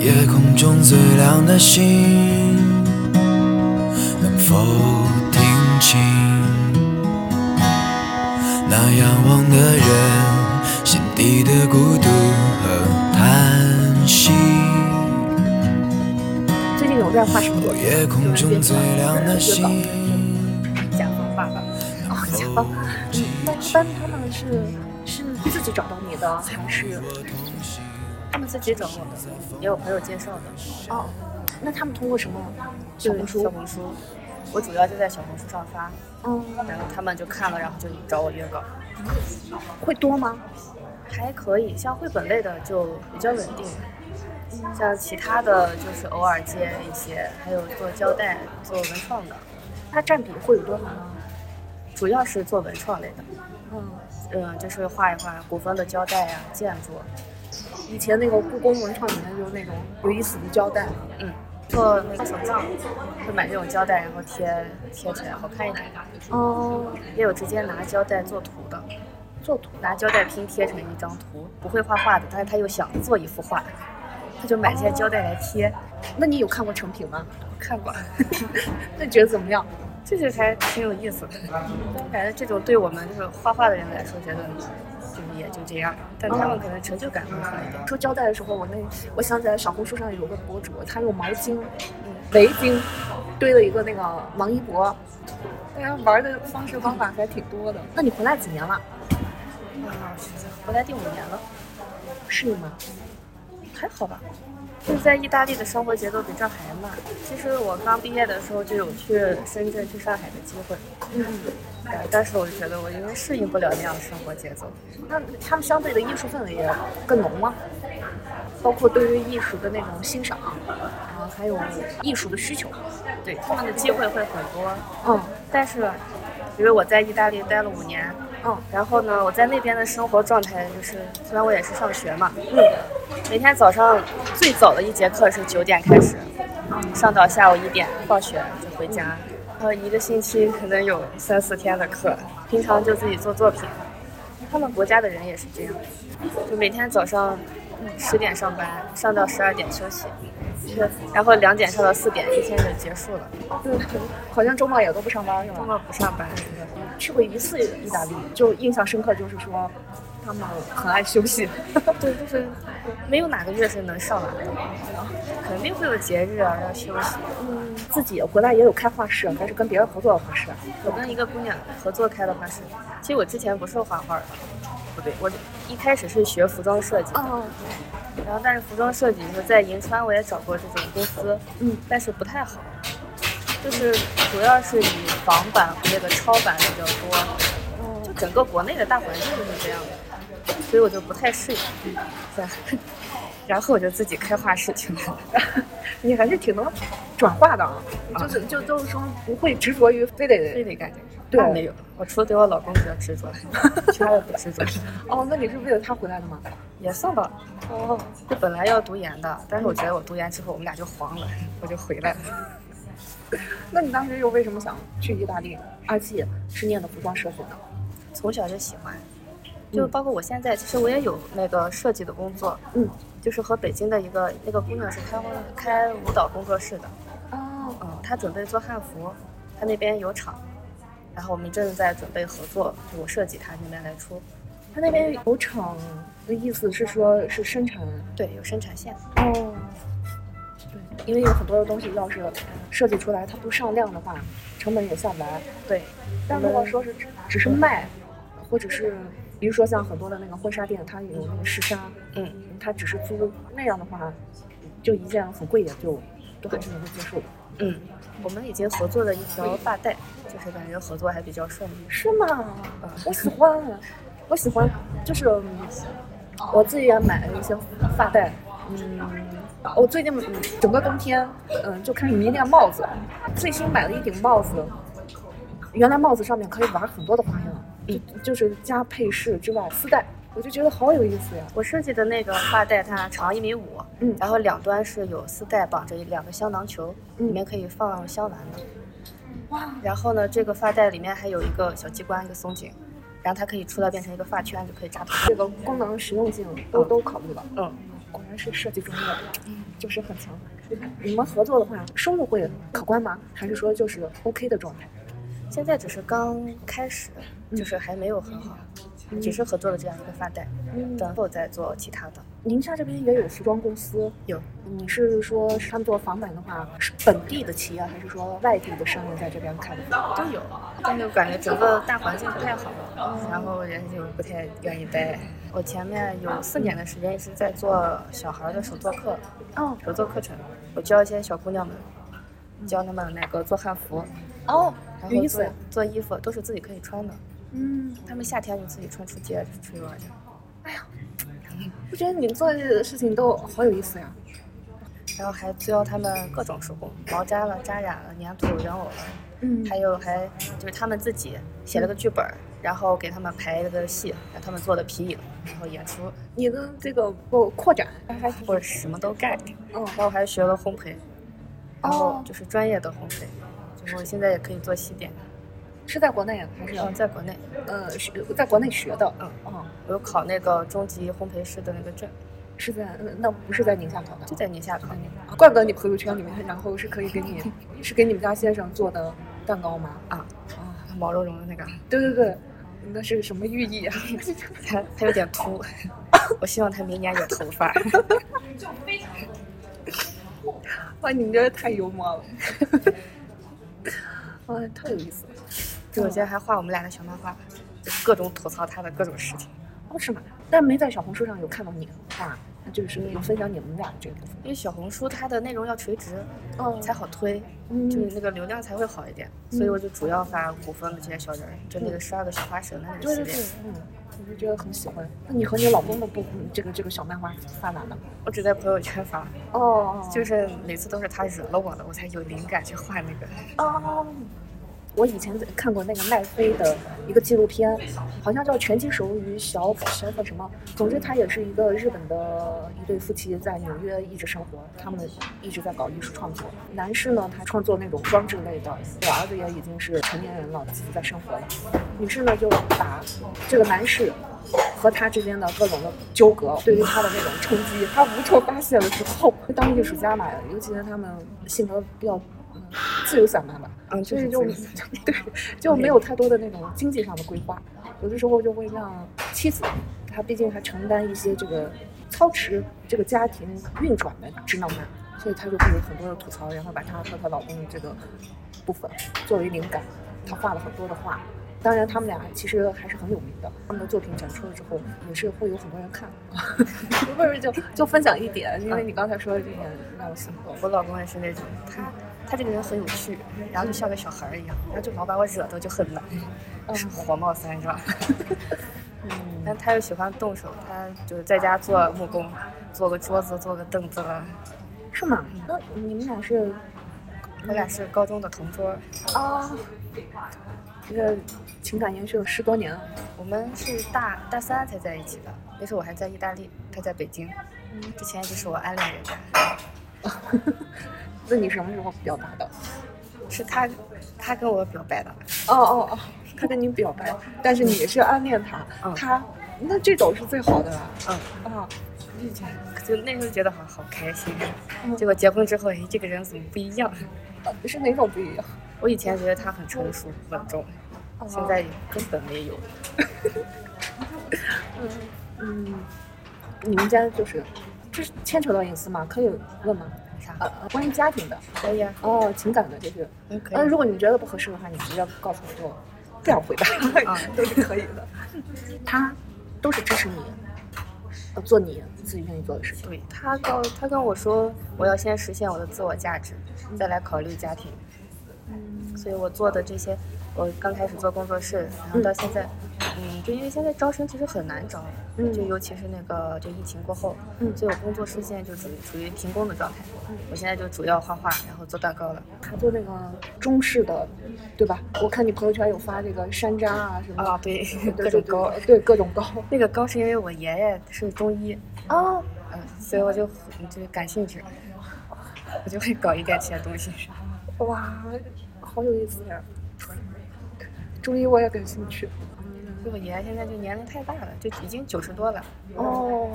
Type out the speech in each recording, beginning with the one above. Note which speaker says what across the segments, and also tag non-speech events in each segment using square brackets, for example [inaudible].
Speaker 1: 夜空中最亮的星，能否听清？那仰望的人心底的孤独和叹息。
Speaker 2: 最近有在画什么
Speaker 1: 哦，
Speaker 2: 东西？
Speaker 1: 夜空中最亮的星，
Speaker 2: 甲方爸爸。哦，甲方。嗯，那一般他们是是自己找到你的，还是
Speaker 1: 哦
Speaker 3: 他们自己找我的，也有朋友介绍的。
Speaker 2: 哦？那他们通过什么？小
Speaker 3: 对
Speaker 2: 红
Speaker 3: 小
Speaker 2: 书。
Speaker 3: 红书，我主要就在小红书上发，
Speaker 2: 嗯，
Speaker 3: 然后他们就看了，然后就找我约稿。
Speaker 2: 会多吗？
Speaker 3: 还可以，像绘本类的就比较稳定，
Speaker 2: 嗯
Speaker 3: 像其他的就是偶尔接一些，还有做胶带、做文创的，
Speaker 2: 它占比会有多少呢？
Speaker 3: 主要是做文创类的。
Speaker 2: 嗯，
Speaker 3: 嗯，就是画一画古风的胶带呀、建筑，啊
Speaker 2: 以前那个故宫文创里面就是那种有意思的胶带。
Speaker 3: 嗯，做那个手账，就买这种胶带，然后贴贴起来好看一点。
Speaker 2: 哦，
Speaker 3: 也有直接拿胶带做图的，
Speaker 2: 做图。
Speaker 3: 拿胶带拼贴成一张图，不会画画的，但是他又想做一幅画，他就买这些胶带来贴。
Speaker 2: 那你有看过成品吗？
Speaker 3: 看过，
Speaker 2: [laughs] 那你觉得怎么样？
Speaker 3: 这就还挺有意思的。感觉这种对我们就是画画的人来说，觉得就是也就这样，但他们可能成就感会好一点。
Speaker 2: 说胶带的时候，我那我想起来小红书上有个博主，他用毛巾、围巾堆了一个那个王一博，大家玩的方式方法还挺多的。那你回来几年了？
Speaker 3: 回来第五年了，
Speaker 2: 适应吗？
Speaker 3: 还好吧。就是在意大利的生活节奏比这还慢。其实我刚毕业的时候就有去深圳、去上海的机会，
Speaker 2: 嗯，
Speaker 3: 呃但是我觉得我因为适应不了那样的生活节奏。
Speaker 2: 那他们相对的艺术氛围也更浓吗？包括对于艺术的那种欣赏，啊，还有艺术的需求。
Speaker 3: 对，他们的机会会很多，
Speaker 2: 嗯
Speaker 3: 但是，比如我在意大利待了五年，
Speaker 2: 嗯，
Speaker 3: 然后呢，我在那边的生活状态就是，虽然我也是上学嘛，
Speaker 2: 嗯，
Speaker 3: 每天早上最早的一节课是九点开始，上到下午一点，放学就回家。然后一个星期可能有三四天的课，平常就自己做作品。他们国家的人也是这样，就每天早上十点上班，上到十二点休息，然后两点上到四点，一天就结束了。
Speaker 2: 对，好像周末也都不上班是吧？
Speaker 3: 周末不上班，
Speaker 2: 去过一次意大利，就印象深刻，就是说他们很爱休息。
Speaker 3: [laughs] 对，就是没有哪个月是能上完的，肯定会有节日啊，要休息。
Speaker 2: 嗯，自己回来也有开画室，还是跟别人合作的画室。
Speaker 3: 我跟一个姑娘合作开的画室，其实我之前不是画画的，不对，我一开始是学服装设计，
Speaker 2: 哦，
Speaker 3: 然后但是服装设计就是在银川我也找过这种公司，
Speaker 2: 嗯，
Speaker 3: 但是不太好，就是主要是以仿版和那个抄版比较多，
Speaker 2: 哦
Speaker 3: 就整个国内的大环境就是这样的，所以我就不太适应，对，然后我就自己开画室去了。
Speaker 2: 你还是挺能转化的啊，就是就就是说不会执着于非
Speaker 3: 非
Speaker 2: 得
Speaker 3: 得干这个？啊
Speaker 2: 对
Speaker 3: 那没有，我除了对我老公比较执着，其他的不执着。
Speaker 2: 哦，那你是为了他回来的吗？
Speaker 3: 也算吧。哦，就本来要读研的，但是我觉得我读研之后我们俩就黄了，我就回来了。
Speaker 2: 那你当时又为什么想去意大利？而且是念的服装设计呢？
Speaker 3: 从小就喜欢，就包括我现在，其实我也有那个设计的工作，
Speaker 2: 嗯，
Speaker 3: 就是和北京的一个那个姑娘是开舞开舞蹈工作室的，
Speaker 2: 哦，
Speaker 3: 嗯，她准备做汉服，她那边有厂，然后我们正在准备合作，就我设计她那边来出，
Speaker 2: 他那边有厂的意思是说，是生产
Speaker 3: 对，有生产线，
Speaker 2: 哦，对，因为有很多的东西要是设计出来，它不上量的话，成本也下不来。
Speaker 3: 对，
Speaker 2: 但如果说是只只是卖，或者是比如说像很多的那个婚纱店，它有那个试纱，
Speaker 3: 嗯，
Speaker 2: 它只是租那样的话，就一件很贵也就都还是能够接受的，
Speaker 3: 嗯，我们已经合作了一条发带，就是感觉合作还比较顺利。
Speaker 2: 是吗？我喜欢，我喜欢，就是我自己也买了一些发带，嗯。我最近嗯整个冬天，嗯，就开始迷恋帽子。最新买了一顶帽子，原来帽子上面可以玩很多的花样，就就是加配饰之外，丝带，我就觉得好有意思呀。
Speaker 3: 我设计的那个发带，它长一米五，
Speaker 2: 嗯
Speaker 3: 然后两端是有丝带绑着两个香囊球，
Speaker 2: 嗯
Speaker 3: 里面可以放香丸的。
Speaker 2: 哇！
Speaker 3: 然后呢，这个发带里面还有一个小机关，一个松紧，然后它可以出来变成一个发圈，就可以扎头。
Speaker 2: 这个功能实用性都都考虑了。
Speaker 3: 嗯，
Speaker 2: 果然是设计专业，就是很强。你们合作的话，收入会可观吗？还是说就是 OK 的状态？
Speaker 3: 现在只是刚开始，就是还没有很好，只是合作了这样一个发带，
Speaker 2: 嗯
Speaker 3: 等后再做其他的。
Speaker 2: 宁夏这边也有服装公司，
Speaker 3: 有
Speaker 2: 你是说是他们做仿版的话，是本地的企业，还是说外地的商人在这边开的？
Speaker 3: 都有，
Speaker 2: 啊
Speaker 3: 但就感觉整个大环境不太好，
Speaker 2: 嗯
Speaker 3: 然后人就不太愿意待。我前面有四年的时间是在做小孩的手作课，
Speaker 2: 哦
Speaker 3: 手作课程，我教一些小姑娘们，教她们那个做汉服，
Speaker 2: 哦，
Speaker 3: 然
Speaker 2: 嗯有
Speaker 3: 后
Speaker 2: 意思
Speaker 3: 做。做衣服都是自己可以穿的，
Speaker 2: 嗯，
Speaker 3: 她们夏天就自己穿出街出去玩去。
Speaker 2: 我觉得你做的事情都好有意思呀。
Speaker 3: 然后还教他们各种手工，毛毡了、扎染了、粘土、人偶了，
Speaker 2: 嗯
Speaker 3: 还有还就是他们自己写了个剧本儿，然后给他们排了个戏，让他们做的皮影，然后演出，
Speaker 2: 你的这个扩扩展，还
Speaker 3: 我什么都干。
Speaker 2: 嗯
Speaker 3: 然后还学了烘焙，然后
Speaker 2: 哦
Speaker 3: 就是专业的烘焙，就是我现在也可以做西点。
Speaker 2: 是在国内啊还是
Speaker 3: 嗯，在国内，
Speaker 2: 呃学在国内学的？
Speaker 3: 嗯
Speaker 2: 哦，
Speaker 3: 我有考那个中级烘焙师的那个证，
Speaker 2: 是在嗯那不是在宁夏考的
Speaker 3: 就。在宁夏考。
Speaker 2: 啊怪不得你朋友圈里面，然后是可以给 [laughs] 你，是给你们家先生做的蛋糕吗？
Speaker 3: 啊
Speaker 2: 啊，
Speaker 3: 毛茸茸的那个，
Speaker 2: 对对对，那是什么寓意啊？ [laughs]
Speaker 3: 它它有点秃， [laughs] 我希望它明年有头发。
Speaker 2: 哇，你这太幽默了， [laughs] 哇，太有意思了。
Speaker 3: [laughs] 就我今天还画我们俩的小漫画，就是各种吐槽他的各种事情。
Speaker 2: 哦，是吗？但没在小红书上有看到你画，那就是有分享你们俩这个部分。
Speaker 3: 因为小红书它的内容要垂直
Speaker 2: 哦
Speaker 3: 才好推，
Speaker 2: 嗯
Speaker 3: 就是那个流量才会好一点，所以我就主要发古风的这些小人儿，就那个十二个小花神的那个
Speaker 2: 嗯对
Speaker 3: 系
Speaker 2: 对
Speaker 3: 列
Speaker 2: 对。，嗯，我就觉得很喜欢。那你和你老公的不，嗯这个这个小漫画发完了吗？
Speaker 3: 我只在朋友圈发，
Speaker 2: 哦就
Speaker 3: 就是是每次都是他惹了我了，我才有灵感去画那个。
Speaker 2: 哦。我以前看过那个奈飞的一个纪录片，好像叫《拳击手与小小粉什么》。总之，他也是一个日本的一对夫妻在纽约一直生活，他们一直在搞艺术创作。男士呢，他创作那种装置类的，我儿子也已经是成年人了，自己在生活了。女士呢，就把这个男士和他之间的各种的纠葛，对于他的那种冲击，他无处发泄的时候，会当艺术家嘛，尤其是他们性格比较。嗯自 [laughs] 由散漫吧，
Speaker 3: 嗯，
Speaker 2: 所
Speaker 3: 就
Speaker 2: 以
Speaker 3: 是
Speaker 2: 就对，就没有太多的那种经济上的规划，有的时候就会让妻子，她毕竟还承担一些这个操持这个家庭运转的职能嘛，所以她就会有很多的吐槽，然后把她和她老公的这个部分作为灵感，她画了很多的画。当然，他们俩其实还是很有名的。他们的作品展出了之后，也是会有很多人看。 [laughs] 不是就就分享一点，因为你刚才说的这点让我心动。
Speaker 3: 我老公也是那种，他他这个人很有趣，然后就像个小孩儿一样，然后就老把我惹得就很难，是火冒三丈。 [laughs]
Speaker 2: 嗯，
Speaker 3: 但他又喜欢动手，他就是在家做木工，做个桌子，做个凳子啊了。
Speaker 2: 是吗？那你们俩是
Speaker 3: 我俩是高中的同桌，
Speaker 2: 啊，这个情感延续了十多年了。
Speaker 3: 我们是大大三才在一起的，那时候我还在意大利，他在北京。之前就是我暗恋人家，
Speaker 2: 那你什么时候表达的？
Speaker 3: 是他他跟我表白的。
Speaker 2: 哦哦哦，他跟你表白，但是你是暗恋他，
Speaker 3: 嗯
Speaker 2: 他那这种是最好的了。
Speaker 3: 嗯
Speaker 2: 啊，
Speaker 3: 就那时候觉得好好开心
Speaker 2: 嗯，
Speaker 3: 结果结婚之后，哎，这个人怎么不一样？ [laughs]
Speaker 2: 呃是哪种不一样？
Speaker 3: 我以前觉得他很成熟稳重，
Speaker 2: 哦
Speaker 3: 现在根本没有。
Speaker 2: 嗯，你们家就是这是牵扯到隐私吗？可以问吗？
Speaker 3: 啥？
Speaker 2: 呃，呃关于家庭的
Speaker 3: 可以啊，
Speaker 2: 哦，情感的这些。
Speaker 3: 嗯，可
Speaker 2: 呃，
Speaker 3: 以。
Speaker 2: 如果你觉得不合适的话，你直接告诉我就不想回答，
Speaker 3: 啊
Speaker 2: [laughs] 都是可以的。他都是支持你，呃做你自己愿意做的事情。
Speaker 3: 对他告他跟我说，我要先实现我的自我价值，再来考虑家庭。
Speaker 2: 嗯
Speaker 3: 所以我做的这些，我刚开始做工作室，然后到现在，嗯，就因为现在招生其实很难招，
Speaker 2: 嗯
Speaker 3: 就尤其是那个就疫情过后，
Speaker 2: 嗯
Speaker 3: 所以我工作室现在就处于处于停工的状态。我现在就主要画画，然后做蛋糕了。
Speaker 2: 还做那个中式的，对吧？我看你朋友圈有发这个山楂啊什么的
Speaker 3: 啊，对，[laughs]
Speaker 2: 对
Speaker 3: 各
Speaker 2: 对
Speaker 3: 种
Speaker 2: 对
Speaker 3: 糕。
Speaker 2: 对各种糕
Speaker 3: 那个糕是因为我爷爷是中医，
Speaker 2: 啊。
Speaker 3: 嗯，所以我就就是感兴趣，我就会搞一点这些东西。 [laughs]
Speaker 2: 哇，好有意思呀！中医我也感兴趣。
Speaker 3: 因为我爷爷现在就年龄太大了，就已经九十多了，
Speaker 2: 哦，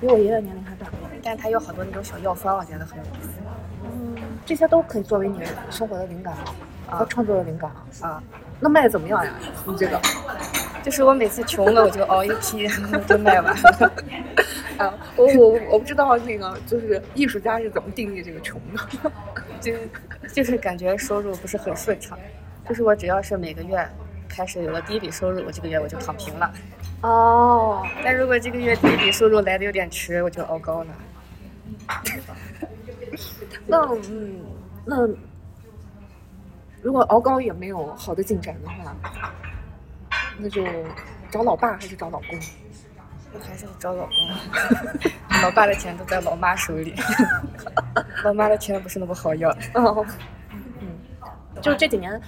Speaker 2: 比我爷爷年龄还大。
Speaker 3: 但是它有好多那种小药方，我觉得很有意
Speaker 2: 嗯，这些都可以作为你生活的灵感和创作的灵感。
Speaker 3: 思啊。
Speaker 2: 那卖的怎么样呀？你这个
Speaker 3: 就是我每次穷了，我就熬一批， [laughs] 然后就卖完了。
Speaker 2: [laughs]
Speaker 3: [laughs]
Speaker 2: 啊，我我我不知道那个就是艺术家是怎么定义这个穷的。
Speaker 3: 就是就是感觉收入不是很顺畅，就是我只要是每个月开始有了第一笔收入，我这个月我就躺平了。
Speaker 2: [laughs] 哦，
Speaker 3: 但如果这个月第一笔收入来的有点迟，我就熬高了。
Speaker 2: 那嗯，那如果熬高也没有好的进展的话，那就找老爸还是找老公？
Speaker 3: 我还是找老公，老爸的钱都在老妈手里， [laughs] 老妈的钱不是那么好要。
Speaker 2: [laughs] 哦，嗯，就这几年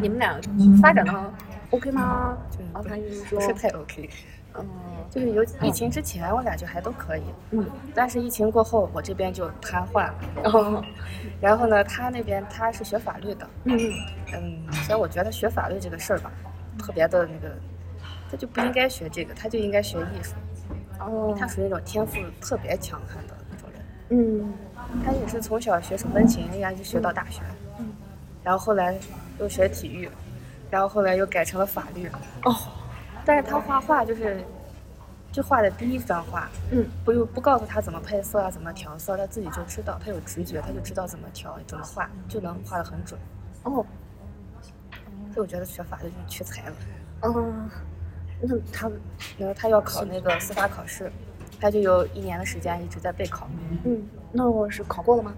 Speaker 2: 你们俩发展的 OK 吗？
Speaker 3: 嗯
Speaker 2: 然后他就是说
Speaker 3: 不，是太 OK，
Speaker 2: 嗯
Speaker 3: 就是有疫情之前我俩就还都可以，
Speaker 2: 嗯，
Speaker 3: 但是疫情过后我这边就瘫痪了。
Speaker 2: 哦，
Speaker 3: 然后呢，他那边他是学法律的，
Speaker 2: 嗯
Speaker 3: 嗯，所以我觉得学法律这个事儿吧，特别的那个，他就不应该学这个，他就应该学艺术。
Speaker 2: 哦，
Speaker 3: 他属于那种天赋特别强悍的那种人，
Speaker 2: 嗯
Speaker 3: 他也是从小学手风琴，人家就学到大学，
Speaker 2: 嗯
Speaker 3: 然后后来又学体育，然后后来又改成了法律。
Speaker 2: 哦，
Speaker 3: 但是他画画就是，就画的第一张画，
Speaker 2: 嗯
Speaker 3: 不用不告诉他怎么配色啊，怎么调色，他自己就知道，他有直觉，他就知道怎么调，怎么画，就能画得很准。
Speaker 2: 哦
Speaker 3: 所以我觉得学法律就是屈才了。
Speaker 2: 嗯，那他
Speaker 3: 然后他要考那个司法考试，他就有一年的时间一直在备考，
Speaker 2: 嗯，那我是考过了吗？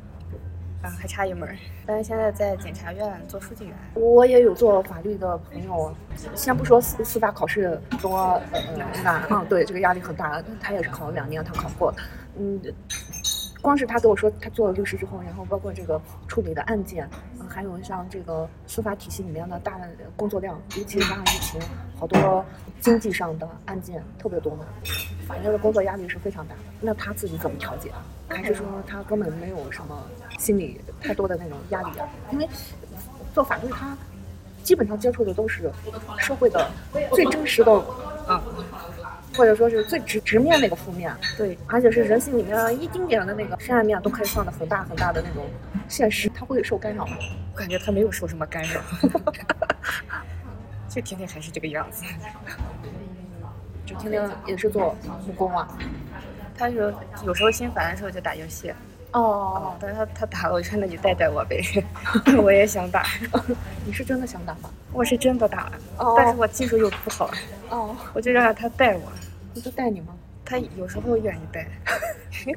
Speaker 3: 啊，还差一门儿。但是现在在检察院做书记员，
Speaker 2: 我也有做法律的朋友，先不说司司法考试多呃难啊，对这个压力很大。他也是考了两年，他考过，嗯，光是他跟我说他做了律师之后，然后包括这个处理的案件，呃还有像这个司法体系里面的大的工作量，尤其是加上疫情，好多经济上的案件特别多嘛，法院的工作压力是非常大的。那他自己怎么调节？还是说他根本没有什么心理太多的那种压力啊？因为做法律他基本上接触的都是社会的最真实的，啊
Speaker 3: 嗯，
Speaker 2: 或者说是最直直面那个负面，啊
Speaker 3: 对，
Speaker 2: 而且是人性里面一丁点儿的那个黑暗面啊都可以放的很大很大的那种现实，他会受干扰吗？
Speaker 3: 我感觉他没有受什么干扰， [laughs] 就天天还是这个样子。
Speaker 2: 就天天也是做木工啊。
Speaker 3: 他有有时候心烦的时候就打游戏，
Speaker 2: 哦，
Speaker 3: 但是他他打了我就说那你带带我呗， [laughs] 我也想打，
Speaker 2: 你是真的想打吗？
Speaker 3: 我是真的打，
Speaker 2: 哦
Speaker 3: 但是我技术又不好，
Speaker 2: 哦，
Speaker 3: 我就让他带我，
Speaker 2: 我就带你吗？
Speaker 3: 他有时候愿意带， [laughs]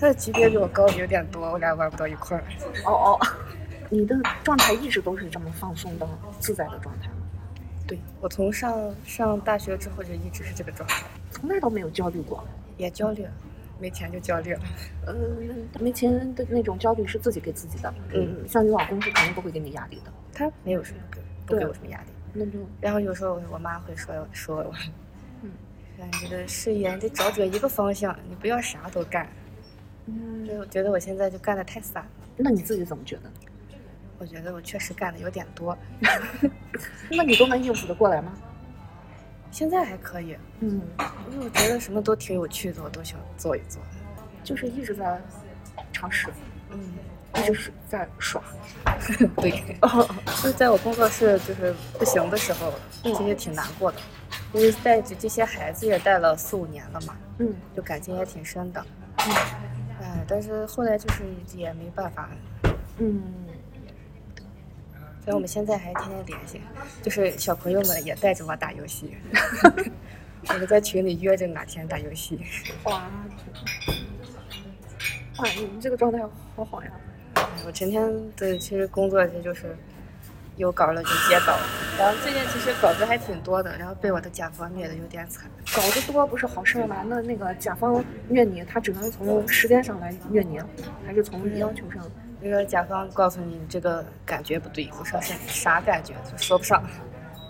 Speaker 3: 他的级别比我高有点多，我俩玩不到一块儿。
Speaker 2: 哦哦， [laughs] 你的状态一直都是这么放松的、自在的状态吗，
Speaker 3: 对我从上上大学之后就一直是这个状态，
Speaker 2: 从来都没有焦虑过。
Speaker 3: 也焦虑，没钱就焦虑了。
Speaker 2: 呃，没钱的那种焦虑是自己给自己的。
Speaker 3: 嗯，
Speaker 2: 像你老公是肯定不会给你压力的，
Speaker 3: 他没有什么给不给我什么压力。
Speaker 2: 那就
Speaker 3: 然后有时候我我妈会说说我，
Speaker 2: 嗯，
Speaker 3: 说你这个事业你得找准一个方向，你不要啥都干。
Speaker 2: 嗯
Speaker 3: 所以我觉得我现在就干的太散了，
Speaker 2: 那你自己怎么觉得呢？
Speaker 3: 我觉得我确实干的有点多，
Speaker 2: 那你都能应付得过来吗？
Speaker 3: 现在还可以，
Speaker 2: 嗯，
Speaker 3: 因为我觉得什么都挺有趣的，我都想做一做。
Speaker 2: 就是一直在尝试，
Speaker 3: 嗯， [laughs]
Speaker 2: 一直是在耍。
Speaker 3: 对， [laughs] 就是在我工作室就是不行的时候，
Speaker 2: 嗯
Speaker 3: 其实挺难过的，因为带着这些孩子也带了四五年了嘛，
Speaker 2: 嗯
Speaker 3: 就感情也挺深的。哎，但是后来就是也没办法，
Speaker 2: 嗯，
Speaker 3: 所以我们现在还天天联系，就是小朋友们也带着我打游戏，我们在群里约着哪天打游戏。
Speaker 2: 哇，哇，哎你们这个状态好好呀。
Speaker 3: 我成天对，其实工作这就是有稿了就接稿，然后最近其实稿子还挺多的，然后被我的甲方虐的有点惨。
Speaker 2: 稿子多不是好事儿吗？那那个甲方虐你，他只能从时间上来虐你，啊还是从要求上？
Speaker 3: 那个甲方告诉你这个感觉不对，我说是啥感觉就说不上，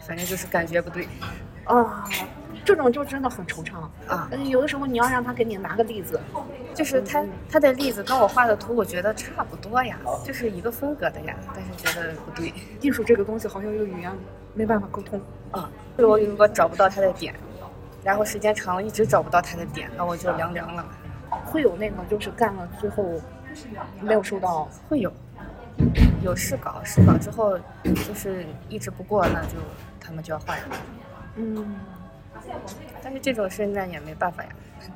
Speaker 3: 反正就是感觉不对
Speaker 2: 啊，这种就真的很惆怅。
Speaker 3: 啊。
Speaker 2: 嗯，有的时候你要让他给你拿个例子，
Speaker 3: 就是他他的例子跟我画的图，我觉得差不多呀，就是一个风格的呀，但是觉得不对
Speaker 2: 艺术这个东西好像用语言没办法沟通。
Speaker 3: 啊。就是我如果找不到他的点，然后时间长了一直找不到他的点，那我就凉凉了。
Speaker 2: 会有那个就是干了最后没有收到，
Speaker 3: 会有有试稿，试稿之后就是一直不过，那就他们就要换人。
Speaker 2: 嗯，
Speaker 3: 但是这种事那也没办法呀，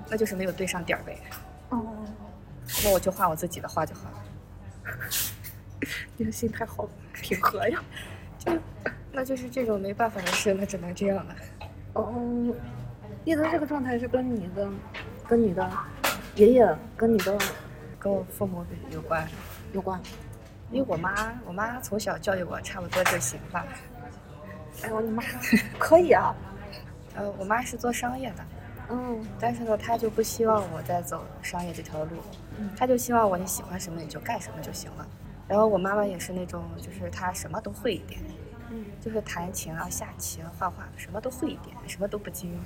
Speaker 3: 那就是没有对上点儿呗。
Speaker 2: 哦，
Speaker 3: 那我就画我自己的画就好了。
Speaker 2: 你的心态好平和呀。
Speaker 3: 那就是这种没办法的事，那只能这样了。
Speaker 2: 嗯，一泽这个状态是跟你的、跟你的爷爷、跟你的
Speaker 3: 跟我父母有关，
Speaker 2: 有关。
Speaker 3: 因为我妈，我妈从小教育我差不多就行了。
Speaker 2: 哎呦我的 [laughs] 妈，可以啊。
Speaker 3: 呃，我妈是做商业的，
Speaker 2: 嗯
Speaker 3: 但是呢，她就不希望我再走商业这条路
Speaker 2: 嗯，
Speaker 3: 她就希望我你喜欢什么你就干什么就行了。然后我妈妈也是那种，就是她什么都会一点，
Speaker 2: 嗯
Speaker 3: 就是弹琴啊、下棋啊、画画什么都会一点，什么都不精。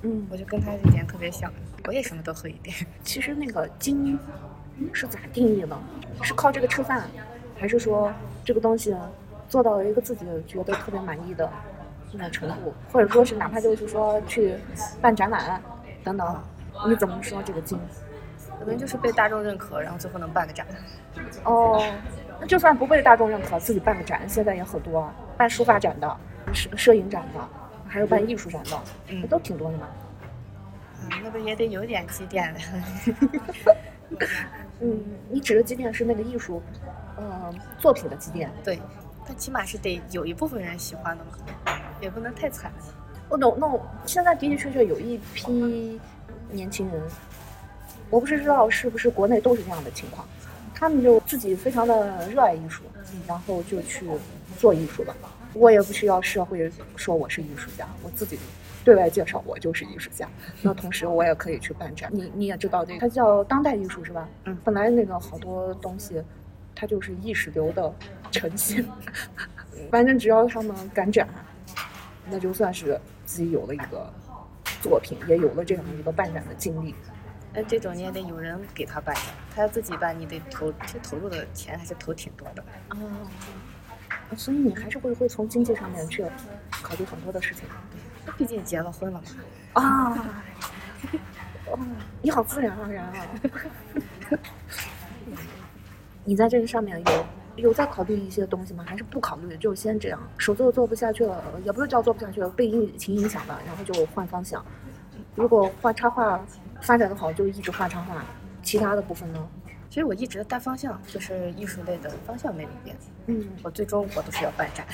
Speaker 2: 嗯
Speaker 3: 我，就跟她这点特别像，我也什么都会一点。
Speaker 2: 其实那个精是咋定义的？是靠这个吃饭，还是说这个东西做到了一个自己觉得特别满意的那种程度，或者说是哪怕就是说去办展览等等，你怎么说这个精？
Speaker 3: 可能就是被大众认可，然后最后能办个展。
Speaker 2: 哦，那就算不被大众认可，自己办个展，现在也很多，啊办书法展的、摄摄影展的，还有办艺术展的，
Speaker 3: 嗯
Speaker 2: 都挺多的嘛。
Speaker 3: 嗯，那不也得有点积淀的。 [laughs]
Speaker 2: 嗯，你指的积淀是那个艺术，呃，作品的积淀。
Speaker 3: 对，但起码是得有一部分人喜欢的嘛，也不能太惨。
Speaker 2: 我懂，那我现在的的确确有一批年轻人，我不是知道是不是国内都是这样的情况，他们就自己非常的热爱艺术，然后就去做艺术吧。我也不需要社会说我是艺术家，我自己对外介绍我就是艺术家。那同时我也可以去办展，你你也知道这个，它叫当代艺术是吧？
Speaker 3: 嗯
Speaker 2: 本来那个好多东西，它就是意识流的呈现。 [laughs] 反正只要他们敢展，那就算是自己有了一个作品，也有了这样一个办展的经历。
Speaker 3: 那呃这种你也得有人给他办呀，他要自己办，你得投，这投入的钱还是投挺多的。
Speaker 2: 啊、所以你还是会会从经济上面去考虑很多的事情
Speaker 3: 那毕竟结了婚了嘛，
Speaker 2: 啊。哦，你好自然而然啊。你在这个上面有有在考虑一些东西吗？还是不考虑，就先这样，手做做不下去了，也不是叫做不下去了，被疫情影响了，然后就换方向。如果画插画发展的好，就一直画插画，其他的部分呢？
Speaker 3: 其实我一直的大方向就是艺术类的方向没有变，
Speaker 2: 嗯，
Speaker 3: 我最终我都是要办展，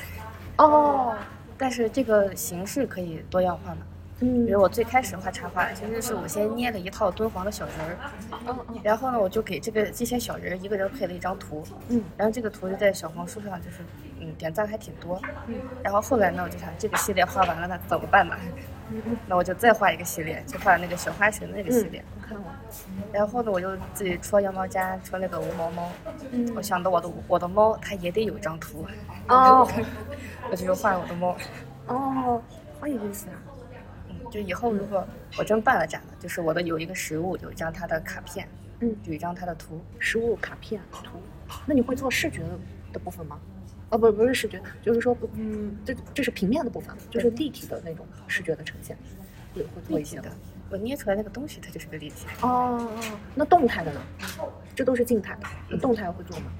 Speaker 2: 哦，
Speaker 3: 但是这个形式可以多样化嘛。
Speaker 2: 嗯
Speaker 3: 比如我最开始画插画，其实是我先捏了一套敦煌的小人儿，
Speaker 2: 嗯
Speaker 3: 然后呢，我就给这个这些小人儿一个人配了一张图，
Speaker 2: 嗯
Speaker 3: 然后这个图就在小红书上就是嗯点赞还挺多，
Speaker 2: 嗯
Speaker 3: 然后后来呢，我就想这个系列画完了，那怎么办呢？
Speaker 2: 嗯，
Speaker 3: 那我就再画一个系列，就画那个小花神那个系列。
Speaker 2: 我看我，
Speaker 3: 然后呢，我就自己戳羊毛毡，戳那个无毛猫。
Speaker 2: 嗯
Speaker 3: 我想到我的我的猫，它也得有一张图。
Speaker 2: 哦
Speaker 3: 我就画我的猫。
Speaker 2: 哦，好有意思啊。
Speaker 3: 嗯，就以后如果我真办了展了，就是我的有一个实物，有一张它的卡片，
Speaker 2: 嗯
Speaker 3: 有一张它的图。
Speaker 2: 实物卡片图，那你会做视觉的部分吗？哦，不，不是视觉，就是说，不，嗯，这这是平面的部分，就是立体的那种视觉的呈现，也会做
Speaker 3: 立
Speaker 2: 一
Speaker 3: 体
Speaker 2: 些
Speaker 3: 的。，我捏出来那个东西，它就是个立体。
Speaker 2: 哦哦，哦那动态的呢？这都是静态的，那动态会做吗？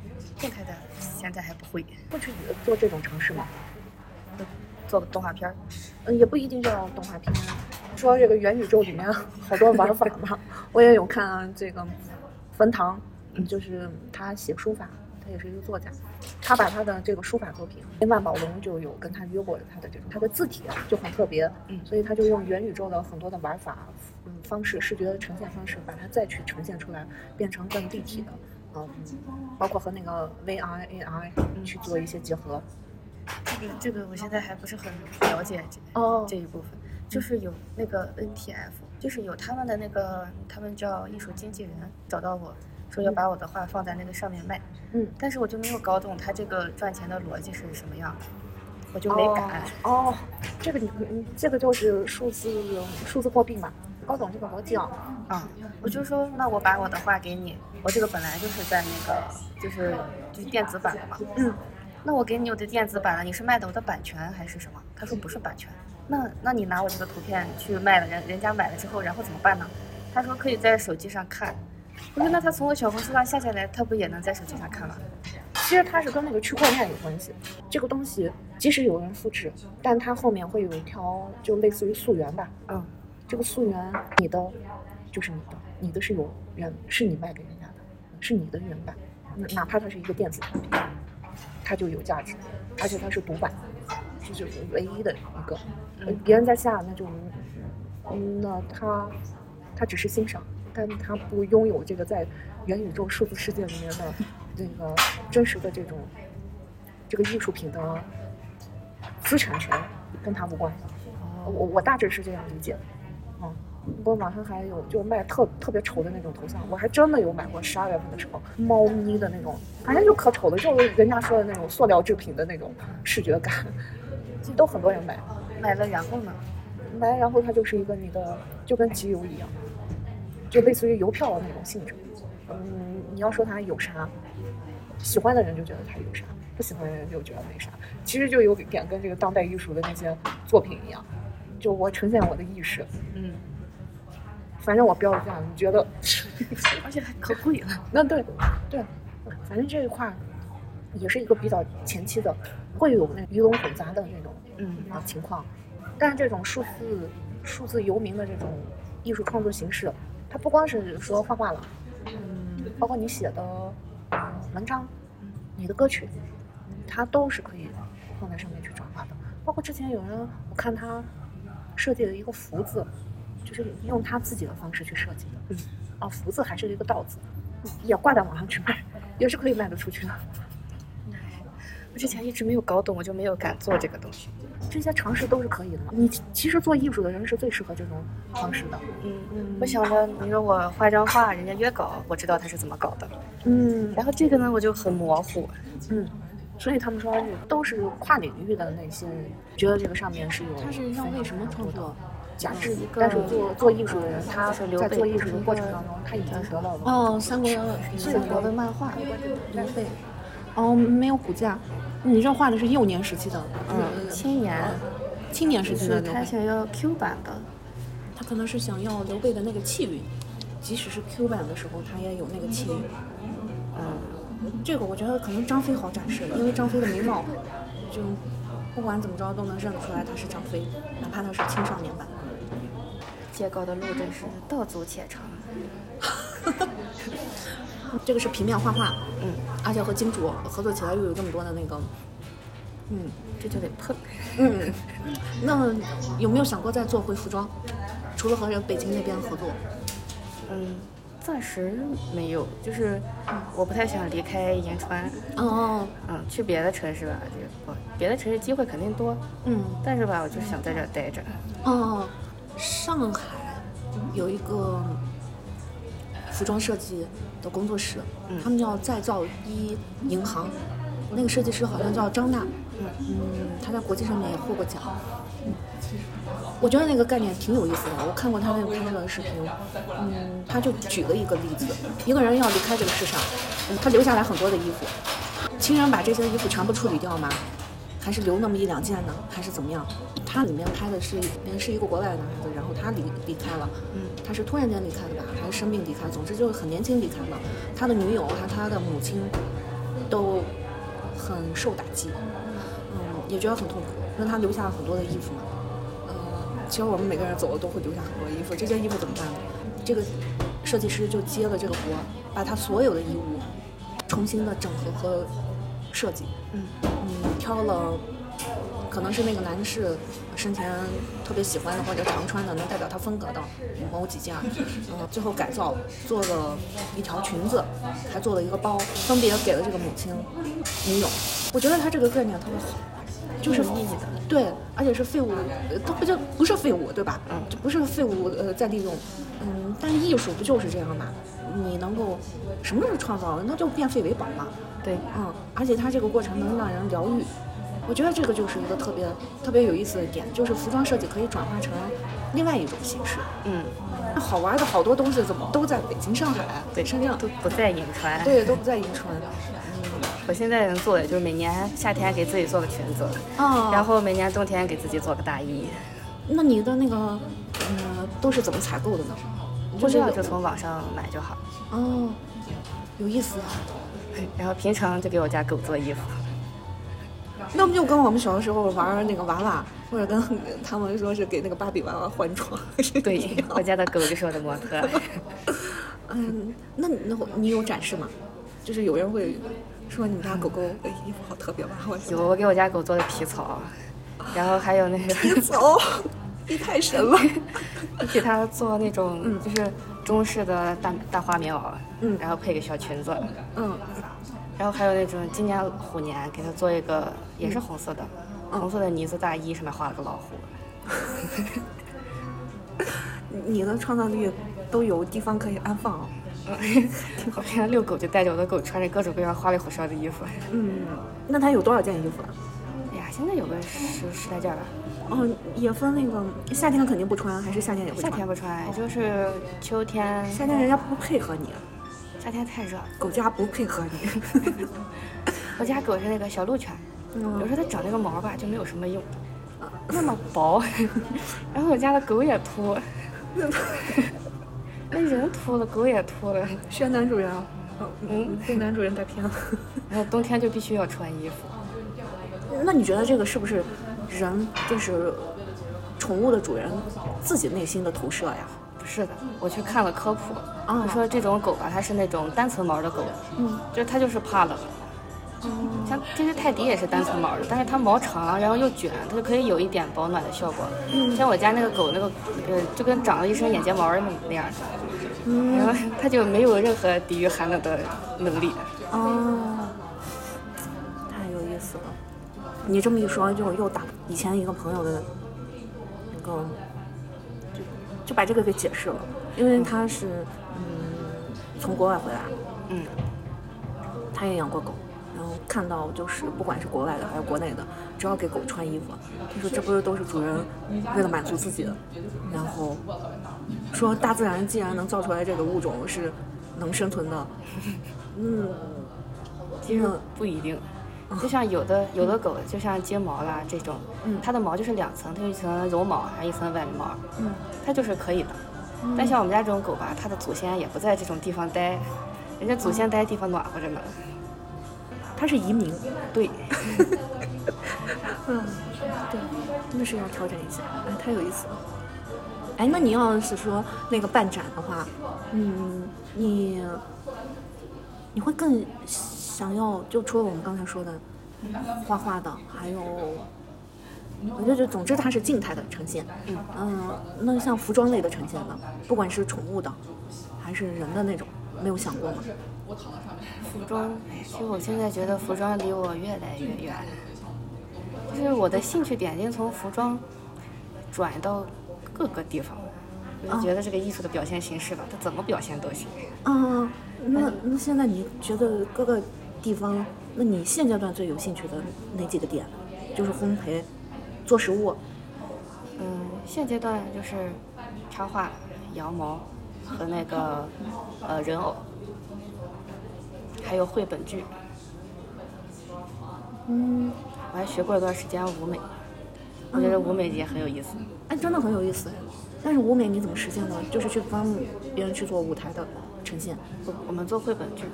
Speaker 3: 动态的现在还不会，
Speaker 2: 会去做这种尝试吗？
Speaker 3: 做个动画片儿。
Speaker 2: 嗯，也不一定叫动画片。说这个元宇宙里面好多玩法嘛， [laughs] 我也有看啊这个冯唐，嗯就是他写书法，他也是一个作家，他把他的这个书法作品，万宝龙就有跟他约过他的这种，他的字体啊就很特别，
Speaker 3: 嗯
Speaker 2: 所以他就用元宇宙的很多的玩法，嗯，方式、视觉的呈现方式，把它再去呈现出来，变成更立体的，嗯，包括和那个 VR、AI 去做一些结合。
Speaker 3: 这个这个我现在还不是很了解这
Speaker 2: 哦
Speaker 3: 这一部分，就是有那个 NTF，就是有他们的那个，他们叫艺术经纪人找到我说要把我的画放在那个上面卖，
Speaker 2: 嗯，
Speaker 3: 但是我就没有搞懂他这个赚钱的逻辑是什么样的，我就没敢。
Speaker 2: 哦，这个你你这个就是数字数字货币嘛，高懂这个逻辑啊。
Speaker 3: 啊、我就说那我把我的画给你，我这个本来就是在那个就是就是电子版的嘛，
Speaker 2: 嗯，
Speaker 3: 那我给你我的电子版了，你是卖的我的版权还是什么？他说不是版权，那那你拿我这个图片去卖了，人人家买了之后，然后怎么办呢？他说可以在手机上看，不是，那他从我小红书上下下来，他不也能在手机上看吗？
Speaker 4: 其实它是跟那个区块链有关系。这个东西即使有人复制，但它后面会有一条就类似于溯源吧，
Speaker 3: 嗯，
Speaker 4: 这个溯源你的就是你的，你的是有人是你卖给人家的，是你的原版，哪哪怕它是一个电子产品，它就有价值，而且它是独版，这就是唯一的一个，呃别人在下那就，嗯，那他他只是欣赏，但他不拥有这个在元宇宙数字世界里面的这个真实的这种这个艺术品的资产权，跟他无关。我我大致是这样理解的。嗯，不过网上还有就卖特特别丑的那种头像，我还真的有买过。十二月份的时候，猫咪的那种，反正就可丑了，就是人家说的那种塑料制品的那种视觉感，这都很多人买。
Speaker 3: 买了然后呢？
Speaker 4: 买，然后它就是一个你的，就跟集邮一样，就类似于邮票的那种性质。嗯，你要说它有啥，喜欢的人就觉得它有啥，不喜欢的人就觉得没啥。其实就有点跟这个当代艺术的那些作品一样，就我呈现我的意识，
Speaker 3: 嗯，
Speaker 4: 反正我标了价，你觉得？ [sniffs]
Speaker 3: 而且还可贵了。
Speaker 4: 那对，对，反正这一块儿也是一个比较前期的，会有那鱼龙混杂的那种
Speaker 3: 嗯
Speaker 4: 啊情况。但是这种数字数字游民的这种艺术创作形式，它不光是说画画了，
Speaker 3: 嗯
Speaker 4: 包括你写的文章、你的歌曲，它都是可以放在上面去转化的。包括之前有人，我看他设计了一个福字，就是用他自己的方式去设计的。
Speaker 3: 嗯，
Speaker 4: 啊，福字还是一个道字，也挂在网上去卖，也是可以卖得出去的。
Speaker 3: 我之前一直没有搞懂，我就没有敢做这个东西。
Speaker 4: 这些尝试都是可以的嘛。你其实做艺术的人是最适合这种方式的。
Speaker 3: 嗯，我想着你说我画张画，人家约稿，我知道他是怎么搞的。
Speaker 4: 嗯
Speaker 3: 然后这个呢，我就很模糊。
Speaker 4: 嗯，所以他们说都是跨领域的那些人，觉得这个上面是有
Speaker 2: 它是像为什么创作？
Speaker 4: 价值
Speaker 2: 是一个
Speaker 4: 但是做做艺术的人，他
Speaker 3: 就是刘
Speaker 4: 在
Speaker 3: 备
Speaker 4: 做艺术的过程当中，他已经得到了。
Speaker 2: 哦，三国三国的漫画，刘备。哦，没有骨架。你这画的是幼年时期的，
Speaker 3: 嗯，青年
Speaker 2: 青年时期
Speaker 3: 是
Speaker 2: 的刘
Speaker 3: 他
Speaker 2: 备，
Speaker 3: 想要 Q 版的。
Speaker 2: 他可能是想要刘备的那个气韵，即使是 Q 版的时候，他也有那个气韵。嗯，这个我觉得可能张飞好展示，因为张飞的眉毛，就不管怎么着都能认得出来他是张飞，哪怕他是青少年版。
Speaker 3: 借稿的路真是道阻且长。
Speaker 2: 这个是平面画画，嗯，而且和金主合作起来又有这么多的那个，嗯，
Speaker 3: 这就得碰。
Speaker 2: 嗯，那有没有想过再做回服装？除了和北京那边合作，
Speaker 3: [laughs] 嗯，暂时没有，就是我不太想离开银川，
Speaker 2: 哦，
Speaker 3: 嗯，去别的城市吧，就不别的城市机会肯定多，
Speaker 2: 嗯，
Speaker 3: 但是吧，我就是想在这儿待着。
Speaker 2: 哦，上海有一个服装设计的工作室，
Speaker 3: 嗯
Speaker 2: 他们叫再造一银行，那个设计师好像叫张娜，嗯，他在国际上面也获过奖。我觉得那个概念挺有意思的，我看过他那个拍摄的视频，嗯，他就举了一个例子，一个人要离开这个世上，嗯他留下来很多的衣服，亲人把这些衣服全部处理掉吗？还是留那么一两件呢？还是怎么样？他里面拍的是里面是一个国外的男孩子，然后他离离开了，
Speaker 3: 嗯，
Speaker 2: 他是突然间离开的吧，还是生病离开？总之就是很年轻离开了。他的女友和他的母亲都很受打击，嗯，也觉得很痛苦。那他留下了很多的衣服嘛，嗯，其实我们每个人走了都会留下很多衣服，这件衣服怎么办呢？这个设计师就接了这个活，把他所有的衣物重新的整合和设计，
Speaker 3: 嗯
Speaker 2: 嗯，挑了，可能是那个男士生前特别喜欢的或者常穿的，能代表他风格的某几件，嗯，最后改造做了一条裙子，还做了一个包，分别给了这个母亲、女友。我觉得他这个概念特别好，就是
Speaker 3: 有意义的
Speaker 2: 对，而且是废物，呃它不就不是废物，对吧？
Speaker 3: 嗯
Speaker 2: 这不是废物，呃，再利用，嗯，但艺术不就是这样嘛？你能够什么都是创造，那就变废为宝嘛。
Speaker 3: 对，
Speaker 2: 嗯，而且它这个过程能让人疗愈，我觉得这个就是一个特别特别有意思的点，就是服装设计可以转化成另外一种形式。
Speaker 3: 嗯，
Speaker 2: 那好玩的好多东西怎么都在北京、上海、
Speaker 3: 对，
Speaker 2: 深圳，
Speaker 3: 都不在银川。
Speaker 2: 对，都不在银川。
Speaker 3: 我现在能做的就是每年夏天给自己做个裙子，
Speaker 2: 啊
Speaker 3: 然后每年冬天给自己做个大衣。
Speaker 2: 呃那你的那个，嗯，都是怎么采购的呢？
Speaker 3: 就这个就从网上买就好。
Speaker 2: 哦，有意思啊。
Speaker 3: 然后平常就给我家狗做衣服。
Speaker 2: 那不就跟我们小的时候玩那个娃娃，或者跟他们说是给那个芭比娃娃换装是一
Speaker 3: 对
Speaker 2: 样，
Speaker 3: 我家的狗就是我的模特。
Speaker 2: 嗯，那那会你有展示吗？就是有人会说你们家狗狗的衣服好特别吧？我
Speaker 3: 有我给我家狗做的皮草，然后还有那个
Speaker 2: 走，哦你太神 [laughs] 了。
Speaker 3: 给它做那种就是中式的大大花棉袄，
Speaker 2: 嗯
Speaker 3: 然后配个小裙子，
Speaker 2: 嗯，
Speaker 3: 然后还有那种今年虎年给它做一个也是红色的，红色的呢子大衣上面画了个老虎。
Speaker 2: 你的创造力都有地方可以安放哦。
Speaker 3: [laughs] 我嗯平常遛狗就带着我的狗穿着各种各样花里胡哨的衣服。
Speaker 2: 嗯，那它有多少件衣服啊？
Speaker 3: 哎呀，现在有个十十来件儿吧，
Speaker 2: 嗯，也分那个夏天肯定不穿，还是夏天也会
Speaker 3: 夏
Speaker 2: 穿。哦
Speaker 3: 天不穿，也就是秋天，
Speaker 2: 夏天人家不配合你，
Speaker 3: 夏天太热了。
Speaker 2: 狗家不配合 [laughs] 你。
Speaker 3: 我家狗是那个小鹿犬，有
Speaker 2: 嗯
Speaker 3: 时候它长那个毛吧就没有什么
Speaker 2: [laughs]
Speaker 3: 用，那么薄， [laughs] 然后我家的狗也秃， [laughs] 那人秃了，狗也秃了，
Speaker 2: 宣男主人啊，
Speaker 3: 嗯，
Speaker 2: 被男主人带偏了。
Speaker 3: 然后冬天就必须要穿衣服。
Speaker 2: 那你觉得这个是不是人就是宠物的主人自己内心的投射呀？
Speaker 3: 不是的，我去看了科普，
Speaker 2: 哦
Speaker 3: 就说这种狗吧，它是那种单层毛的狗，
Speaker 2: 嗯，
Speaker 3: 就是它就是怕冷。像这只泰迪也是单层毛的，但是它毛长，然后又卷，它就可以有一点保暖的效果。像我家那个狗，那个呃，就跟长了一身眼睫毛儿那样的，然后它就没有任何抵御寒冷的能力。
Speaker 2: 哦，太有意思了。你这么一说，就又打以前一个朋友的那个，就就把这个给解释了，因为他是嗯从国外回来，
Speaker 3: 嗯，
Speaker 2: 他也养过狗，然后看到就是不管是国外的还是国内的，只要给狗穿衣服，他说这不是都是主人为了满足自己的，然后说大自然既然能造出来这个物种是能生存的，嗯，
Speaker 3: 其实不一定。就像有的有的狗，就像睫毛啦这种，
Speaker 2: 嗯
Speaker 3: 它的毛就是两层，它有一层绒毛，还有一层外毛，
Speaker 2: 嗯
Speaker 3: 它就是可以的。但像我们家这种狗吧，它的祖先也不在这种地方待，人家祖先待的地方暖和着呢。
Speaker 2: 他是移民，
Speaker 3: 对，
Speaker 2: 嗯，对，真的是要调整一下，哎，太有意思了。哎，那你要是说那个办展的话，嗯，你你会更想要就除了我们刚才说的画画的，还有我觉得就总之它是静态的呈现，嗯那像服装类的呈现呢，不管是宠物的还是人的那种，没有想过吗？
Speaker 3: 服装，其实我现在觉得服装离我越来越远，就是我的兴趣点已经从服装转到各个地方了。就是觉得这个艺术的表现形式吧，它怎么表现都行。
Speaker 2: 啊，那那现在你觉得各个地方，那你现阶段最有兴趣的哪几个点？就是烘焙、做食物，
Speaker 3: 嗯，现阶段就是插画、羊毛和那个呃人偶，还有绘本剧。
Speaker 2: 嗯，
Speaker 3: 我还学过一段时间舞美，我觉得舞美也很有意思。
Speaker 2: 哎，真的很有意思哎。但是舞美你怎么实现呢？就是去帮别人去做舞台的呈现。
Speaker 3: 我我们做绘本剧，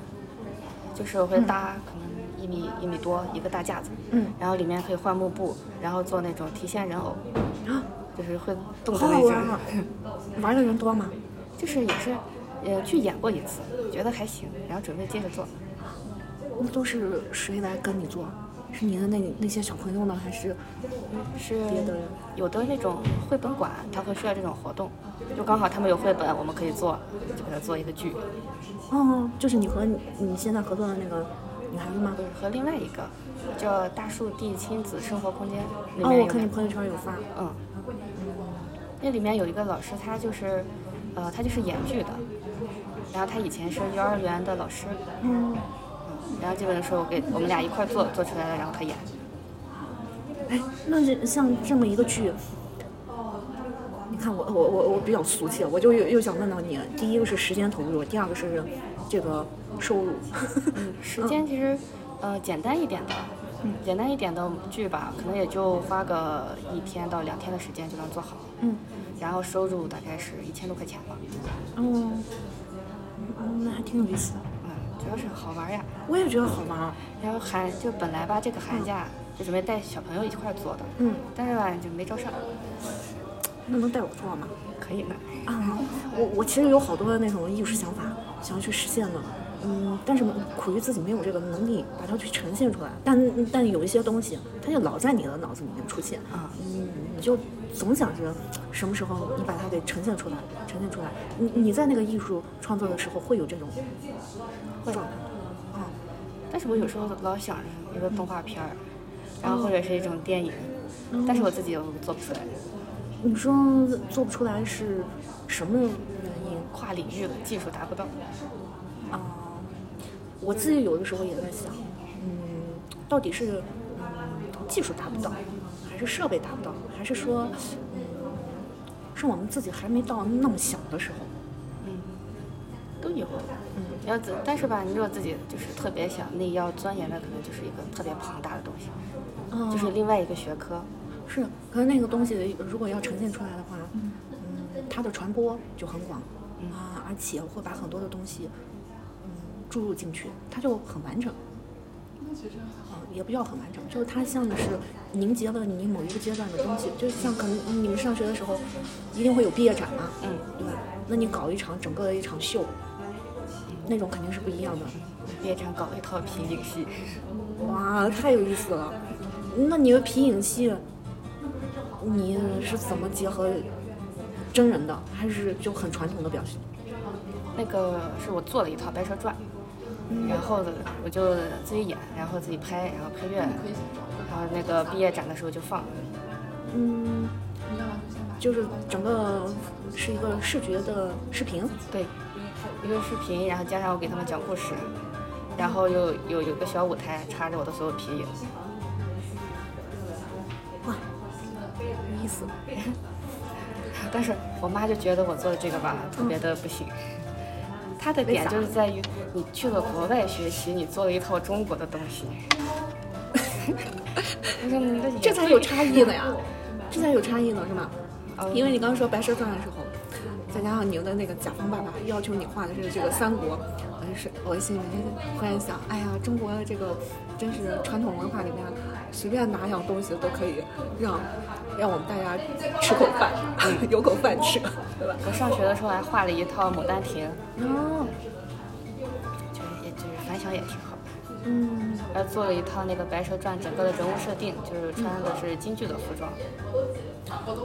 Speaker 3: 就是我会搭可能一米一米多一个大架子，
Speaker 2: 嗯
Speaker 3: 然后里面可以换幕布，然后做那种提线人偶，就是会动的
Speaker 2: 啊好
Speaker 3: 那
Speaker 2: 好
Speaker 3: 种
Speaker 2: 玩，啊！玩的人多吗？
Speaker 3: 就是也是呃去演过一次，觉得还行，然后准备接着做。
Speaker 2: 那都是谁来跟你做？是你的那那些小朋友呢，还是
Speaker 3: 是
Speaker 2: 别的
Speaker 3: 有的那种绘本馆，它会啊需要这种活动，就刚好他们有绘本，我们可以做，就给它做一个剧。
Speaker 2: 哦，就是你和你你现在合作的那个女孩子吗
Speaker 3: 不？是和另外一个叫大树地亲子生活空间里
Speaker 2: 哦，
Speaker 3: 面有
Speaker 2: 我看
Speaker 3: 两
Speaker 2: 你朋友圈有发。
Speaker 3: 嗯，那里面有一个老师，他就是，呃，他就是演剧的，然后他以前是幼儿园的老师，
Speaker 2: 嗯，
Speaker 3: 然后这个是我给我们俩一块儿做做出来的，然后他演。
Speaker 2: 哎，那这像这么一个剧，你看我我我我比较俗气，我就又又想问到你，第一个是时间投入，第二个是这个收入， [laughs]
Speaker 3: 时间其实，呃，简单一点的，简单一点的剧吧，可能也就花个一天到两天的时间就能做好。
Speaker 2: 嗯，
Speaker 3: 然后收入大概是一千多块钱吧。
Speaker 2: 嗯，嗯那还挺有意思的。
Speaker 3: 嗯，主要是好玩呀。
Speaker 2: 我也觉得好玩儿。
Speaker 3: 然后寒就本来吧，这个寒假就准备带小朋友一块儿做的，
Speaker 2: 嗯，
Speaker 3: 但是吧就没招上，
Speaker 2: 那能带我做吗？
Speaker 3: 可以呢。
Speaker 2: 啊，我我其实有好多的那种艺术想法想要去实现的，嗯，但是苦于自己没有这个能力把它去呈现出来。但但有一些东西，它就老在你的脑子里面出现，
Speaker 3: 啊
Speaker 2: 嗯，你就总想着什么时候你把它给呈现出来，呈现出来。你你在那个艺术创作的时候会有这种
Speaker 3: 会
Speaker 2: 状态，啊，
Speaker 3: 但是我有时候老想着一个动画片儿，然后或者是一种电影，但是我自己又做不出来，
Speaker 2: 你说做不出来是什么原因？
Speaker 3: 跨领域的技术达不到。
Speaker 2: 啊、我自己有的时候也在想，嗯，到底是嗯技术达不到，还是设备达不到，还是说，嗯，是我们自己还没到那么小的时候？
Speaker 3: 都有。嗯，要自，但是吧，你如果自己就是特别想内要钻研的，可能就是一个特别庞大的东西，
Speaker 2: 嗯
Speaker 3: 就是另外一个学科。
Speaker 2: 是，可是那个东西如果要呈现出来的话，嗯，它的传播就很广
Speaker 3: 嗯
Speaker 2: 啊，而且会把很多的东西，嗯，注入进去，它就很完整。啊，也不叫很完整，就是它像的是凝结了你某一个阶段的东西，就像可能你们上学的时候，一定会有毕业展嘛，
Speaker 3: 嗯，
Speaker 2: 对吧？那你搞一场整个的一场秀，那种肯定是不一样的。
Speaker 3: 毕业展搞一套皮影戏，
Speaker 2: 哇，太有意思了！那你的皮影戏，你是怎么结合真人的，还是就很传统的表现？
Speaker 3: 那个是我做了一套《白蛇传》，然后呢我就自己演，然后自己拍，然后配乐，然后那个毕业展的时候就放。
Speaker 2: 嗯，就是整个是一个视觉的视频。
Speaker 3: 对，一个视频，然后加上我给他们讲故事，然后又有有个小舞台插着我的所有皮影。
Speaker 2: 哇，有意思。
Speaker 3: [laughs] 但是我妈就觉得我做的这个
Speaker 2: 嗯
Speaker 3: 吧，特别的不行。她的点就是在于你去了国外学习，你做了一套中国的东
Speaker 2: [laughs]
Speaker 3: 西。我说你的
Speaker 2: 这才有差异呢呀，这才有差异呢，是吗？因为你刚刚说《白蛇传》的时候，再加上您的那个甲方爸爸要求你画的是这个三国，我就是我心里面忽然想，哎呀，中国的这个真是传统文化里面，随便拿样东西都可以让让我们大家吃口饭， [laughs] 有口饭吃，对吧？
Speaker 3: [laughs] 我上学的时候还画了一套《牡丹亭
Speaker 2: 哦，》，
Speaker 3: 就是也就是反响也挺好。
Speaker 2: 嗯，
Speaker 3: 然后做了一套那个《白蛇传》整个的人物设定，就是穿的是京剧的服装。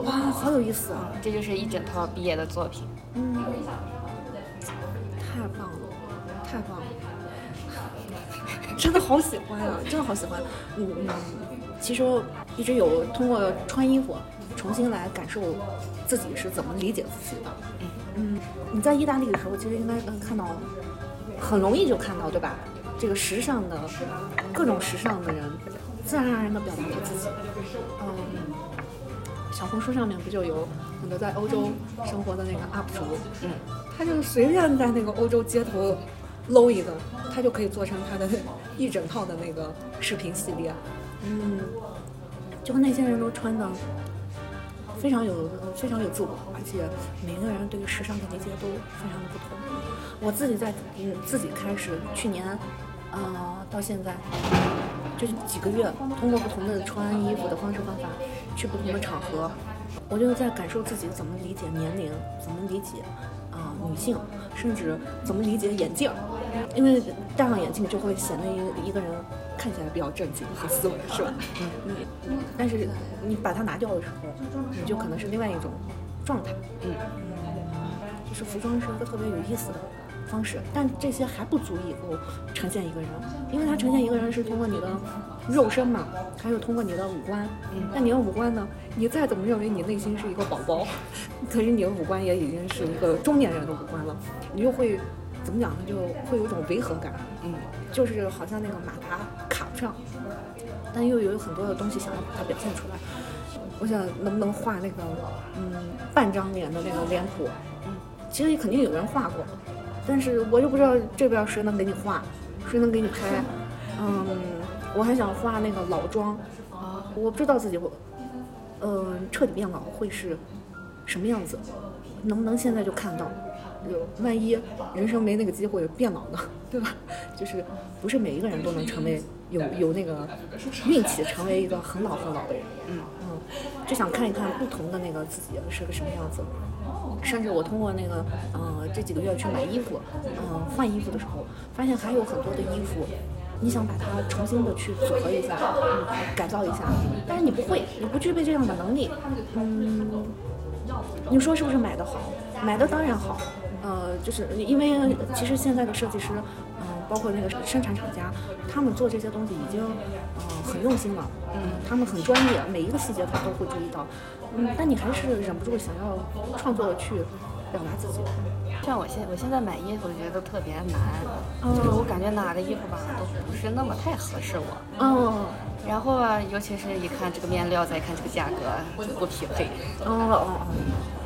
Speaker 2: 哇，好有意思啊！
Speaker 3: 这就是一整套毕业的作品。
Speaker 2: 嗯，太棒了，太棒了， [laughs] 真的好喜欢呀、真的好喜欢。嗯嗯，其实一直有通过穿衣服重新来感受自己是怎么理解自己的。嗯，你在意大利的时候，其实应该能看到，很容易就看到，对吧？这个时尚的各种时尚的人，自然而然的表达给自己。嗯，小红书上面不就有很多在欧洲生活的那个 UP 主，
Speaker 3: 嗯，
Speaker 2: 他就随便在那个欧洲街头搂一个，他就可以做成他的一整套的那个视频系列。嗯，就那些人都穿的非常有非常有自我，而且每个人对于时尚的理解都非常的不同。我自己在嗯自己开始去年，呃到现在，就是几个月，通过不同的穿衣服的方式方法，去不同的场合，我就在感受自己怎么理解年龄，怎么理解啊、女性，甚至怎么理解眼镜儿，因为戴上眼镜就会显得一个一个人看起来比较正经和斯文，是吧？嗯嗯。但是你把它拿掉的时候，你就可能是另外一种状态。
Speaker 3: 嗯，
Speaker 2: 就是服装是一个特别有意思的方式，但这些还不足以够呈现一个人，因为它呈现一个人是通过你的肉身嘛，还有通过你的五官。
Speaker 3: 嗯
Speaker 2: 但你的五官呢？你再怎么认为你内心是一个宝宝， [laughs] 可是你的五官也已经是一个中年人的五官了，你就会怎么讲呢？就会有一种违和感。
Speaker 3: 嗯，
Speaker 2: 就是好像那个马达卡不上，但又有很多的东西想要把它表现出来。我想能不能画那个嗯半张脸的那个脸谱？嗯，其实肯定有人画过，但是我就不知道这边谁能给你画，谁能给你拍。嗯，我还想画那个呃老妆，我不知道自己会，嗯、彻底变老会是什么样子，能不能现在就看到？有万一人生没那个机会变老呢，对吧？ [laughs] 就是不是每一个人都能成为有有那个运气成为一个很老很老的人，嗯嗯，就想看一看不同的那个自己是个什么样子。甚至我通过那个，呃，这几个月去买衣服，嗯、换衣服的时候，发现还有很多的衣服，你想把它重新的去组合一下，嗯，改造一下，但是你不会，你不具备这样的能力，嗯，你说是不是买的好？买的当然好，呃，就是因为其实现在的设计师，嗯、包括那个生产厂家，他们做这些东西已经，呃，很用心了，嗯，他们很专业，每一个细节他都会注意到，嗯，但你还是忍不住想要创作的去表达自己，
Speaker 3: 像我现我现在买衣服，我觉得特别难，
Speaker 2: 嗯
Speaker 3: 就是我感觉哪个衣服吧都不是那么太合适我，
Speaker 2: 嗯，
Speaker 3: 然后啊，尤其是一看这个面料，再看这个价格就不匹配，
Speaker 2: 哦哦哦。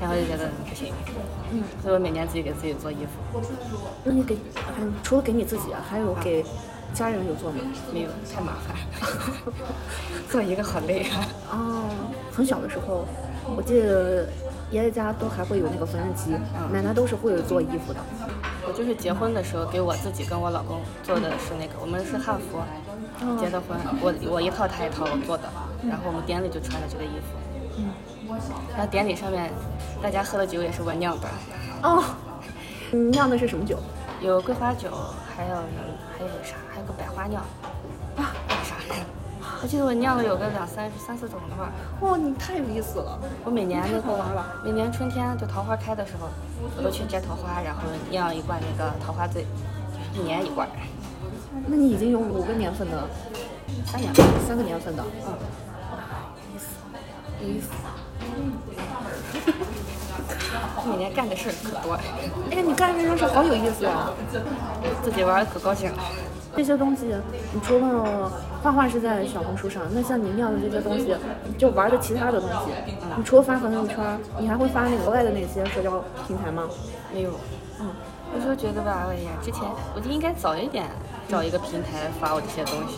Speaker 3: 然后就觉得不行，嗯，所以我每年自己给自己做衣服，
Speaker 2: 那你给，嗯，除了给你自己，还有给家人有做吗？
Speaker 3: 没有太麻烦， [laughs] 做一个好累 [laughs] 啊。
Speaker 2: 哦，很小的时候，我记得爷爷家都还会有那个缝纫机，奶奶都是会做衣服的。
Speaker 3: 我就是结婚的时候给我自己跟我老公做的是那个，我们是汉服，结的婚，我我一套他一套我做的，然后我们典礼就穿的这个衣服，然后典礼上面大家喝的酒也是我酿的，
Speaker 2: 哦，你酿的是什么酒？
Speaker 3: 有桂花酒，还有还有啥？还有个百花酿，啊，还有啥？我记得我酿了有个两三三四种的吧。
Speaker 2: 哇，哦你太有意思了！
Speaker 3: 我每年那
Speaker 2: 太好玩
Speaker 3: 个
Speaker 2: 了
Speaker 3: 每年春天就桃花开的时候，我都去摘桃花，然后酿一罐那个桃花醉，一年一罐，
Speaker 2: 那你已经有五个年份的，
Speaker 3: 三年吧。
Speaker 2: 三个年份的，嗯，有意思，
Speaker 3: 我每年干的事儿可多，
Speaker 2: 有意思。哎呀，你干这件事好有意思啊呀、
Speaker 3: 自己玩儿可高兴了。
Speaker 2: 这些东西，你除了画画是在小红书上，那像你酿的这些东西，就玩的其他的东西，你除了发朋友圈，你还会发那个额外的那些社交平台吗？
Speaker 3: 没有，嗯，我就觉得吧，哎呀，之前我就应该早一点找一个平台发我这些东西，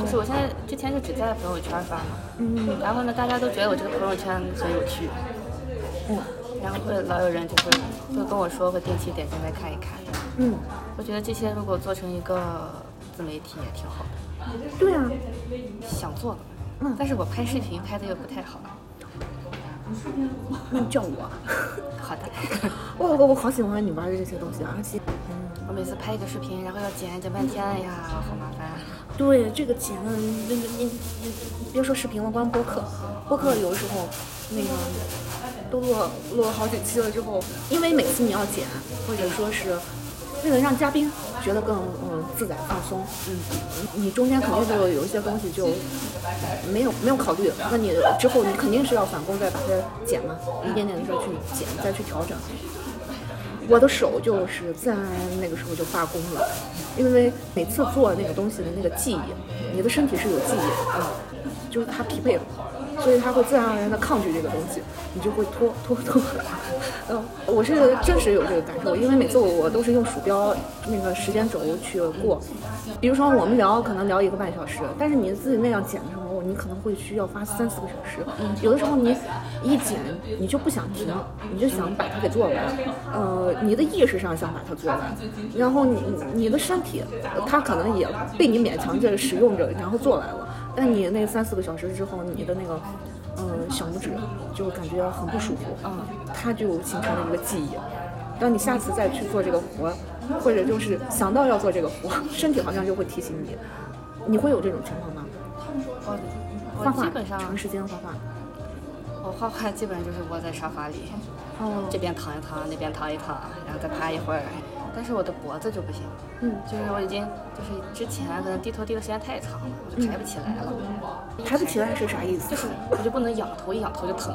Speaker 3: 就是我现在之前就只在朋友圈发嘛，嗯，然后呢，大家都觉得我这个朋友圈很有趣，
Speaker 2: 嗯
Speaker 3: 然后会老有人就会就跟我说会定期点进来看一看，
Speaker 2: 嗯，
Speaker 3: 我觉得这些如果做成一个自媒体也挺好的，
Speaker 2: 对啊，
Speaker 3: 想做的，
Speaker 2: 嗯
Speaker 3: 但是我拍视频拍的又不太好，
Speaker 2: 那你叫我，
Speaker 3: 好的， [laughs]
Speaker 2: 我我我好喜欢你玩的这些东西，啊而且，
Speaker 3: 我每次拍一个视频，然后要剪剪半天，哎呀，好麻烦啊。
Speaker 2: 对这个钱，你你你你别说视频了，光播客，播客有的时候那个都录了录了好几期了之后，因为每次你要剪，或者说是为了让嘉宾觉得更嗯自在放松，嗯，你中间肯定就有一些东西就没有没有考虑，那你之后你肯定是要返工再把它剪嘛，一点点的时候去剪，再去调整。我的手就是自然而然那个时候就罢工了，因为每次做那个东西的那个记忆，你的身体是有记忆的，嗯，就是它疲惫了，所以它会自然而然的抗拒这个东西，你就会拖拖拖。嗯，我是真实有这个感受，因为每次我我都是用鼠标那个时间轴去过，比如说我们聊可能聊一个半小时，但是你自己那样剪的时候，你可能会需要花三四个小时，有的时候你一剪你就不想停，你就想把它给做完，呃，你的意识上想把它做完，然后你你的身体，它可能也被你勉强着使用着，然后做完了，但你那三四个小时之后，你的那个。嗯，小拇指就感觉很不舒服，嗯，它就形成了一个记忆。当你下次再去做这个活，或者就是想到要做这个活， [laughs] 身体好像就会提醒你，你会有这种情况吗？
Speaker 3: 我我
Speaker 2: 画画
Speaker 3: 基本上
Speaker 2: 长时间画画，
Speaker 3: 我画画基本上就是窝在沙发里，
Speaker 2: 哦
Speaker 3: 这边躺一躺，那边躺一躺，然后再趴一会儿。但是我的脖子就不行，
Speaker 2: 嗯，
Speaker 3: 就是我已经就是之前可能低头低的时间太长了，我就抬不起来了。
Speaker 2: 嗯抬不起来是啥意思？
Speaker 3: 就是我就不能仰头，一仰头就疼。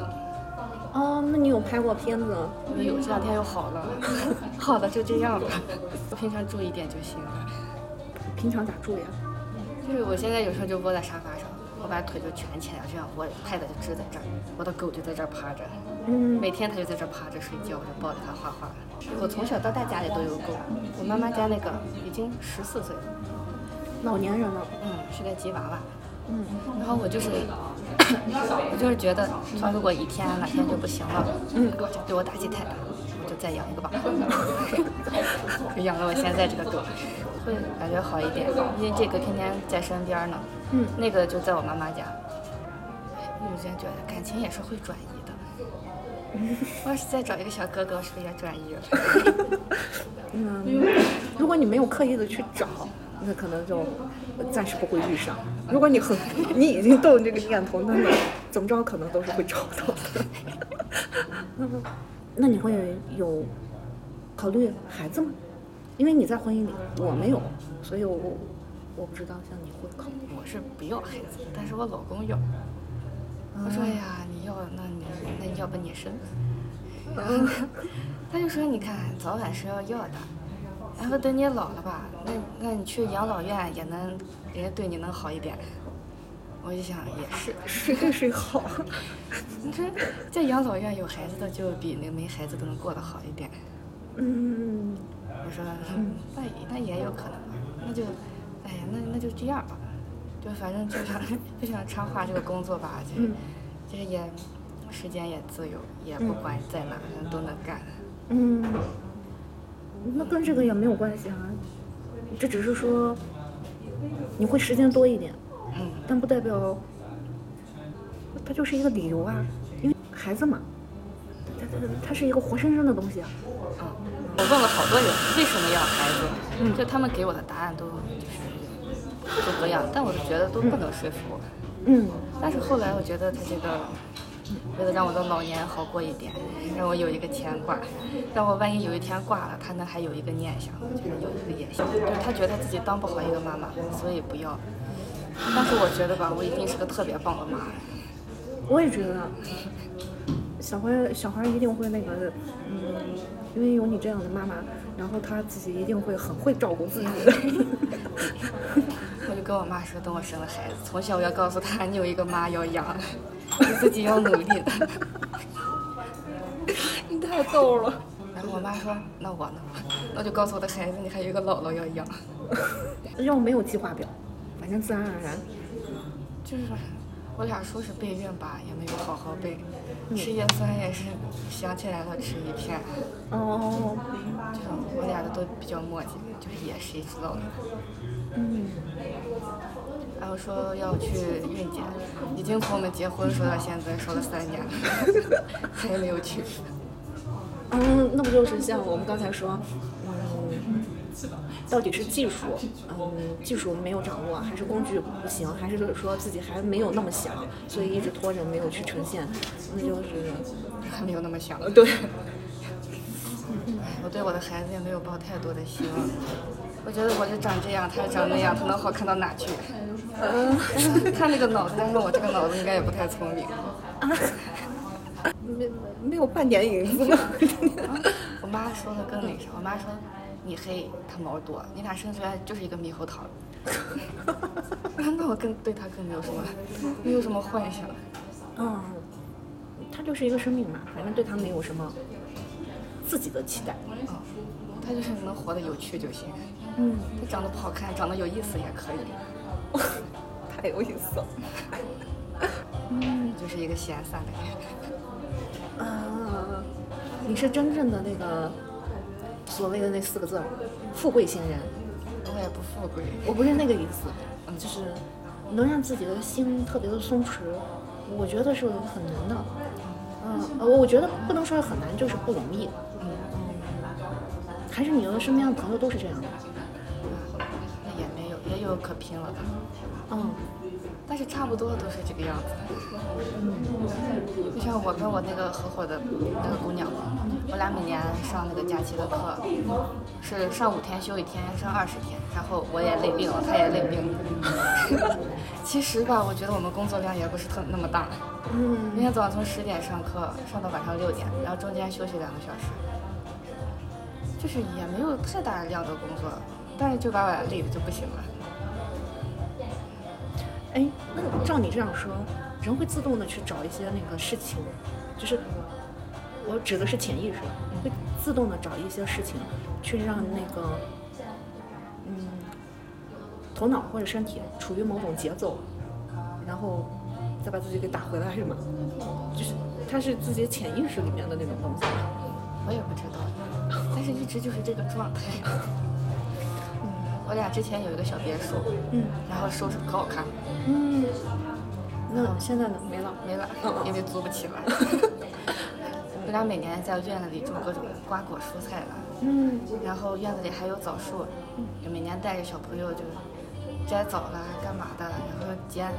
Speaker 2: 哦，那你有拍过片子？
Speaker 3: 没有，这两天又好了， [laughs] 好了就这样吧， [laughs] 我平常注意点就行了。
Speaker 2: 平常咋住呀？
Speaker 3: 就是我现在有时候就窝在沙发上，我把腿就蜷起来，这样窝着，筷子就支在这儿，我的狗就在这儿趴着。
Speaker 2: 嗯，
Speaker 3: 每天它就在这儿趴着睡觉，我就抱着它画画。我从小到大家里都有狗，我妈妈家那个已经十四岁了，
Speaker 2: 老年人了，
Speaker 3: 嗯，是个吉娃娃。
Speaker 2: 嗯，
Speaker 3: [laughs] 然后我就是我就是觉得，如果一天哪天就不行了，嗯，这对我打击太大，我就再养一个吧，就 [laughs] 养了我现在这个狗，会感觉好一点，因为这个天天在身边呢，嗯，那个就在我妈妈家，我就觉得感情也是会转移的。我要是再找一个小哥哥，是不是也转移了？ [laughs]
Speaker 2: 嗯如果你没有刻意的去找，那可能就呃暂时不会遇上。如果你很， [laughs] 你已经动这个念头，那么怎么着可能都是会找到的。 [laughs] 那你会有考虑孩子吗？因为你在婚姻里，我没有，所以我我我不知道像你会考虑。
Speaker 3: 我是不要孩子的，但是我老公要。我
Speaker 2: 嗯
Speaker 3: 说哎呀，你要那你那你要不你生？ [laughs] 然后呢他就说你看早晚是要要的，然后等你老了吧，那那你去养老院也能人家对你能好一点。我就想也是， [laughs]
Speaker 2: 谁对谁好？
Speaker 3: 你说在养老院有孩子的就比那没孩子的能过得好一点。
Speaker 2: [laughs] 嗯，
Speaker 3: 我说嗯那也那也有可能吧，那就，哎呀，那那就这样吧，就反正就想就想插画这个工作吧，就是、就是也时间也自由，也不管在哪儿都能干。
Speaker 2: 嗯，那跟这个也没有关系啊，这只是说你会时间多一点，
Speaker 3: 嗯，
Speaker 2: 但不代表它就是一个理由啊，因为孩子嘛，他他他他是一个活生生的东西啊。
Speaker 3: 嗯，我问了好多人为什么要孩子，就他们给我的答案都就是都各样，但我就觉得都不能说服我。
Speaker 2: 嗯，
Speaker 3: 但是后来我觉得他这个，为了让我的老年好过一点，让我有一个牵挂，让我万一有一天挂了，他能还有一个念想，我觉得有一个野心。就是他觉得自己当不好一个妈妈，所以不要。但是我觉得吧，我一定是个特别棒的妈。
Speaker 2: 我也觉得，小孩小孩一定会那个，嗯，因为有你这样的妈妈，然后他自己一定会很会照顾自己的。
Speaker 3: 我就跟我妈说，等我生了孩子，从小我要告诉她，你有一个妈要养，你自己要努力的。 [laughs]
Speaker 2: 你太逗了。
Speaker 3: 然后我妈说，那我呢？ [laughs] 那就告诉我的孩子，你还有一个姥姥要养。
Speaker 2: [laughs] 要没有计划表，反正自然而然。
Speaker 3: 就是我俩说是备孕吧，也没有好好备，吃叶酸也是想起来了吃一片，
Speaker 2: 哦，
Speaker 3: 就是我俩的都比较磨叽，就是也谁知道呢？
Speaker 2: 嗯，
Speaker 3: 然后说要去孕检，已经从我们结婚说到现在，说了三年了， [laughs] 还没有去。
Speaker 2: 嗯，那不就是像我们刚才说，嗯，到底是技术，嗯，技术没有掌握，还是工具不行，还是就是说自己还没有那么想，所以一直拖着没有去呈现，那就是
Speaker 3: 还没有那么想。哎
Speaker 2: 对，
Speaker 3: 我对我的孩子也没有抱太多的希望。我觉得我就长这样，他就长那样，他能好看到哪去？
Speaker 2: 呃
Speaker 3: 嗯， [laughs] 他那个脑子，但是我这个脑子应该也不太聪明。 [laughs]
Speaker 2: 没没有半点影子。
Speaker 3: 我妈说的更那啥，我妈说你黑，她毛多，你俩生出来就是一个猕猴桃。 [laughs] 那我更对她更没有什么，没有什么幻想。
Speaker 2: [laughs] 嗯，他就是一个生命嘛，反正对他没有什么自己的期待。
Speaker 3: 哦她就是能活得有趣就行。
Speaker 2: 嗯，
Speaker 3: 她长得不好看，长得有意思也可以，
Speaker 2: 太有意思了。
Speaker 3: 嗯就是一个闲散的人。
Speaker 2: 啊，你是真正的那个所谓的那四个字儿，富贵闲人。
Speaker 3: 我也不富贵，
Speaker 2: 我不是那个意思，嗯，就是能让自己的心特别的松弛，我觉得是很难的。嗯，呃我觉得不能说是很难，就是不容易。嗯，还是你的身边的朋友都是这样的。
Speaker 3: 那也没有，也有可拼了的，
Speaker 2: 嗯，
Speaker 3: 但是差不多都是这个样子。就像我跟我那个合伙的那个姑娘，我俩每年上那个假期的课，是上五天休一天，上二十天，然后我也累病了，她也累病了。 [laughs] 其实吧，我觉得我们工作量也不是特那么大。嗯，每天早上从十点上课上到晚上六点，然后中间休息两个小时，就是也没有太大量的工作，但是就把我俩累的就不行了。
Speaker 2: 哎，那照你这样说，人会自动的去找一些那个事情，就是我指的是潜意识，会自动的找一些事情去让那个嗯头脑或者身体处于某种节奏，然后再把自己给打回来是吗？就是它是自己潜意识里面的那种东西。
Speaker 3: 我也不知道，但是一直就是这个状态。嗯我俩之前有一个小别墅，
Speaker 2: 嗯，
Speaker 3: 然后收拾可好看，
Speaker 2: 嗯，那现在呢？没了。
Speaker 3: 没了，因为租不起了。 [laughs] 我俩每年在院子里种各种瓜果蔬菜了，
Speaker 2: 嗯，
Speaker 3: 然后院子里还有枣树，每年带着小朋友就摘枣啦，干嘛的，然后捡，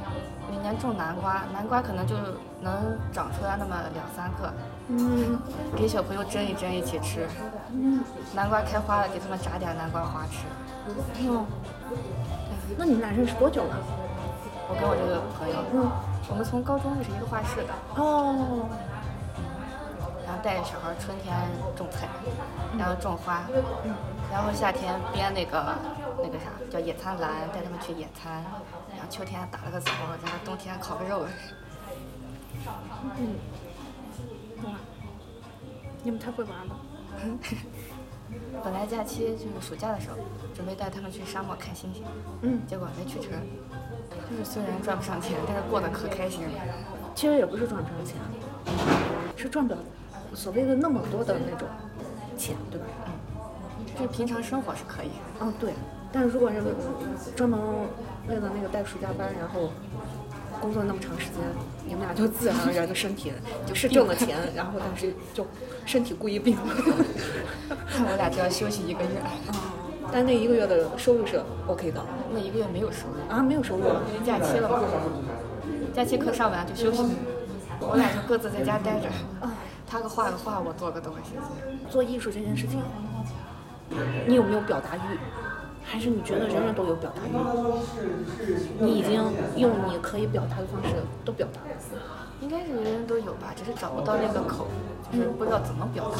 Speaker 3: 每年种南瓜，南瓜可能就能长出来那么两三个，
Speaker 2: 嗯，
Speaker 3: 给小朋友蒸一蒸一起吃，南瓜开花了给他们炸点南瓜花吃。
Speaker 2: 哦。那你们俩认识多久了？
Speaker 3: 我跟我这个朋友，
Speaker 2: 嗯
Speaker 3: 我们从高中就是一个画室的，
Speaker 2: 哦，
Speaker 3: 然后带着小孩儿春天种菜，然后种花，然后夏天编那个那个啥叫野餐篮，带他们去野餐，然后秋天打了个草，然后冬天烤个肉，
Speaker 2: 你们太会玩了。
Speaker 3: 本来假期就是暑假的时候，准备带他们去沙漠看星星，
Speaker 2: 嗯，
Speaker 3: 结果没去成。就是虽然赚不上钱，但是过得可开心了。
Speaker 2: 其实也不是赚不着钱，啊是赚不了所谓的那么多的那种钱，对吧？
Speaker 3: 就是平常生活是可以，
Speaker 2: 嗯，对。但是如果是专门为了那个带暑假班，然后工作那么长时间，你们俩就自然而然的身体就是挣了钱，然后但是就身体故意病 [laughs] 了。哦
Speaker 3: 我俩只要休息一个月，
Speaker 2: 但那一个月的收入是 OK 的
Speaker 3: 那一个月没有收入，
Speaker 2: 啊，没有收入。
Speaker 3: 因为假期了嘛。假期课上完就休息，我俩就各自在家待着。他个画个画，我做个东西。
Speaker 2: 做艺术这件事情，你有没有表达欲？还是你觉得人人都有表达欲？你已经用你可以表达的方式都表达了。
Speaker 3: 应该是人人都有吧，只是找不到那个口，就是不知道怎么表达。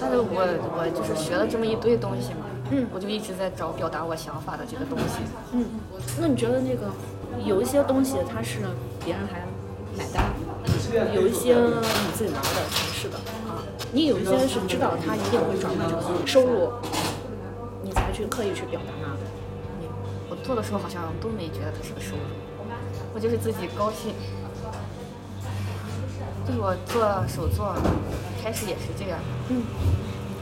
Speaker 3: 但是我我就是学了这么一堆东西嘛，
Speaker 2: 嗯
Speaker 3: 我就一直在找表达我想法的这个东西。
Speaker 2: 嗯，那你觉得那个有一些东西它是别人还买单，有一些你自己玩的尝试的啊，你有一些是知道它一定会转化成收入，你才去刻意去表达它。
Speaker 3: 我做的时候好像都没觉得它是个收入，我就是自己高兴。就是我做手作，开始也是这样，
Speaker 2: 嗯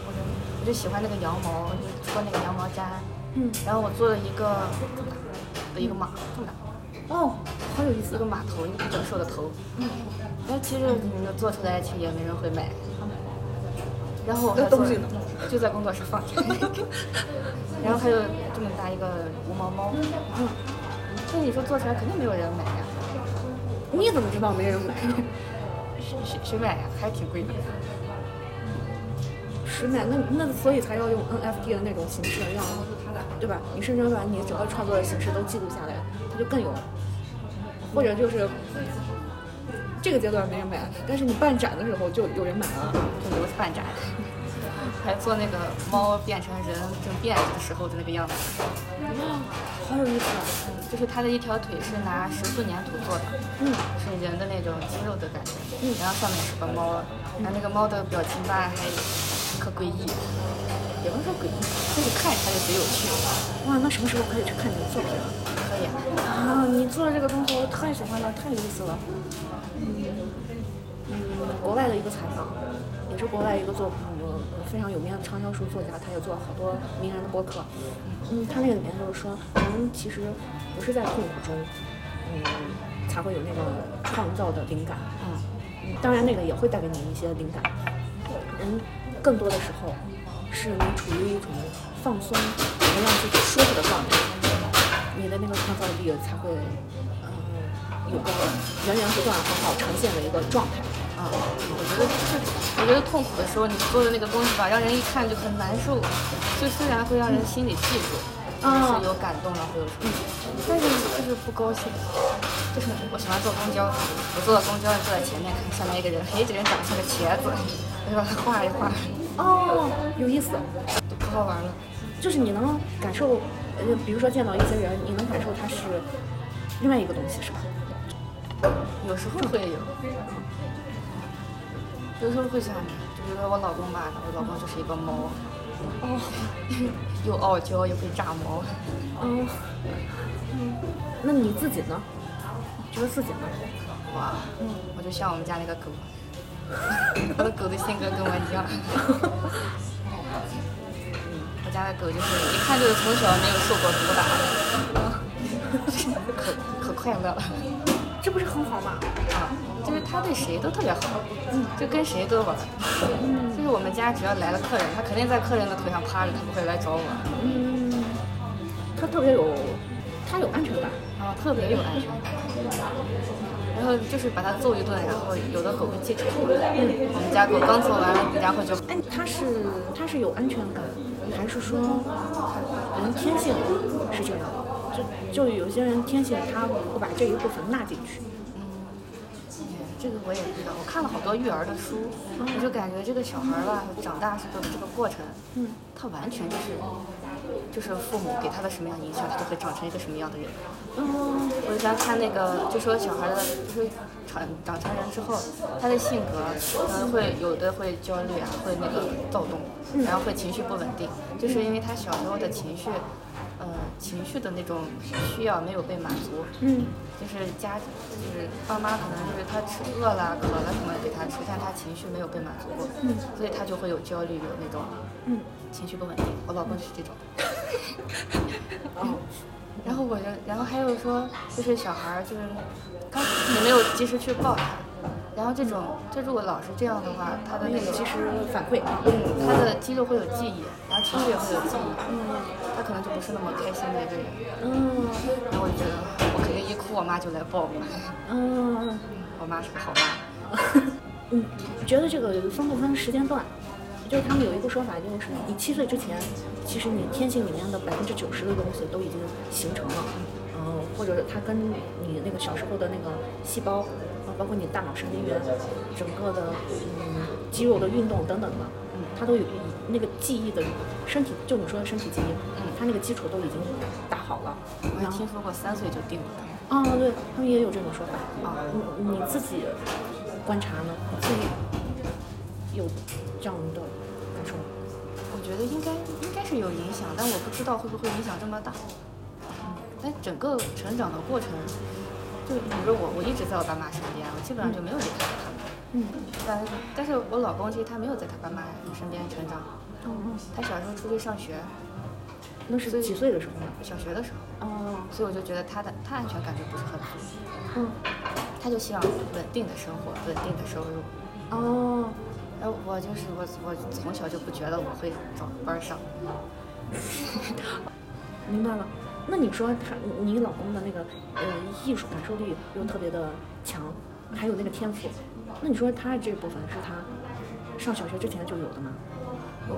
Speaker 3: 我就我就喜欢那个羊毛，我就做那个羊毛毡，
Speaker 2: 嗯，
Speaker 3: 然后我做了一个这么大的一个马，这么大
Speaker 2: 哦，好有意
Speaker 3: 一
Speaker 2: 思
Speaker 3: 个。马头，一个整兽的头，嗯，然后其实你做出来其实也没人会买，然后我还
Speaker 2: 那
Speaker 3: 做
Speaker 2: 东西呢
Speaker 3: 就在工作室放着， [laughs] 然后还有这么大一个无毛猫，嗯，那你说做出来肯定没有人啊买呀、
Speaker 2: 你怎么知道没人买？
Speaker 3: 谁谁谁买呀、还挺贵的。
Speaker 2: 实买，那那所以才要用 NFT 的那种形式，让对吧？你甚至把你整个创作的形式都记录下来，它就更有。或者就是这个阶段没人买，但是你办展的时候就有人买了。
Speaker 3: 就留办展，还做那个猫变成人正变着的时候的那个样子，
Speaker 2: 哦好有意思啊！
Speaker 3: 嗯就是它的一条腿是拿石塑粘土做的，
Speaker 2: 嗯，
Speaker 3: 是人的那种肌肉的感觉，然后上面是个猫，然后那个猫的表情吧还可诡异，也不是说诡异，就是看着它就贼有趣，
Speaker 2: 哇，那什么时候可以去看你的作品啊？
Speaker 3: 可以啊，
Speaker 2: 啊，你做的这个东西我太喜欢了，太有意思了。嗯，嗯国外的一个采访，也是国外一个做嗯非常有名的畅销书作家，他也做了好多名人的播客。嗯，他那个里面就是说，人其实不是在痛苦中，嗯，才会有那个创造的灵感。嗯，当然那个也会带给你一些灵感。人更多的时候是你处于一种放松，能让自己舒服的状态。你的那个创造力才会，嗯，有个源源不断、很好呈现的一个状态。
Speaker 3: 啊、我觉得就是我觉得痛苦的时候你做的那个东西吧，让人一看就很难受，就虽然会让人心里记住。
Speaker 2: 啊
Speaker 3: 是有感动了，会有什么？嗯但是就是不高兴，就是我喜欢坐公交，我坐到公交坐在前面看上面一个人，嘿，这人长得像个茄子，我就把他画一画，
Speaker 2: 哦，有意思，
Speaker 3: 就可好玩了。
Speaker 2: 就是你能感受，呃，比如说见到一些人，你能感受他是另外一个东西，是吧？
Speaker 3: 有时候会有，有时候会想，就比如说我老公吧，我老公就是一个猫，
Speaker 2: 哦，
Speaker 3: [laughs] 又傲娇又会炸毛，
Speaker 2: 哦，嗯，那你自己呢？觉得自己呢？
Speaker 3: 话，我就像我们家那个狗，我的狗的性格跟我一样。我家的狗就是一看就是从小没有受过毒打， [laughs] 可可快乐了。
Speaker 5: 这不是很好吗？
Speaker 3: 啊，就是他对谁都特别好，就跟谁都玩儿。就是我们家只要来了客人，他肯定在客人的腿上趴着，他不会来找我。
Speaker 2: 嗯他特别有，他有安全感。
Speaker 3: 啊，特别有安全感。然后就是把它揍一顿，然后有的狗会记仇。嗯我们家狗刚揍完了，然后就
Speaker 2: 哎，他是他是有安全感，还是说人天性是这样的？就就有些人天性他会把这一部分纳进去。
Speaker 3: 嗯这个我也不知道，我看了好多育儿的书，我就感觉这个小孩儿吧，长大是个这个过程，嗯，他完全就是，就是父母给他的什么样影响，他就会长成一个什么样的人。嗯，我就想看那个，就说小孩儿的，就是长长成人之后，他的性格可能会有的会焦虑啊，会那个躁动，然后会情绪不稳定，就是因为他小时候的情绪，呃，情绪的那种需要没有被满足，嗯，就是家就是爸妈可能就是他吃饿了、渴了什么给他吃，但他情绪没有被满足过，嗯，所以他就会有焦虑，有那种，嗯，情绪不稳定。我老公是这种。 [laughs] 然后我就，然后还有说，就是小孩儿就是刚你没有及时去抱他，然后这种，就如果老是这样的话，他的那个
Speaker 2: 及时反馈，
Speaker 3: 嗯，他的肌肉会有记忆，然后情绪也会有记忆，嗯，他可能就不是那么开心的一个人，
Speaker 2: 嗯
Speaker 3: 然后我就觉得我肯定一哭，我妈就来抱我， [laughs]
Speaker 2: 嗯
Speaker 3: 我妈是个好妈。
Speaker 2: 嗯，觉得这个分不分时间段？就是他们有一个说法，就是你七岁之前，其实你天性里面的百分之九十的东西都已经形成了，嗯，或者它跟你那个小时候的那个细胞，啊，包括你大脑神经元，整个的嗯肌肉的运动等等的，嗯，它都有那个记忆的身体，就你说的身体记忆，嗯，它那个基础都已经打好了，
Speaker 3: 我还
Speaker 2: 然后
Speaker 3: 听说过三岁就定了。
Speaker 2: 啊，对他们也有这种说法啊。你你自己观察呢？你自己有这样的感受吗？
Speaker 3: 我觉得应该应该是有影响，但我不知道会不会影响这么大。但整个成长的过程，就比如说我，我一直在我爸妈身边，我基本上就没有离开过他们。嗯。但但是我老公其实他没有在他爸妈身边成长，
Speaker 2: 嗯
Speaker 3: 他小时候出去上学，
Speaker 2: 那是几岁的时候呢？
Speaker 3: 小学的时候，
Speaker 2: 哦，
Speaker 3: 所以我就觉得他的他安全感就不是很足，
Speaker 2: 嗯，
Speaker 3: 他就希望稳定的生活，稳定的收入。
Speaker 2: 哦，
Speaker 3: 然后我就是我，我从小就不觉得我会找班上。
Speaker 2: 明白了。那你说他，你老公的那个呃艺术感受力又特别的强，还有那个天赋，那你说他这部分是他上小学之前就有的吗？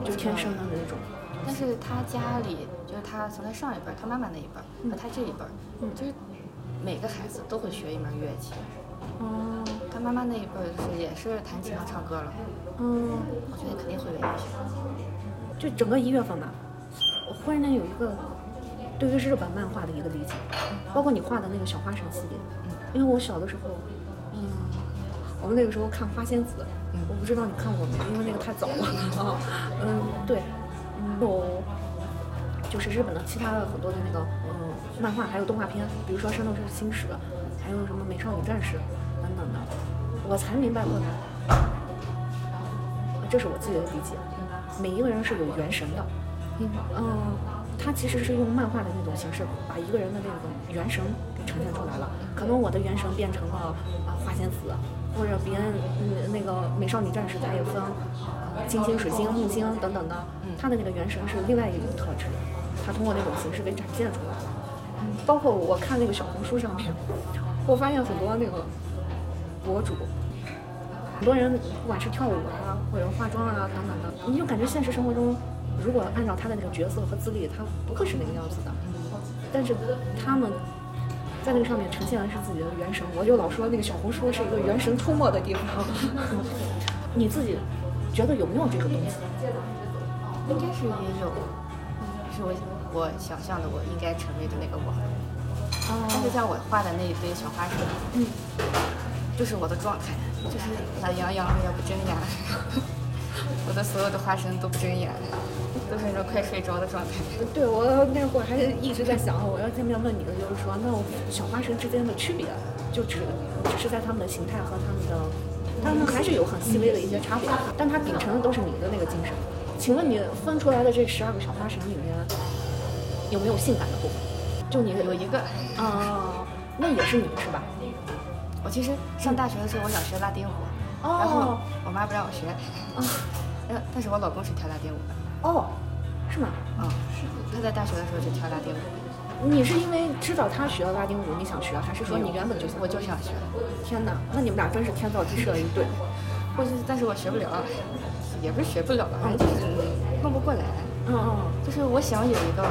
Speaker 2: 就天生的那种。
Speaker 3: 但是他家里就是他从他上一辈儿，他妈妈那一辈儿和他这一辈儿，就是每个孩子都会学一门乐器。
Speaker 2: 哦，
Speaker 3: 他妈妈那一辈儿就是也是弹琴和唱歌了，
Speaker 2: 嗯。
Speaker 3: 我觉得肯定会有影响。
Speaker 2: 就整个一月份吧，我忽然间有一个对于日本漫画的一个理解，包括你画的那个小花神系列，因为我小的时候，嗯，我们那个时候看花仙子，我不知道你看过没，因为那个太早了啊，嗯，对，嗯有就是日本的其他的很多的那个嗯漫画还有动画片，比如说《圣斗士星矢》，还有什么《美少女战士》等等的，我才明白过来。这是我自己的理解。每一个人是有元神的，嗯，他其实是用漫画的那种形式，把一个人的那个元神给呈现出来了。可能我的元神变成了啊花仙子，或者别人嗯那个美少女战士，它也分金星、水星、木星等等的，他的那个元神是另外一种特质，他通过那种形式给展现出来了。嗯包括我看那个小红书上面，我发现很多那个博主，很多人不管是跳舞啊，或者化妆啊等等的，你就感觉现实生活中，如果按照他的那个角色和资历，他不会是那个样子的。但是他们在那个上面呈现的是自己的元神，我就老说那个小红书是一个元神出没的地方。 [laughs] 你自己觉得有没有这个东西？
Speaker 3: 应该是也有，是我我想象的我应该成为的那个我。但是像我画的那一堆小花蛇，嗯，就是我的状态，就是 [laughs] 懒洋洋也不睁眼，我的所有的花神都不睁眼，都是那种快睡着的状态。
Speaker 2: 呃对我那会儿还一直在想，我要见面问你的就是说，那小花神之间的区别，就只只是在他们的形态和他们的，他们还是有很细微的一些差别，但他秉承的都是你的那个精神。请问你分出来的这十二个小花神里面，有没有性感的部分？就你
Speaker 3: 有一个，
Speaker 2: 啊、那也是你是吧？
Speaker 3: 我其实上大学的时候我想学拉丁舞，
Speaker 2: 哦嗯
Speaker 3: 然后我妈不让我学，呃但是我老公是跳拉丁舞的，
Speaker 2: 哦，是吗？
Speaker 3: 嗯，他在大学的时候就跳拉丁舞，
Speaker 2: 你是因为知道他学了拉丁舞，你想学，还是说你原本就想？
Speaker 3: 我就想学，
Speaker 2: 天哪，那你们俩真是天造地设的一对。
Speaker 3: 我就是但是我学不了，也不是学不了，反正就是弄不过来，
Speaker 2: 嗯嗯。
Speaker 3: 就是我想有一个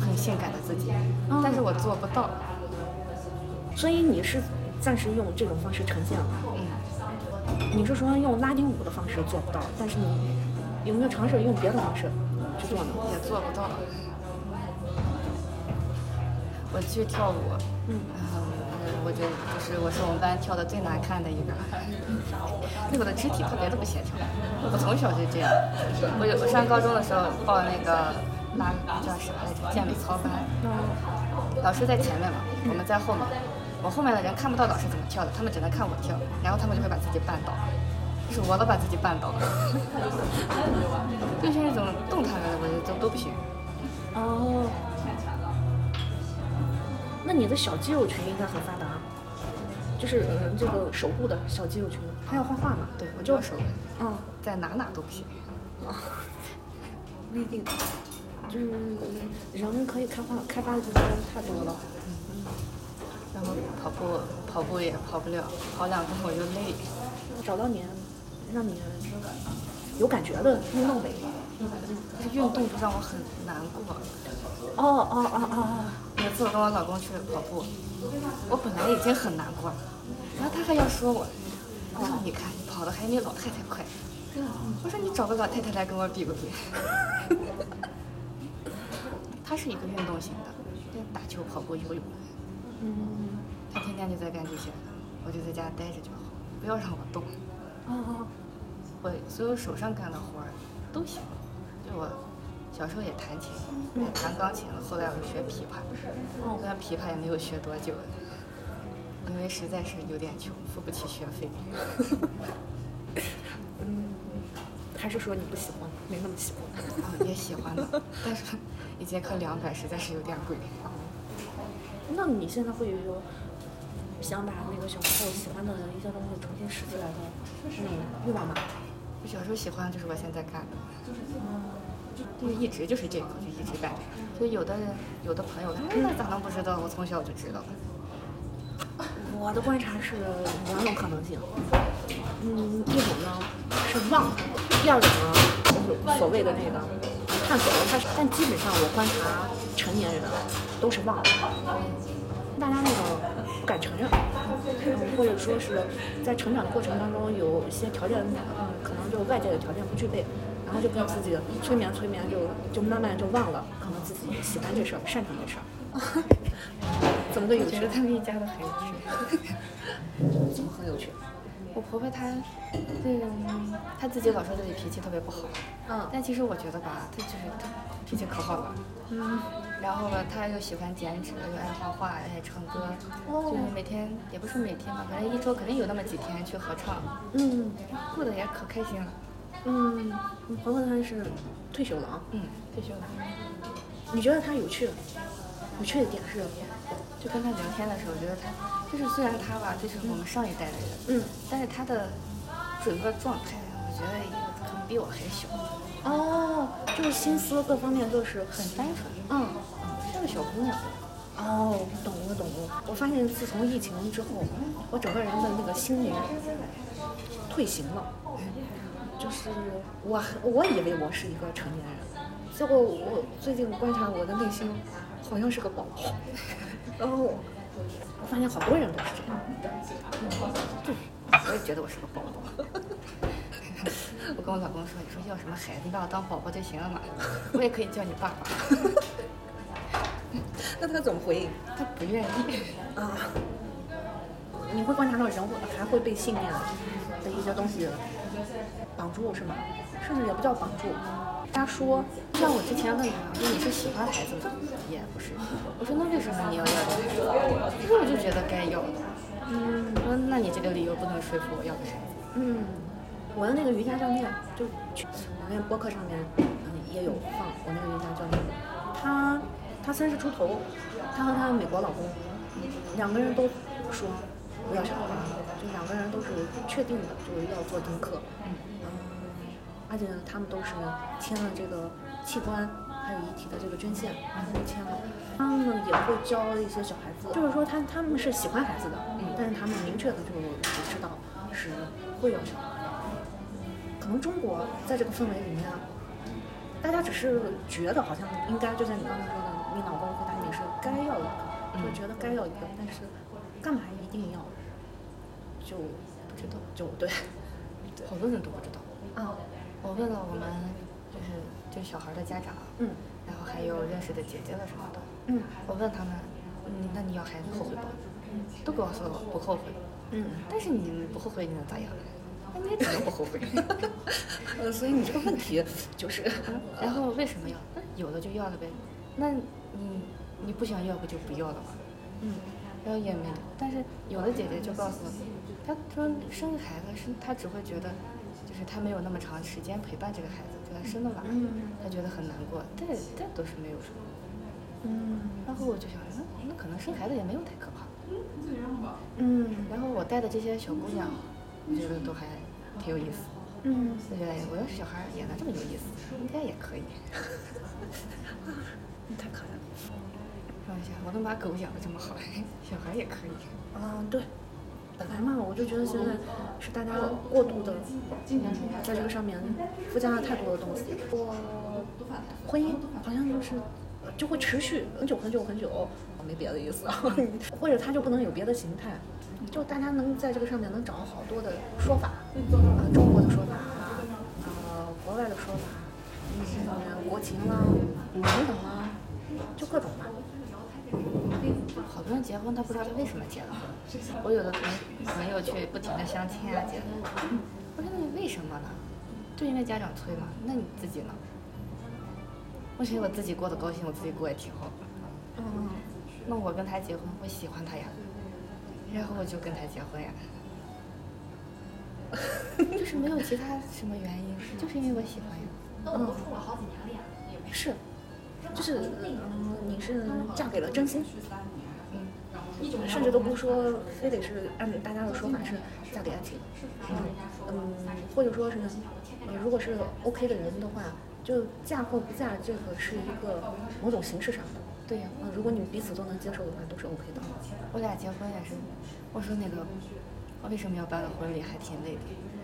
Speaker 3: 很性感的自己，
Speaker 2: 嗯
Speaker 3: 但是我做不到，
Speaker 2: 所以你是暂时用这种方式呈现了。
Speaker 3: 嗯，
Speaker 2: 你是说用拉丁舞的方式做不到，但是你有没有尝试用别的方式去做呢？
Speaker 3: 也做不到。我去跳舞，
Speaker 2: 嗯
Speaker 3: 嗯，我觉得就是我是我们班跳的最难看的一个， [laughs] 对我的肢体特别的不协调，我从小就这样。我有我上高中的时候报那个拉叫啥来着健美操班，老师在前面嘛，我们在后面，我后面的人看不到老师怎么跳的，他们只能看我跳，然后他们就会把自己绊倒，就是我都把自己绊倒了， [laughs] 就是那种动弹的我就都都不行。
Speaker 2: 哦，那你的小肌肉群应该很发达，啊就是呃这个手部的小肌肉群，还有画画嘛？
Speaker 3: 对我
Speaker 2: 我
Speaker 3: 就
Speaker 2: 就
Speaker 3: 手
Speaker 2: 嗯，
Speaker 3: 在哪哪都不行。
Speaker 2: 不一定，就是人可以开发开发的地方太多了。
Speaker 3: 然后跑步跑步也跑不了，跑两公我就累。
Speaker 2: 找到你，让你有感觉的运动呗。
Speaker 3: 就是运动就让我很难过。
Speaker 2: 哦哦哦哦
Speaker 3: 有一次我跟我老公去跑步，我本来已经很难过了，然后他还要说我，他说你看你跑的还没老太太快。我说你找个老太太来跟我比个比。他是一个运动型的，就打球、跑步、游泳。
Speaker 2: 嗯
Speaker 3: 他天天就在干这些，我就在家待着就好，不要让我动。
Speaker 2: 哦哦，
Speaker 3: 我所有手上干的活儿都行，就我小时候也弹琴，也弹钢琴了，后来我学琵琶，虽然琵琶也没有学多久，因为实在是有点穷，付不起学费。
Speaker 2: 还是说你不喜欢，没那么喜欢？
Speaker 3: 啊，也喜欢的，但是一节课两百实在是有点贵。
Speaker 2: 那你现在会有想把那个小时候喜欢的一些东西重新拾起来的那种欲望吗？
Speaker 3: 我小时候喜欢的就是我现在干的，就是一直就是这个，就一直干。就有的人，有的朋友，他说那咋能不知道？我从小就知道了。
Speaker 2: 我的观察是两种可能性，嗯，一种呢是忘，第二种呢就是所谓的那个探索了，但是但基本上我观察成年人都是忘了，大家那个不敢承认，嗯或者说是在成长的过程当中有一些条件，嗯，可能就外界的条件不具备。然后就跟自己催眠催眠就，就慢慢就忘了，可能自己喜欢这事儿，擅长这事儿， [laughs] 怎么个有
Speaker 3: 我
Speaker 2: 趣
Speaker 3: 觉得？他们一家都很有趣。
Speaker 2: 怎么很有趣？
Speaker 3: 我婆婆她，对，她自己老说自己脾气特别不好，
Speaker 2: 嗯
Speaker 3: 但其实我觉得吧，她就是她脾气可好了。
Speaker 2: 嗯，
Speaker 3: 然后吧，她又喜欢剪纸，又爱画画，爱唱歌，
Speaker 2: 哦
Speaker 3: 就是每天也不是每天吧，反正一周肯定有那么几天去合唱，
Speaker 2: 嗯
Speaker 3: 过得也可开心了。
Speaker 2: 嗯，你婆婆她是退休了啊。
Speaker 3: 嗯，退休了。
Speaker 2: 你觉得她有趣？有趣的点是？
Speaker 3: 就跟她聊天的时候，我觉得她就是虽然她吧，就是我们上一代的人，
Speaker 2: 嗯，
Speaker 3: 但是她的整个状态，我觉得也可能比我还小，
Speaker 2: 哦，就是心思各方面都是
Speaker 3: 很
Speaker 2: 很
Speaker 3: 单纯，
Speaker 2: 嗯。
Speaker 3: 像个小姑娘。
Speaker 2: 哦，懂了懂了。我发现自从疫情之后，我整个人的那个心灵退行了，就是我我以为我是一个成年人，结果我最近观察我的内心，好像是个宝宝。然后我发现好多人都是这样。
Speaker 3: 我也觉得我是个宝 [laughs] 宝。我跟我老公说，你说要什么孩子，你把我当宝宝就行了嘛。我也可以叫你爸爸。
Speaker 2: 那他怎么回应？
Speaker 3: 他不愿意。 [laughs]
Speaker 2: 啊，你会观察到人
Speaker 3: 啊
Speaker 2: 会还会被信念的一些东西绑住是吗？甚至也不叫绑住，
Speaker 3: 他说，就像我之前问他，我说你是喜欢孩子吗？也不是。我说那为什么你要要这个孩子？他说我就觉得该要的。嗯，我说那你这个理由不能说服我要给孩子。
Speaker 2: 嗯，我的那个瑜伽教练，就我那个播客上面，嗯，也有放我那个瑜伽教练，他他三十出头，他和他的美国老公，两个人都说不要小孩，就两个人都是确定的，就是要做丁克，嗯，而且呢他们都是签了这个器官还有遗体的这个捐献，然后签了，他们也会教一些小孩子，就是说他他们是喜欢孩子的，但是他们明确的就知道是会有小孩的。可能中国在这个氛围里面，啊大家只是觉得好像应该，就像你刚才说的，你老公和他也是该要一个，就觉得该要一个，但是干嘛一定要，就不知道，就对。
Speaker 3: 好多人都不知道。
Speaker 2: 啊，
Speaker 3: 我问了我们就是就是小孩的家长，
Speaker 2: 嗯
Speaker 3: 然后还有认识的姐姐了什么的，
Speaker 2: 嗯
Speaker 3: 我问他们，嗯，那你要孩子后悔不？都跟我说不后悔，
Speaker 2: 嗯，
Speaker 3: 但是你不后悔你能咋样？那你也只能不后悔。
Speaker 2: 呃，所以你这个问题就是，
Speaker 3: 然后为什么要？那有了就要了呗。那你你不想要不就不要了嘛。
Speaker 2: 嗯，
Speaker 3: 然后也没，但是有的姐姐就告诉我，她说生个孩子是她只会觉得，就是她没有那么长时间陪伴这个孩子，给她生的晚，她觉得很难过。这这都是没有什么。
Speaker 2: 嗯
Speaker 3: 然后我就想，那那可能生孩子也没有太可怕。
Speaker 2: 嗯
Speaker 3: 然后我带的这些小姑娘，我觉得都还挺有意思。
Speaker 2: 嗯，
Speaker 3: 我觉得哎我要是小孩儿也能这么有意思，应该也可以。
Speaker 2: 太可爱了。
Speaker 3: 开玩笑，我都把狗养的这么好， [laughs] 小孩也可以。
Speaker 2: 啊，对，本来嘛，我就觉得现在是大家过度的，嗯在这个上面附加了太多的东西。我婚姻好像就是呃就会持续很久很久很久，没别的意思，啊， [laughs] 或者它就不能有别的形态，就大家能在这个上面能找到好多的说法，啊，中国的说法，啊，国外的说法，嗯，国情啦，等等啦，就各种吧。
Speaker 3: 好多人结婚，他不知道他为什么结了婚。我有的朋朋友去不停的相亲啊，结婚。我说你为什么呢？就因为家长催嘛。那你自己呢？我觉得我自己过得高兴，我自己过也挺好。
Speaker 2: 嗯， [laughs]
Speaker 3: 那我跟他结婚，我喜欢他呀，然后我就跟他结婚呀。就是没有其他什么原因，就是因为我喜欢呀。
Speaker 2: 嗯是，就是嗯，你是嫁给了真心，嗯，甚至都不是说非得是按大家的说法是嫁给爱情，嗯，或者说是，呃如果是 OK 的人的话，就嫁或不嫁，这个是一个某种形式上的。
Speaker 3: 对呀、
Speaker 2: 啊，如果你们彼此都能接受的话，都是 OK 的。
Speaker 3: 我俩结婚也是，我说那个我为什么要办个婚礼，还挺累的。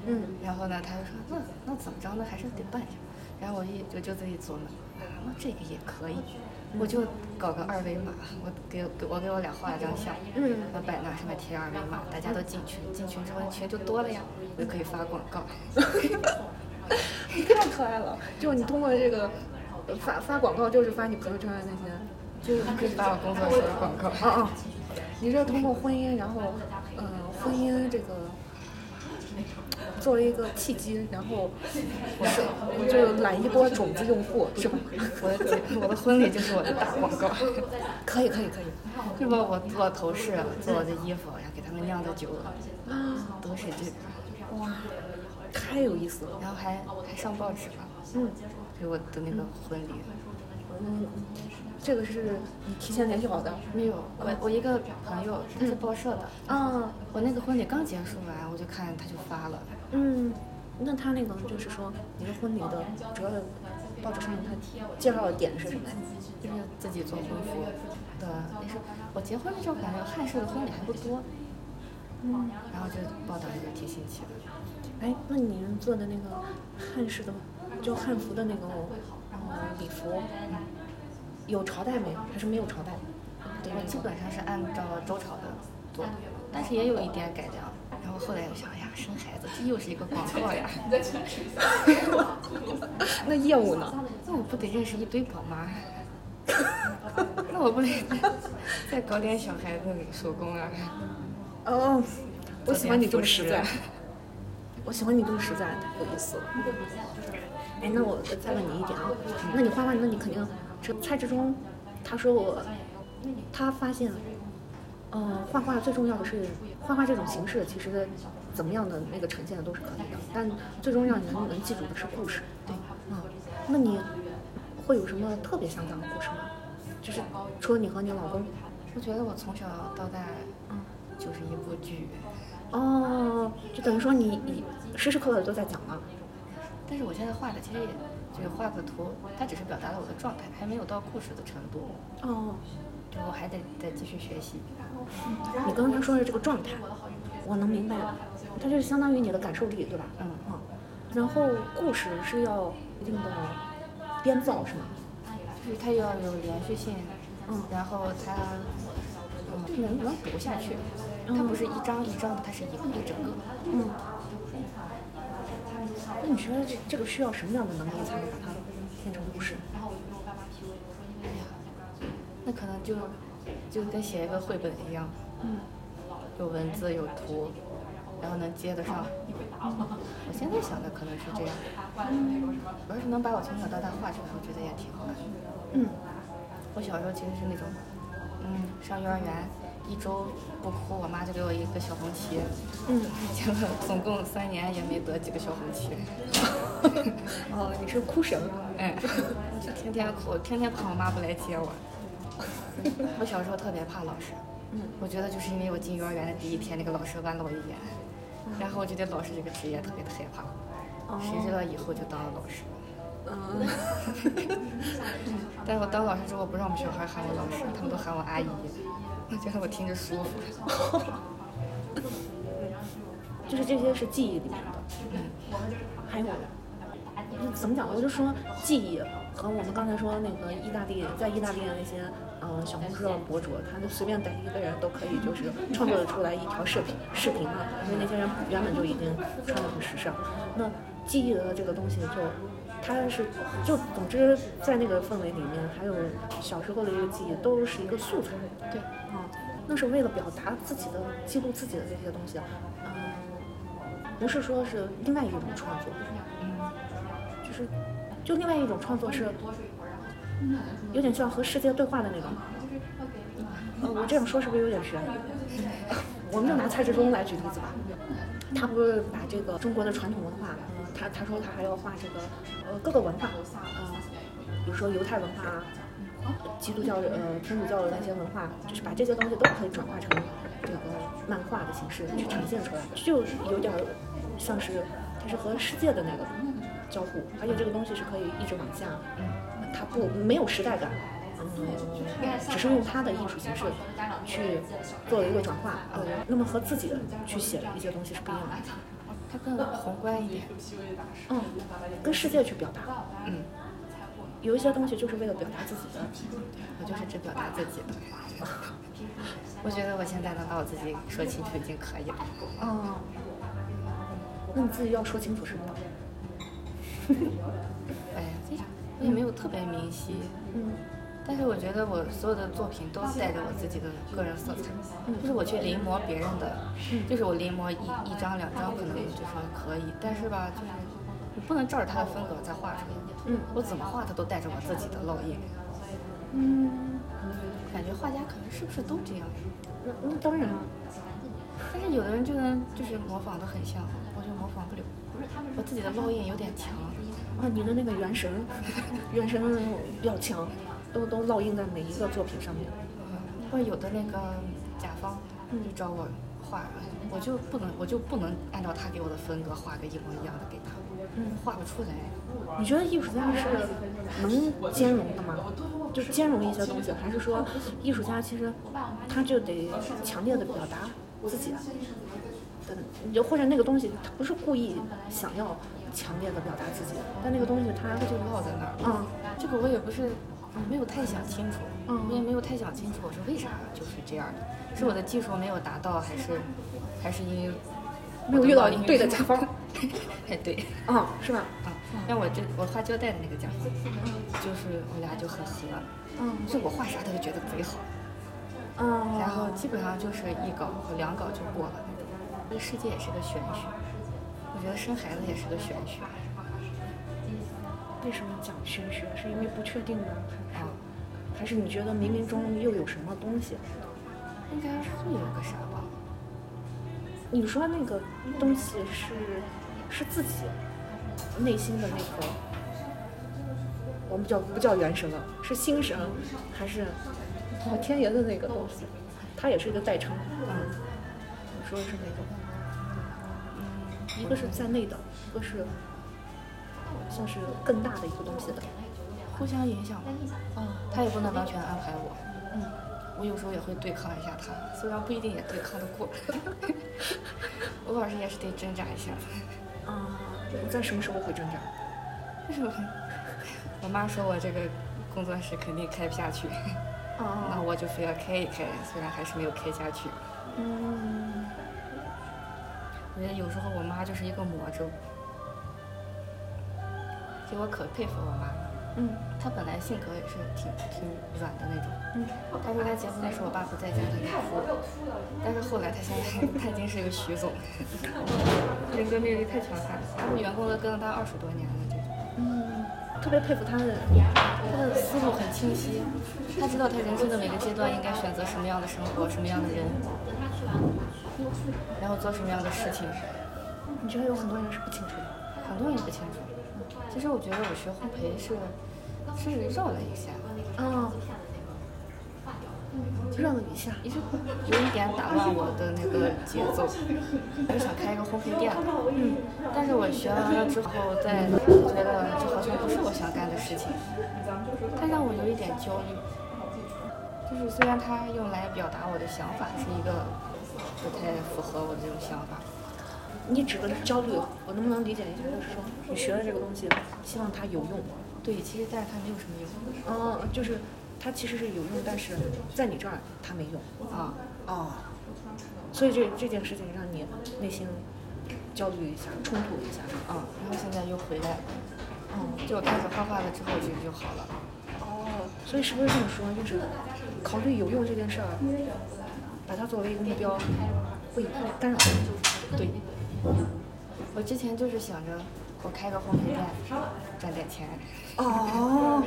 Speaker 2: 嗯，
Speaker 3: 然后呢，他就说那那怎么着呢，还是得办一下。然后我一我就自己琢磨，啊，那这个也可以，我就搞个二维码，我给给我给我俩画一张像，嗯，我摆那上面贴二维码，大家都进群，进群之后群就多了呀，我就可以发广告。
Speaker 2: 嗯 [laughs] 你太可爱了，就你通过这个呃发发广告，就是发你朋友圈的那些。
Speaker 3: 就是可以发我工作室的广告。
Speaker 2: 啊啊！你这通过婚姻，然后，呃，婚姻这个作为一个契机，然后是我就揽一波种子用户，是吧？ [laughs]
Speaker 3: 我的结我的婚礼就是我的大广告，
Speaker 2: 可以，可以，可以。
Speaker 3: 是吧？我做头饰，啊做我的衣服，然后给他们酿的酒，啊都是这个。
Speaker 2: 哇，太啊有意思了。
Speaker 3: 然后还还上报纸了，
Speaker 2: 嗯
Speaker 3: 给我的那个婚礼。
Speaker 2: 嗯，这个是你提前联系好的。
Speaker 3: 没有，我我一个朋友他是报社的，
Speaker 2: 啊，
Speaker 3: 我那个婚礼刚结束完，我就看他就发了，
Speaker 2: 嗯，那他那个就是说，你的婚礼的主要的报纸上他介绍的点是什么呀？
Speaker 3: 就是自己做婚服的。那是我结婚的时候感觉汉式的婚礼还不多，
Speaker 2: 嗯，
Speaker 3: 然后就报道这个挺新奇的。
Speaker 2: 哎，那你们做的那个汉式的，就汉服的那个呃礼服，有朝代没？还是没有朝代？对，
Speaker 3: 我基本上是按照周朝的做的，但是也有一点改良。然后后来我想，哎呀，生孩子这又是一个广告呀，
Speaker 2: [laughs] 那业务呢？
Speaker 3: 那我不得认识一堆宝 [laughs] 妈？那我不得再搞点小孩子手工啊？
Speaker 2: 哦，我喜欢你这
Speaker 3: 做
Speaker 2: 么 [laughs] 实
Speaker 3: 蝙
Speaker 2: 在
Speaker 3: 蝠，
Speaker 2: 我喜欢你这么实在，太有意思了。哎，那我再问你一点啊，那你画画，那你肯定这蔡志忠，他说我，他发现，呃，画画最重要的是画画这种形式，其实怎么样的那个呈现的都是可以的，但最终让人能记住的是故事。对，啊、那你会有什么特别想讲的故事吗？就是除了你和你老公，
Speaker 3: 我觉得我从小到大就是一部剧，
Speaker 2: 哦，就等于说你你时时刻刻都在讲嘛。
Speaker 3: 但是我现在画的其实也就是画个图，它只是表达了我的状态，还没有到故事的程度，
Speaker 2: 哦，
Speaker 3: 就我还得再继续学习。
Speaker 2: 你刚才说的这个状态，我能明白，它就是相当于你的感受力，对吧？
Speaker 3: 嗯
Speaker 2: 嗯。然后故事是要一定的编造，是吗？
Speaker 3: 嗯就是它要有连续性，
Speaker 2: 嗯
Speaker 3: 然后它，嗯，能能读下去，它不是一张一张的，它是一个一整个。
Speaker 2: 嗯。那你觉得这这个需要什么样的能力才能把它变成故事？
Speaker 3: 那可能就就跟写一个绘本一样，
Speaker 2: 嗯，
Speaker 3: 有文字有图，然后能接得上。我现在想的可能是这样，我要是能把我从小到大画出来，我觉得也挺好的。
Speaker 2: 嗯，
Speaker 3: 我小时候其实是那种，嗯，上幼儿园一周不哭，我妈就给我一个小红旗， [laughs]
Speaker 2: 嗯，
Speaker 3: 结果总共三年也没得几个小红旗， [laughs]
Speaker 2: 哦，你是哭神吗？
Speaker 3: 哎，我就天天哭，天天怕我妈不来接我。 [laughs] 我小时候特别怕老师，
Speaker 2: 嗯，
Speaker 3: 我觉得就是因为我进幼儿园的第一天，那个老师剜了我一眼，然后我就对老师这个职业特别的害怕，谁知道以后就当了老师。
Speaker 2: 嗯， [laughs]
Speaker 3: 但我当老师之后，不让我们小孩喊我老师，他们都喊我阿姨，我觉得我听着舒 [laughs] 服。
Speaker 2: 就是这些是记忆里面的。还有，嗯怎么讲？我就说记忆和我们刚才说那个意大利，在意大利的那些呃小红书上博主，他就随便逮一个人都可以，就是创作出来一条视频视频嘛。因为那些人原本就已经穿的很时尚。那记忆的这个东西就。它是，就总之在那个氛围里面，还有小时候的一个记忆，都是一个素材。
Speaker 3: 对，
Speaker 2: 啊，那是为了表达自己的、记录自己的这些东西，嗯，不是说是另外一种创作，就是就另外一种创作是，有点像和世界对话的那种。呃，我这样说是不是有点悬？我们就拿蔡志忠来举例子吧，他不是把这个中国的传统文化，嗯他他说他还要画这个呃各个文化，呃，比如说犹太文化啊，基督教的呃天主教的那些文化，就是把这些东西都可以转化成这个漫画的形式去呈现出来，就有点儿像是它是和世界的那个交互，而且这个东西是可以一直往下，它不没有时代感。嗯，只是用它的艺术形式去做了一个转化，呃，那么和自己去写一些东西是不一样的，
Speaker 3: 它更宏观一点，
Speaker 2: 嗯，跟世界去表达，
Speaker 3: 嗯，
Speaker 2: 有一些东西就是为了表达自己的，
Speaker 3: 我就是只表达自己的。我觉得我现在能把我自己说清楚已经可以了。
Speaker 2: 哦，那你自己要说清楚是吗？
Speaker 3: 哎，我也没有特别明晰，
Speaker 2: 嗯
Speaker 3: 但是我觉得我所有的作品都带着我自己的个人色彩，就是我去临摹别人的，就是我临摹一一张两张可能就是可以，但是吧，就是你不能照着他的风格再画出来，
Speaker 2: 嗯
Speaker 3: 我怎么画它都带着我自己的烙印，
Speaker 2: 嗯，
Speaker 3: 感觉画家可能是不是都这样？
Speaker 2: 那那嗯当然了，啊
Speaker 3: 但是有的人就能就是模仿的很像，我就模仿不了，我自己的烙印有点强，
Speaker 2: 啊，你的那个元神， [laughs] 元神的那种要强，都都烙印在每一个作品上面。
Speaker 3: 或者有的那个甲方
Speaker 2: 嗯
Speaker 3: 就找我画，我就不能我就不能按照他给我的风格画个一模一样的给他，
Speaker 2: 嗯
Speaker 3: 画不出来。
Speaker 2: 你觉得艺术家是能兼容的吗？就兼容一些东西，还是说艺术家其实他就得强烈的表达自己的，就或者那个东西他不是故意想要强烈的表达自己，但那个东西他
Speaker 3: 就落在那儿了。
Speaker 2: 嗯
Speaker 3: 这个我也不是没有太想清楚，
Speaker 2: 嗯
Speaker 3: 我也没有太想清楚我是为啥就是这样的，是我的技术没有达到，还是还是因为
Speaker 2: 没有遇到对的甲方？
Speaker 3: 哎， [laughs] 对。
Speaker 2: 啊、是吧？
Speaker 3: 啊，像我这我画胶带的那个甲方，就是我俩就很合，
Speaker 2: 嗯
Speaker 3: 就是我画啥他就觉得贼好，
Speaker 2: 嗯，
Speaker 3: 然后基本上就是一稿和两稿就过了那种。这个世界也是个玄学，我觉得生孩子也是个玄学。
Speaker 2: 为什么讲玄学？是因为不确定呢，还
Speaker 3: 嗯
Speaker 2: 是还是你觉得冥冥中又有什么东西？
Speaker 3: 应该会有个啥吧？
Speaker 2: 你说那个东西是是自己内心的那个，我们叫不叫元神了？是心神还是老哦天爷的那个东西？它也是一个代称。嗯，你说的是哪种？一个是在内的，一个是像是更大的一个东西的。
Speaker 3: 互相影响吧。嗯，他也不能完全安排我。嗯，我有时候也会对抗一下他，虽然不一定也对抗得过， [laughs] 我老是也是得挣扎一下。 [laughs]
Speaker 2: 啊、我在什么时候会挣扎？
Speaker 3: 为什么？我妈说我这个工作室肯定开不下去，那
Speaker 2: 啊，
Speaker 3: 我就非要开一开，虽然还是没有开下去。
Speaker 2: 嗯，
Speaker 3: 我觉得有时候我妈就是一个魔咒，其实我可佩服我妈了。
Speaker 2: 嗯，
Speaker 3: 她本来性格也是挺挺软的那种。嗯，但是她结婚的时候，我爸不在家，她就哭。但是后来她现在她已经是一个徐总，人格魅力太强悍了。然后员工都跟了她二十多年了，这种。
Speaker 2: 特别佩服他的
Speaker 3: 他的思路很清晰，他知道他人生的每个阶段应该选择什么样的生活，什么样的人，然后做什么样的事情。
Speaker 2: 你觉得有很多人是不清楚的，
Speaker 3: 很多人不清楚。其实我觉得我学烘焙是是绕了一下，
Speaker 2: 啊，让了一下，
Speaker 3: 也是有一点打乱我的那个节奏。我是想开一个烘焙店，嗯，但是我学完了之后，再觉得这好像不是我想干的事情，它让我有一点焦虑。就是虽然它用来表达我的想法是一个不太符合我的这种想法，
Speaker 2: 你指的是焦虑，我能不能理解一下？就是说你学了这个东西，希望它有用，
Speaker 3: 对，其实但是它没有什么用
Speaker 2: 嗯、就是它其实是有用，但是在你这儿它没用，
Speaker 3: 啊。
Speaker 2: 哦，所以这这件事情让你内心焦虑一下，冲突一下，
Speaker 3: 嗯，然后现在又回来了，
Speaker 2: 嗯，
Speaker 3: 就我开始画画了之后，这个就好了。
Speaker 2: 哦，所以是不是这么说？就是考虑有用这件事儿，把它作为一个目标，会干扰你。
Speaker 3: 对，我之前就是想着我开个烘焙店赚点钱，
Speaker 2: 哦，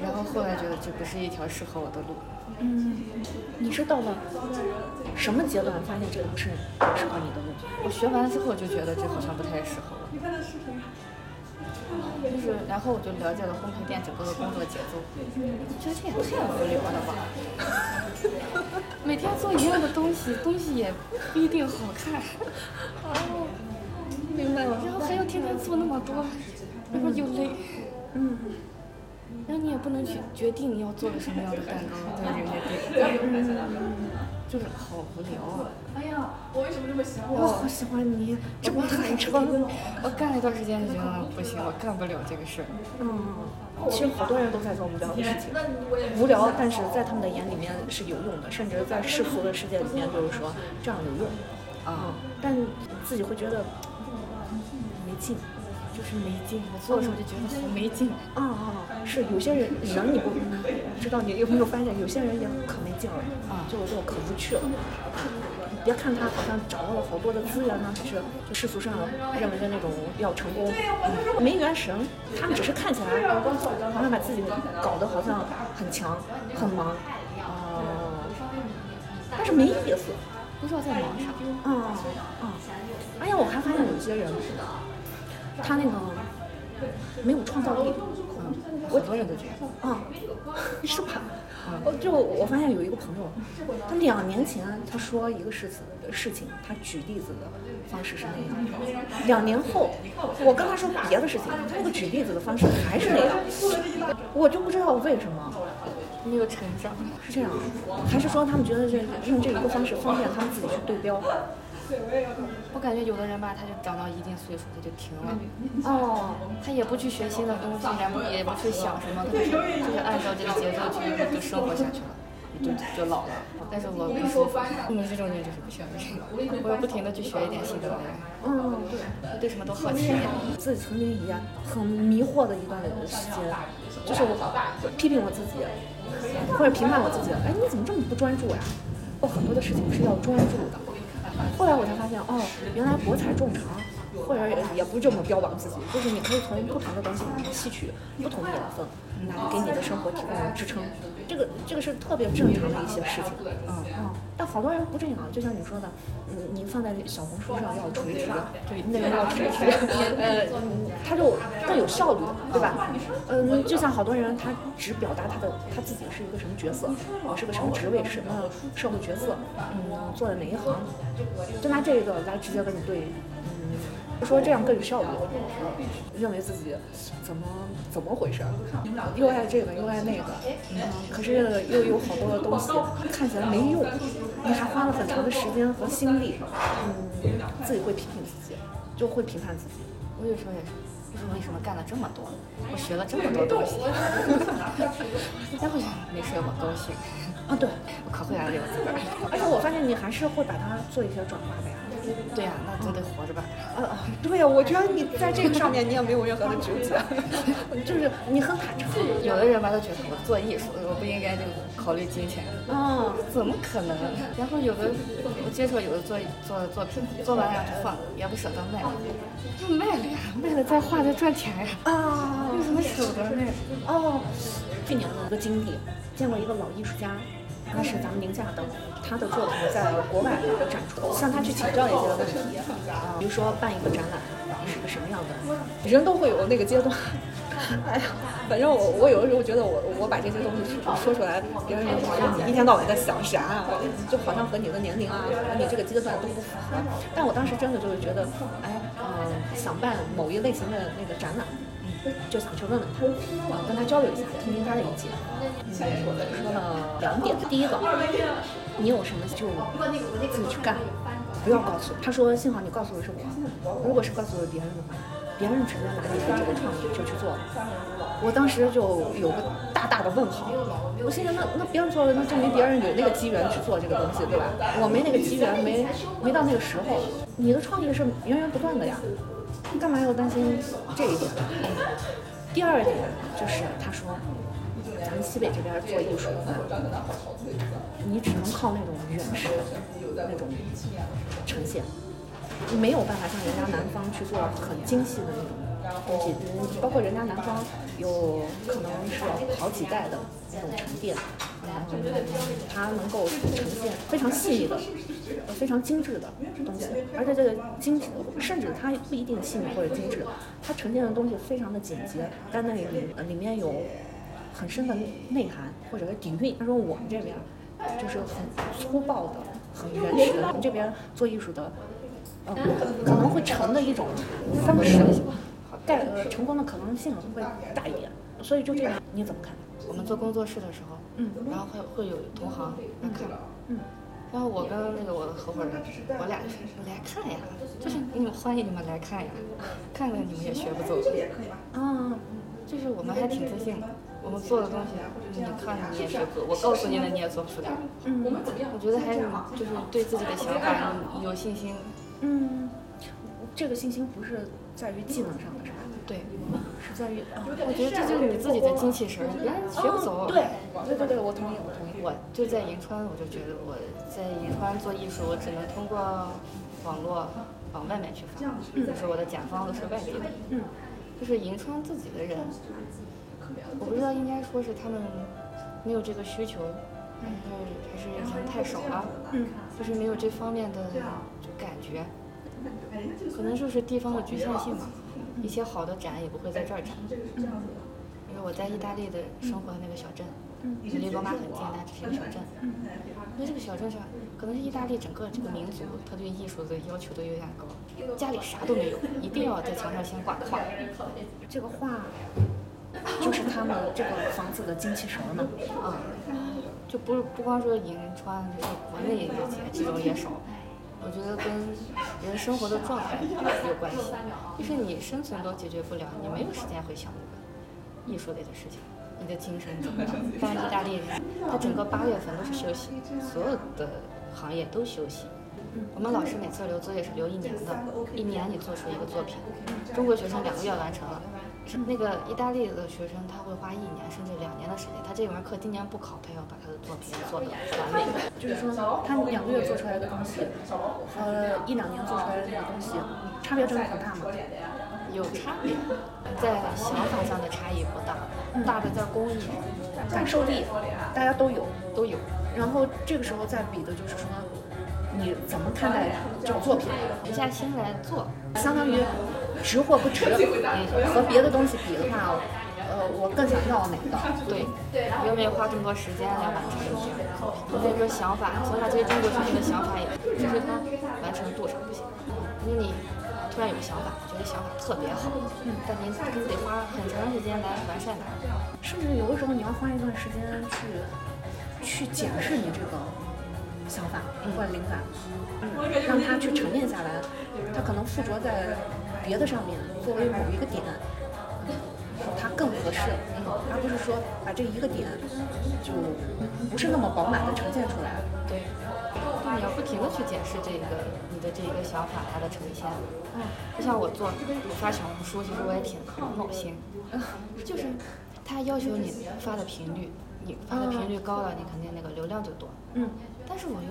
Speaker 3: 然后后来觉得这不是一条适合我的路。
Speaker 2: 你是到了什么阶段发现这个不是适合你的路？
Speaker 3: 我学完之后就觉得这好像不太适合我。就是，然后我就了解了烘焙店整个的工作节奏，觉得这也太无聊了吧！每天做一样的东西，东西也不一定好看。哦，明白了。然后还要天天做那么多，然后又累。
Speaker 2: 嗯，
Speaker 3: 然后你也不能去决定你要做个什么样的蛋糕，对人家店，就是好无聊啊。
Speaker 2: 我好喜欢你，这么坦诚。
Speaker 3: 我干了一段时间就觉得不行，我干不了这个事儿。
Speaker 2: 嗯，其实好多人都在做无聊的事情，无聊，但是在他们的眼里面是有用的，甚至在世俗的世界里面就是说这样有用啊，但自己会觉得没劲。
Speaker 3: 就是没劲，我做的时候就觉得好没劲。
Speaker 2: 啊啊，是有些人人你不知道你有没有发现，有些人也可没劲了
Speaker 3: 啊
Speaker 2: 就我这种可无趣了。你别看他好像掌握了好多的资源呢，还是就世俗上认为的那种要成功，嗯没元神，他们只是看起来好像把自己搞得好像很强、很忙，哦、但是没意思。
Speaker 3: 不知道在忙啥。
Speaker 2: 啊啊！哎呀，我还发现有些人，他那个没有创造力。
Speaker 3: 嗯，好多人都这样。
Speaker 2: 啊，是吧？我就我发现有一个朋友，他两年前他说一个事情呃事情，他举例子的方式是那样，两年后我跟他说别的事情，他那个举例子的方式还是那样，我就不知道为什么
Speaker 3: 没有成长。
Speaker 2: 是这样，还是说他们觉得这用这一个方式方便他们自己去对标？
Speaker 3: 我感觉有的人吧，他就长到一定岁数他就停了，
Speaker 2: 哦，
Speaker 3: 他也不去学新的东西，然后也不去想什么，他就是就是按照这个节奏去生活下去了。就就老了，但是我不是，我们这种人就是不像人，我要不停的去学一点新的东西，
Speaker 2: 嗯，
Speaker 3: 我对什么都好奇一点。
Speaker 2: 自己曾经也很迷惑的一段时间，就是我批评我自己，或者评判我自己，哎，你怎么这么不专注呀？哦我很多的事情是要专注的。后来我才发现，哦，原来博采众长，或者也也不是这么标榜自己，就是你可以从不同的东西里面吸取不同的养分，来给你的生活提供支撑。这个这个是特别正常的一些事情，嗯嗯。但好多人不正常，就像你说的，嗯，你放在小红书上要垂直，内容要垂直，呃，他就更有效率，对吧？嗯，就像好多人他只表达他的他自己是一个什么角色，我是个什么职位，什么社会角色，嗯，做的哪一行，就拿这个来直接跟你对。嗯，说这样更有效率，认为自己怎么怎么回事儿，又爱这个又爱那个，嗯可是又有好多东西看起来没用，你还花了很长的时间和心力，嗯，自己会批评自己，就会评判自己。
Speaker 3: 我有时候也是，我为什么干了这么多？我学了这么多东西， [laughs] 再回想没睡我高兴，
Speaker 2: 啊，对，
Speaker 3: 我可会安慰我自个儿了。
Speaker 2: 而且我发现你还是会把它做一些转化的呀。
Speaker 3: 对呀、那总得活着吧。
Speaker 2: 呃，对呀、我觉得你在这个上面你也没有任何的纠结， [laughs] 就是你很坦诚。
Speaker 3: 有的人吧，都觉得我做艺术，我不应该就考虑金钱，
Speaker 2: 嗯，
Speaker 3: 怎么可能？然后有的我接触有的做做作品，做完然后就放，也不舍得卖，就卖了呀，卖了再画再赚钱呀，
Speaker 2: 啊，
Speaker 3: 有什么舍不得卖？
Speaker 2: 哦，去年的一个经历，见过一个老艺术家，他是咱们宁夏的，他的作品在国外展出，向他去请教一些问题，啊，比如说办一个展览是个什么样的，人都会有那个阶段。哎呀，反正我我有的时候觉得我我把这些东西说说出来，别人就说你一天到晚在想啥啊，就好像和你的年龄啊和你这个阶段都不符合。但我当时真的就是觉得，哎，嗯、想办某一类型的那个展览，就想去问问他，啊跟他交流一下，听听他的意见。嗯，说了两点，第一个，你有什么就自己去干，不要告诉我。他说幸好你告诉的是我，如果是告诉了别人的话，别人直接拿你的这个创意就去做了。我当时就有个大大的问号，我心想那那别人做了，那证明别人有那个机缘去做这个东西，对吧？我没那个机缘，没没到那个时候。你的创意是源源不断的呀，干嘛要担心这一点？第二点就是他说，咱们西北这边做艺术的话，你只能靠那种原始的那种呈现，没有办法像人家南方去做很精细的那种东西，包括人家南方有可能是好几代的那种沉淀，嗯，它能够呈现非常细腻的、呃非常精致的东西，而且这个精致，甚至它不一定细腻或者精致，它呈现的东西非常的简洁，但那里呃里面有很深的内涵或者是底蕴。他说我们这边就是很粗暴的、很原始的，我们这边做艺术的，呃，可能会成的一种方式，概呃成功的可能性会大一点。所以就这样，你怎么看？
Speaker 3: 我们做工作室的时候，
Speaker 2: 嗯
Speaker 3: 然后会会有同行来看，
Speaker 2: 嗯，
Speaker 3: 然后我跟那个我的合伙人，我俩就是来看呀，就是你们欢迎你们来看呀，看看你们哎也学不走，
Speaker 2: 啊，
Speaker 3: 就是我们还挺自信的，我们做的东西，你看你也学不走，我告诉你了你也做不出来，
Speaker 2: 嗯
Speaker 3: 我觉得还是就是对自己的想法你有信心，
Speaker 2: 嗯，这个信心不是在于技能上的，是吧？
Speaker 3: 对，
Speaker 2: 是在于啊，
Speaker 3: 我觉得这就是你自己的精气神儿，别人学不走。
Speaker 2: 对，对对对，我同意，我同意。
Speaker 3: 我就在银川，我就觉得我在银川做艺术，我只能通过网络往外面去发，就是我的甲方都是外地的，
Speaker 2: 嗯
Speaker 3: 就是银川自己的人，我不知道应该说是他们没有这个需求，还是还是可能太少了，啊
Speaker 2: 嗯
Speaker 3: 就是没有这方面的就感觉，可能就是地方的局限性吧，一些好的展也不会在嗯哎这儿展，嗯因为我在意大利的生活的那个小镇，就离罗马很嗯哎近，但只是一个小镇。因为这个小镇上，可能是意大利整个这个民族，他对艺术的要求都有点高，家里啥都没有，一定要在墙上先挂个 [laughs] 画。
Speaker 2: 这个画就是他们这个房子的精气神儿嘛。
Speaker 3: 啊，就不是不光说银川，就是国内的节这种也少。我觉得跟人生活的状态有关系，就是你生存都解决不了，你没有时间会想这个艺术类的事情，你的精神怎么了？但意大利人，他整个八月份都是休息，所有的行业都休息。我们老师每次留作业是留一年的，一年你做出一个作品。中国学生两个月完成了，是那个意大利的学生他会花一年甚至两年的时间。他这门课今年不考，他要把他的作品做得完美。啊
Speaker 2: 就是说，他们两个月做出来的东西和一两年做出来的那个东西，嗯差别真的很大吗？
Speaker 3: 有差别，在想法上的差异不大，大的在工艺
Speaker 2: 感受力大家都有，
Speaker 3: 都有。
Speaker 2: 然后这个时候再比的就是说，你怎么看待这种作品？
Speaker 3: 沉下心来做，
Speaker 2: 相当于值或不值，和别的东西比的话，呃，我更想要哪个？
Speaker 3: 对，因为花这么多时间来完成一件作品，所以说想法，所以说对中国学生的想法也，就是他完成度上不行。就是你突然有个想法，觉得想法特别好，但你可能得花很长时间来完善它。
Speaker 2: 甚至有的时候你要花一段时间去去检视你这个想法或者灵感，嗯，让它去沉淀下来，它可能附着在别的上面，作为某一个点，它更合适，嗯，而不是说把这一个点就不是那么饱满的呈现出来。
Speaker 3: 对，你要不停的去检视这个你的这一个想法它的呈现。嗯，就像我做我发小红书，其实我也挺闹心， [laughs] 就是他要求你发的频率，你发的频率高了，你肯定那个流量就多。
Speaker 2: 嗯，
Speaker 3: 但是我又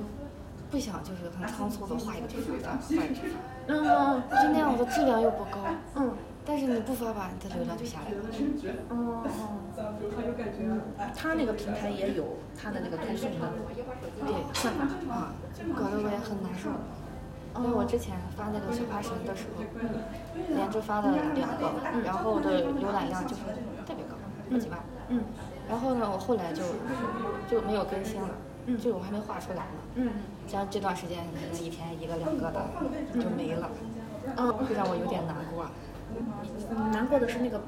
Speaker 3: 不想就是很仓促的画一个地方，再画一个地方，
Speaker 2: 嗯
Speaker 3: 就那样我的质量又不高。
Speaker 2: 嗯
Speaker 3: 但是你不发吧，它流量就下来了。
Speaker 2: 嗯，它那个平台也有它的那个推送的
Speaker 3: 对，
Speaker 2: 算法。
Speaker 3: 啊，搞得我也很难受。因为我之前发那个小花神的时候，连着发了两个，然后我的浏览量就是特别高，好几万。
Speaker 2: 嗯
Speaker 3: 然后呢，我后来就就没有更新了，
Speaker 2: 嗯
Speaker 3: 就我还没画出来呢。
Speaker 2: 嗯
Speaker 3: 像这段时间可能一天一个两个的就没了，
Speaker 2: 嗯，
Speaker 3: 会让我有点难过。啊
Speaker 2: 嗯难过的是那个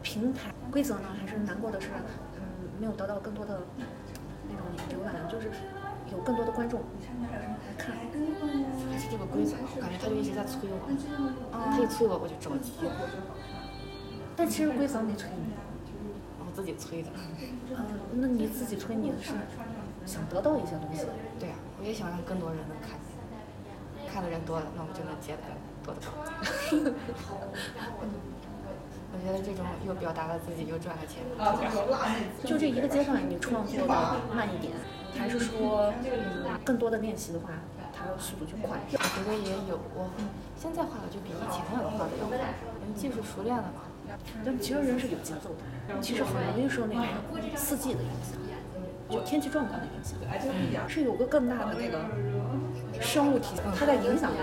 Speaker 2: 平台规则呢，还是难过的是嗯没有得到更多的那种浏览，就是有更多的观众来看。
Speaker 3: 还是这个规则，我感觉他就一直在催我，
Speaker 2: 嗯
Speaker 3: 他一催我我就着急，
Speaker 2: 但其实规则没催你，
Speaker 3: 我自己催的。
Speaker 2: 嗯，那你自己吹你是想得到一些东西。
Speaker 3: 对啊，我也想让更多人能看见，看的人多了，那我就能接的人多的稿子。我觉得这种又表达了自己，又赚了钱，特别好。
Speaker 2: 就这一个阶段，你创作的慢一点，还是说嗯更多的练习的话，它速度就快？
Speaker 3: 我觉得也有，我现在画的就比以前要画的要好，因为技术熟练了嘛。
Speaker 2: 但其实人是有节奏的，其实很容易受那个四季的影响，就天气状况的影响，是有个更大的那个生物体，它在影响着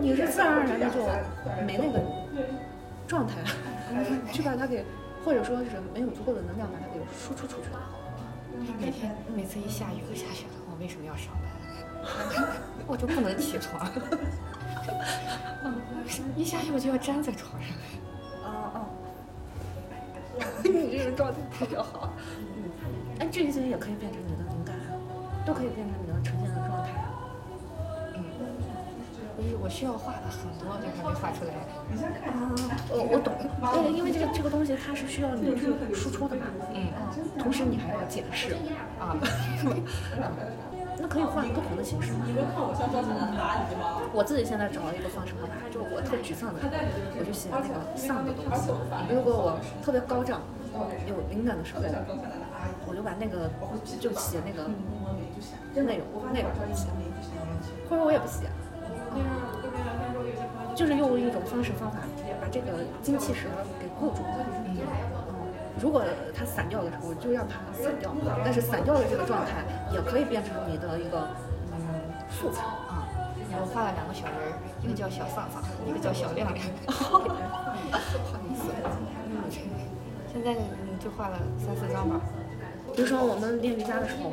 Speaker 2: 你，你是自然而然的就没那个状态， [laughs] 去把它给，或者说是没有足够的能量把它给输出出去。
Speaker 3: 每天每次一下雨就下雪了，我为什么要上班？我就不能起床。一下雨我就要粘在床上。
Speaker 2: 哦哦， [laughs] 你这种状态特别好。嗯，哎，这些也可以变成你的灵感啊，都可以变成你的呈现的状态啊。
Speaker 3: 就是我需要画的很多，但还没画出来。
Speaker 2: 我我懂，呃，因为这个这个东西它是需要你去输出的嘛，
Speaker 3: 嗯
Speaker 2: 同时你还要解释，
Speaker 3: 啊。
Speaker 2: [laughs] 那可以换不同的形式嘛。我自己现在找了一个方式方法，就是我特沮丧的时候，我就写那个丧的东西。如果我特别高涨，有灵感的时候，我就把那个就写那个内容内容写，或者我也不写。就是用一种方式方法把这个精气神给固住。嗯，如果它散掉的时候，就让它散掉。但是散掉的这个状态也可以变成你的一个嗯素材。
Speaker 3: 啊，我画了两个小人儿，一个叫小丧丧，一个叫小亮亮。画一次，嗯，现在嗯就画了三四张吧。
Speaker 2: 比如说我们练瑜伽的时候，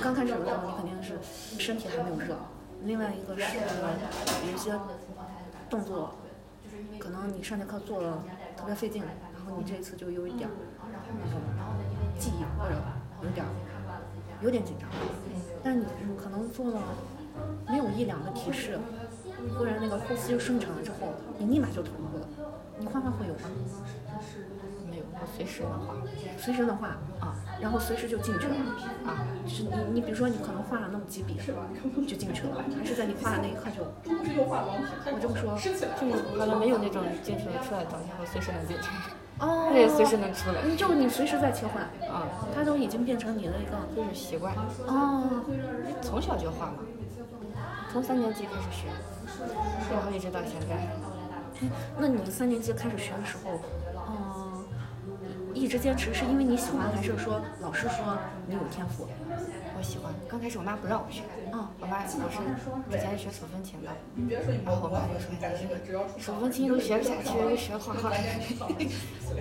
Speaker 2: 刚开始的时候你肯定是身体还没有热，另外一个是有一些动作，可能你上节课做了特别费劲，然后你这一次就有一点儿那种记忆或者有点儿有点紧张，但你可能做了没有一两个提示，忽然那个呼吸顺畅了之后，你立马就同步了。你画画会有吗？
Speaker 3: 没有，我随时能画。
Speaker 2: 随时能画
Speaker 3: 啊，
Speaker 2: 然后随时就进去了啊。是你你比如说你可能画了那么几笔就进去了，还是在你画的那一刻就？我这么说，
Speaker 3: 就是好像没有那种进去了出来的，然后随时能进去。
Speaker 2: 哦
Speaker 3: 它也随时能出来，
Speaker 2: 你就你随时在切换，
Speaker 3: 啊，
Speaker 2: 它都已经变成你的一个
Speaker 3: 就是习惯，
Speaker 2: 哦，
Speaker 3: 从小就画嘛，从三年级开始学，然后一直到现在。
Speaker 2: 那你三年级开始学的时候，嗯，一直坚持是因为你喜欢，还是说老师说你有天赋？
Speaker 3: 我喜欢。刚开始我妈不让我学，
Speaker 2: 嗯
Speaker 3: 我妈老师之前是学手风琴的，然后我妈就说你这个手风琴都学不下去，又学画画。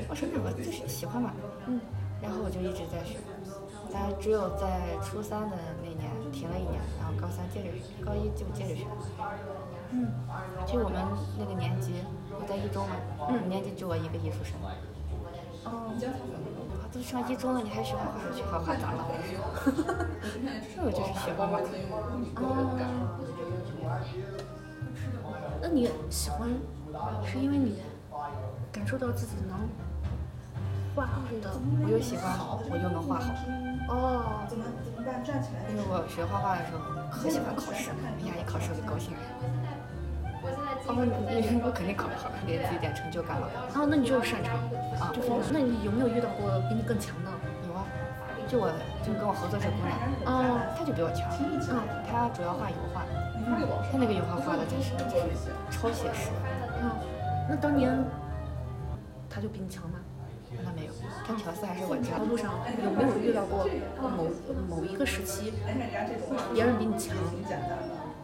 Speaker 3: 我说那我就是喜欢嘛，嗯，然后我就一直在学，但只有在初三的那年停了一年，然后高三接着学，高一就接着学。嗯，就我们那个年级，我在一中嘛，我们年级就我一个艺术生。
Speaker 2: 哦
Speaker 3: 啊，都上一中了，你还学画画？学画画咋了？这我就是学画画。
Speaker 2: 那你喜欢是因为你感受到自己能画画的
Speaker 3: 嗯我又喜欢好，我又能画好。嗯
Speaker 2: 哦，
Speaker 3: 因为我学画画的时候可喜欢考试，哎呀，一考试我就高兴。哦，你你我肯定考不好，给自己点成就感了。
Speaker 2: 然后那你就是擅长
Speaker 3: 啊
Speaker 2: 就方。那你有没有遇到过比你更强的？
Speaker 3: 有啊，就我就跟我合作社姑娘，
Speaker 2: 哦，
Speaker 3: 她就比我强。嗯，她主要画油画，她那个油画画的真是就是超写实。
Speaker 2: 嗯，那当年他就比你强吗？
Speaker 3: 那没有，她调色还是我这
Speaker 2: 然
Speaker 3: 样
Speaker 2: 后。路上有没有遇到过某某一个时期，
Speaker 3: 哎
Speaker 2: 别人比你强，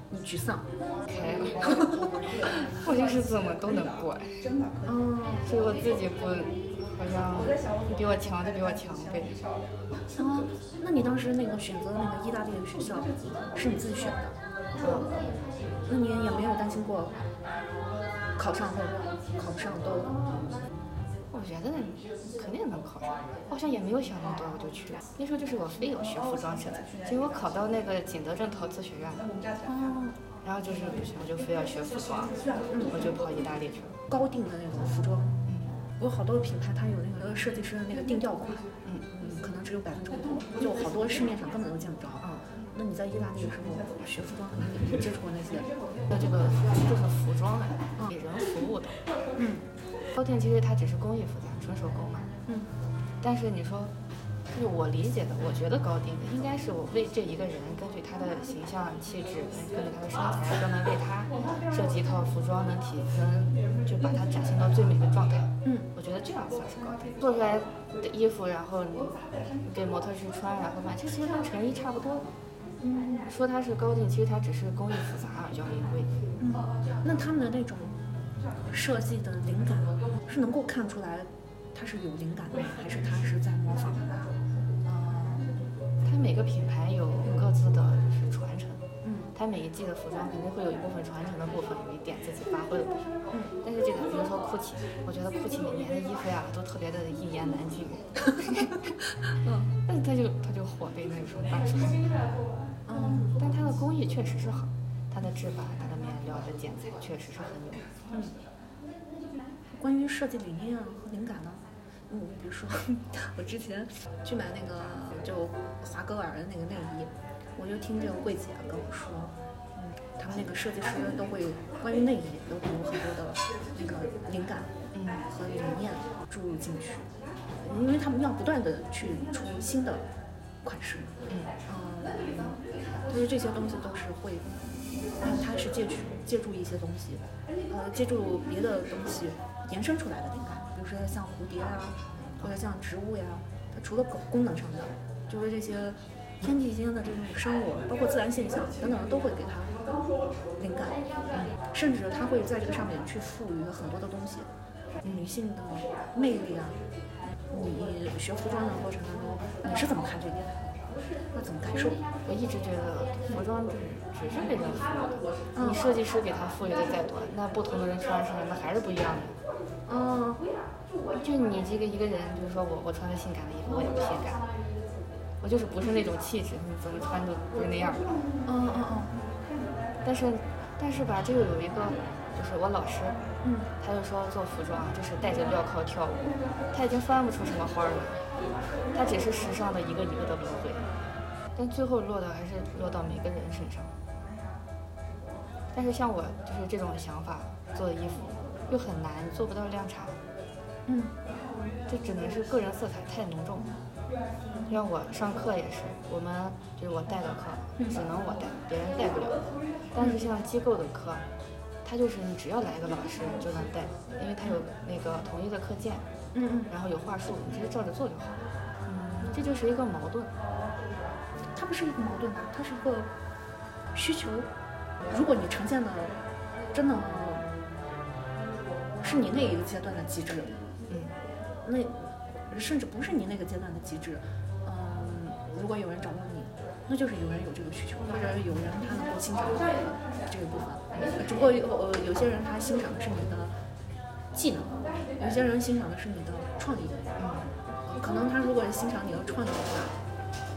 Speaker 2: 你沮丧？
Speaker 3: 开了， [laughs] 我就是怎么都能过，
Speaker 2: 嗯，
Speaker 3: 所以我自己不好像比我强就比我强呗。
Speaker 2: 哦，那你当时那个选择的那个意大利的学校是你自己选的？
Speaker 3: 啊
Speaker 2: 那你也没有担心过考上或者考不上都？
Speaker 3: 我觉得肯定能考上，我好像也没有想那么多，我就去了。那时候就是我非要学服装设计，结果考到那个景德镇陶瓷学院了，
Speaker 2: 哦，
Speaker 3: 然后就是不行，我就非要学服装，我就跑意大利去了。
Speaker 2: 高定的那种服装，有好多品牌它有那个设计师的那个定调款，
Speaker 3: 嗯
Speaker 2: 嗯，可能只有百分之五，就好多市面上根本都见不着。啊
Speaker 3: 嗯，
Speaker 2: 那你在意大利的时候学服装，你接触过那些？
Speaker 3: 那这个就是服装啊，给人服务的。
Speaker 2: 嗯
Speaker 3: 高定其实它只是工艺复杂，纯手工嘛。
Speaker 2: 嗯
Speaker 3: 但是你说，就是我理解的，我觉得高定的应该是我为这一个人，根据他的形象、气质，根据他的身材，专门为他设计一套服装，能体能就把他展现到最美的状态。
Speaker 2: 嗯，
Speaker 3: 我觉得这样算是高定，做出来的衣服，然后你给模特去穿，然后卖，这其实跟成衣差不多。嗯，说它是高定，其实它只是工艺复杂，比较隐晦。
Speaker 2: 那他们的那种设计的灵感是能够看出来，他是有灵感的，还是他是在模仿？
Speaker 3: 它呃每个品牌有各自的就是传承，
Speaker 2: 嗯，
Speaker 3: 它每一季的服装肯定会有一部分传承的部分，有一点自己发挥的部分，嗯，但是这个比如说 GUCCI，我觉得 GUCCI 每年的衣服呀、都特别的一言难尽， [laughs] 嗯， [laughs] 但是它就它就火呗，那有什么办法？嗯，但它的工艺确实是好，它的制法、它的面料、它的剪裁确实是很有，
Speaker 2: 关于设计理念和灵感呢？嗯，比如说我之前去买那个就华歌尔的那个内衣，我就听这个柜姐跟我说，嗯，他们那个设计师都会关于内衣都会有很多的那个灵感，嗯，和理念注入进去，因为他们要不断的去出新的款式，嗯，就是这些东西都是会，嗯，它是借取借助一些东西，呃，借助别的东西延伸出来的灵感，比如说像蝴蝶啊，或者像植物呀、它除了功功能上的，就是这些天地间的这种生物，包括自然现象等等，都会给它灵感，嗯甚至它会在这个上面去赋予很多的东西，女性的魅力啊。你学服装的过程当中，你是怎么看这点的？那怎么感受？
Speaker 3: 我一直觉得服装只只是为人服务的，
Speaker 2: 嗯
Speaker 3: 你设计师给它赋予的再多，那不同的人穿上那还是不一样的。
Speaker 2: 嗯，
Speaker 3: 就你这个一个人，比如说我，我穿着性感的衣服，我也不性感，我就是不是那种气质，你怎么穿都不是那样的。
Speaker 2: 嗯嗯嗯，
Speaker 3: 但是，但是吧，这又有一个，就是我老师，嗯，他就说做服装就是戴着镣铐跳舞，他已经翻不出什么花儿了，他只是时尚的一个一个的轮回，但最后落到还是落到每个人身上。但是像我就是这种想法做的衣服，又很难做不到量产，
Speaker 2: 嗯，
Speaker 3: 这只能是个人色彩太浓重了。就像我上课也是，我们就是我带的课，只能我带，别人带不了。但是像机构的课，它就是你只要来一个老师你就能带，因为它有那个统一的课件，嗯嗯，然后有话术，你直接照着做就好。嗯，这就是一个矛盾。
Speaker 2: 它不是一个矛盾吧，它是一个需求。如果你呈现的真的是你那一个阶段的极致，
Speaker 3: 嗯，
Speaker 2: 那甚至不是你那个阶段的极致，嗯，如果有人找到你，那就是有人有这个需求，或者有人他能够欣赏这个部分。只不过有呃有些人他欣赏的是你的技能，有些人欣赏的是你的创意，嗯，可能他如果欣赏你的创意的话。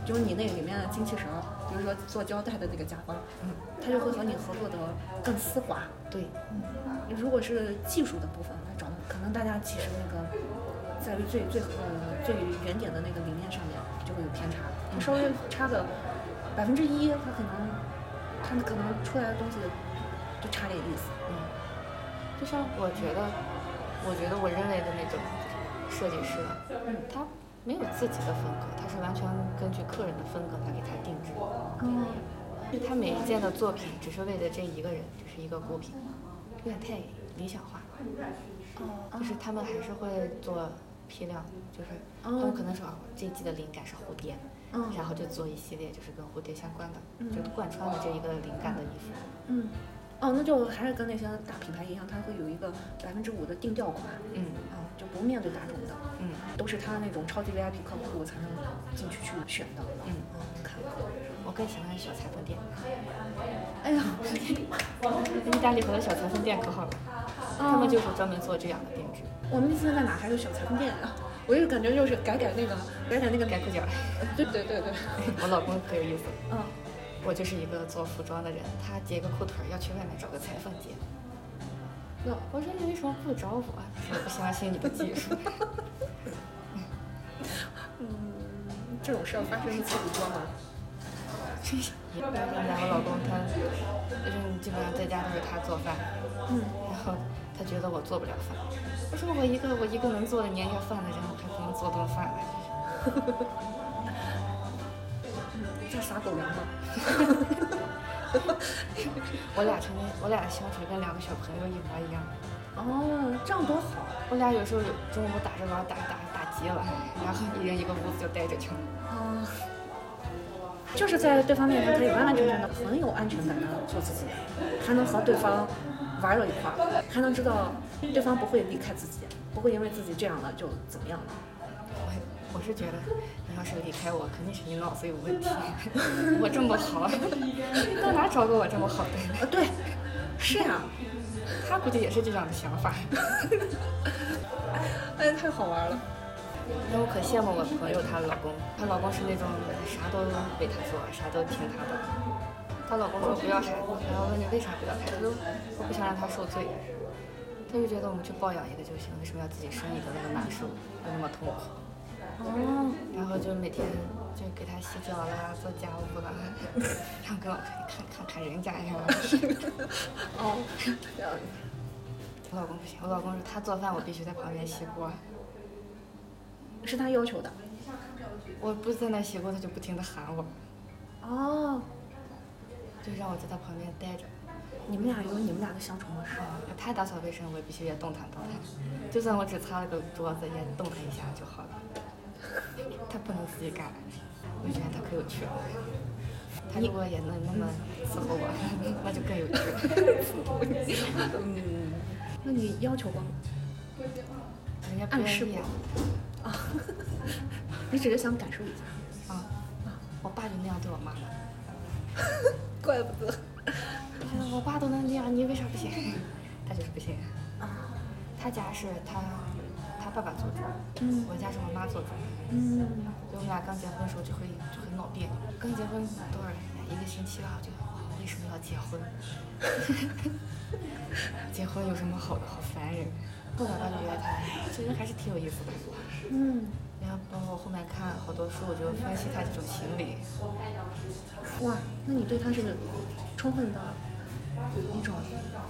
Speaker 2: 就是你那里面的精气神儿，比如说做胶带的那个甲方，他就会和你合作的更丝滑。
Speaker 3: 对，
Speaker 2: 如果是技术的部分来找，可能大家其实那个在于最最呃最原点的那个理念上面就会有偏差，它稍微差个百分之一，它可能它可能出来的东西就差点意思。
Speaker 3: 就像我觉得，我觉得我认为的那种设计师，
Speaker 2: 嗯
Speaker 3: 他没有自己的风格，他是完全根据客人的风格来给他定制。
Speaker 2: 嗯
Speaker 3: 就他每一件的作品只是为了这一个人，只是一个孤品，有点太理想化。哦，就是他们还是会做批量，就是他们可能说啊，这一季的灵感是蝴蝶，然后就做一系列就是跟蝴蝶相关的，就贯穿了这一个灵感的衣服。
Speaker 2: 嗯，哦，那就还是跟那些大品牌一样，它会有一个百分之五的定调款，
Speaker 3: 嗯
Speaker 2: 啊，就不面对大众的，
Speaker 3: 嗯，
Speaker 2: 都是他那种超级 VIP 客户才能进去去选的，
Speaker 3: 嗯
Speaker 2: 啊，看，
Speaker 3: 我更喜欢小裁缝店，
Speaker 2: 哎呀，
Speaker 3: 意大利和小裁缝店可好了，他们就是专门做这样的定制。
Speaker 2: 我们那次在哪还有小裁缝店啊？我就感觉就是改改那个改改那个
Speaker 3: 改裤脚儿，
Speaker 2: 对对对对，
Speaker 3: [laughs] 我老公可有意思。
Speaker 2: 嗯，
Speaker 3: 我就是一个做服装的人，他截个裤腿儿要去外面找个裁缝截。那我说你为什么不找我？啊他说我不相信你的技术。 [laughs]
Speaker 2: 嗯这种事儿发生一次不多吗？
Speaker 3: 然后我老公他就是基本上在家都是他做饭，嗯，然后他觉得我做不了饭，我说我一个我一个能做的年夜饭的人，我还不能做顿饭来。
Speaker 2: 在撒狗粮吗？ [laughs]
Speaker 3: 我俩成为我俩的相处跟两个小朋友一模一样。
Speaker 2: 哦，这样多好。
Speaker 3: 我俩有时候有中午打着玩儿打打打急了，然后一人一个屋子就待着去了。
Speaker 2: 啊，就是在对方面前可以完完全全的、很有安全感的做自己，还能和对方玩到一块儿，还能知道对方不会离开自己，不会因为自己这样了就怎么样了。
Speaker 3: 我我是觉得，你要是离开我，肯定是你脑子有问题。 [laughs] 我这么好， [laughs] 到哪找个我这么好的？
Speaker 2: 啊，对，是呀、
Speaker 3: 他估计也是这样的想法。
Speaker 2: [laughs] 哎，太好玩了。
Speaker 3: 那我可羡慕我朋友她老公，她老公是那种啥都为她做，啥都听她的。她老公说不要孩子，然后问你为啥不要孩子，我不想让她受罪。她就觉得我们去抱养一个就行，为什么要自己生一个那么难受，又那么痛苦？
Speaker 2: 哦，
Speaker 3: 然后就每天就给他洗脚啦，做家务啦， [laughs] 然后跟我看看看人家呀。
Speaker 2: 哦， [laughs]
Speaker 3: 我老公不行，我老公是他做饭，我必须在旁边洗锅。
Speaker 2: 是他要求的。
Speaker 3: 我不在那洗锅，他就不停的喊我，
Speaker 2: 哦，
Speaker 3: 就让我在他旁边待着。
Speaker 2: 你们俩有你们俩的相处模式。
Speaker 3: 啊，他打扫卫生，我也必须也动弹动弹。就算我只擦了个桌子，也动弹一下就好了。他不能自己干，我觉得他可有趣了。他如果也能那么伺候我， [laughs] 那就更有趣了。
Speaker 2: 那你要求过吗？
Speaker 3: 人家不
Speaker 2: 暗
Speaker 3: 愿
Speaker 2: 示
Speaker 3: 意
Speaker 2: 过
Speaker 3: 啊
Speaker 2: 啊， [laughs] 你只是想感受一下。
Speaker 3: 啊，我爸就那样对我妈了。
Speaker 2: 怪不得。
Speaker 3: 哎呀我爸都能那样，你为啥不行？他就是不行。他家是他他爸爸做主，我家是我妈做主。
Speaker 2: 嗯。
Speaker 3: 就我们俩刚结婚的时候就会就会闹别扭，刚结婚多少一个星期吧，我就哇为什么要结婚？ [laughs] 结婚有什么好的？好烦人。后来我就觉得他这人还是挺有意思的。
Speaker 2: 嗯。
Speaker 3: 然后包括我后面看好多书，我就分析他这种行为。
Speaker 2: 哇，那你对他是充分的一种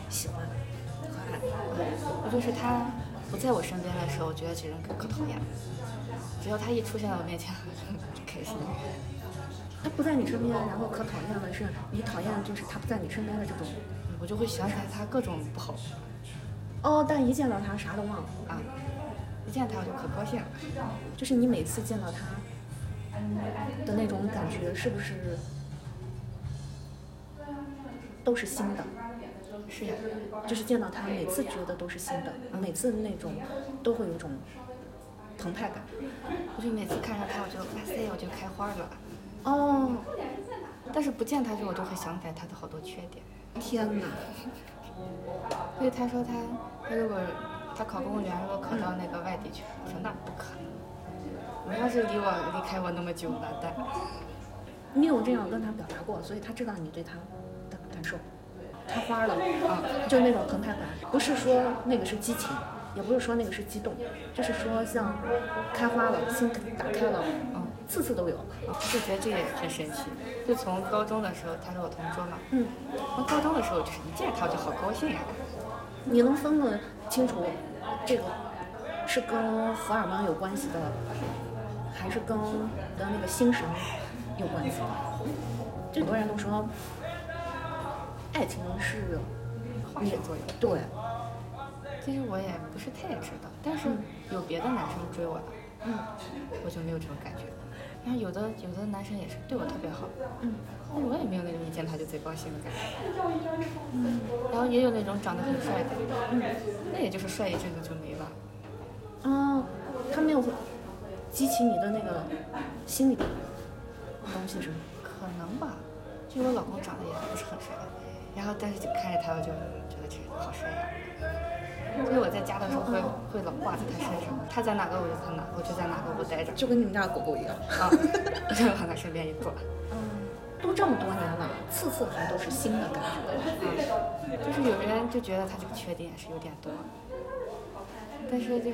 Speaker 2: 喜欢和爱。
Speaker 3: 我就是他不在我身边的时候，我觉得这人可可讨厌了。只要他一出现在我面前， [laughs] 我就开心。
Speaker 2: 他不在你身边，然后可讨厌的是，你讨厌的就是他不在你身边的这种。
Speaker 3: 我就会想起来他各种不好
Speaker 2: 哦，但一见到他啥都忘了，
Speaker 3: 啊，一见他我就可高兴了。
Speaker 2: 就是你每次见到他的那种感觉，是不是都是新的？
Speaker 3: 是呀，
Speaker 2: 就是见到他，每次觉得都是新的，每次那种都会有一种澎湃感。
Speaker 3: 我就每次看上他，我就哇塞，我就开花了。
Speaker 2: 哦，
Speaker 3: 但是不见他时，我就会想起来他的好多缺点。
Speaker 2: 天哪！
Speaker 3: 所以他说他他如果他考公务员，如果考到那个外地去，我说那不可能。你要是离我离开我那么久，完蛋。
Speaker 2: 你有这样跟他表达过，所以他知道你对他的感受，开花了啊，就是那种澎湃感，不是说那个是激情，也不是说那个是激动，就是说像开花了，心打开了，啊，次次都有。
Speaker 3: 就觉得这也很神奇。就从高中的时候，他是我同桌嘛，
Speaker 2: 嗯，
Speaker 3: 我高中的时候就是一见他我就好高兴呀、啊
Speaker 2: 你能分得清楚这个是跟荷尔蒙有关系的，还是跟你的那个心神有关系的？就很多人都说，爱情是
Speaker 3: 化学作用。
Speaker 2: 对，
Speaker 3: 其实我也不是太知道，但是有别的男生追我了，嗯，我就没有这种感觉。然后有的有的男生也是对我特别好，嗯，但是我也没有那种一见他就贼高兴的感觉，嗯，然后也有那种长得很帅的，嗯，那也就是帅一阵子就没了。
Speaker 2: 哦，他没有激起你的那个心理的东西是吗？
Speaker 3: 可能吧，就我老公长得也不是很帅，然后但是就看着他，我就觉得这人好帅呀、所以我在家的时候会会老挂在他身上，他在哪个我就在哪个，我就在哪个我 [laughs] 待着，
Speaker 2: 就跟你们家的狗狗一样，
Speaker 3: 啊，我就往他身边一坐，
Speaker 2: 都这么多年了，次次还都是新的感觉。
Speaker 3: 就是有人就觉得他这个缺点是有点多，但是就是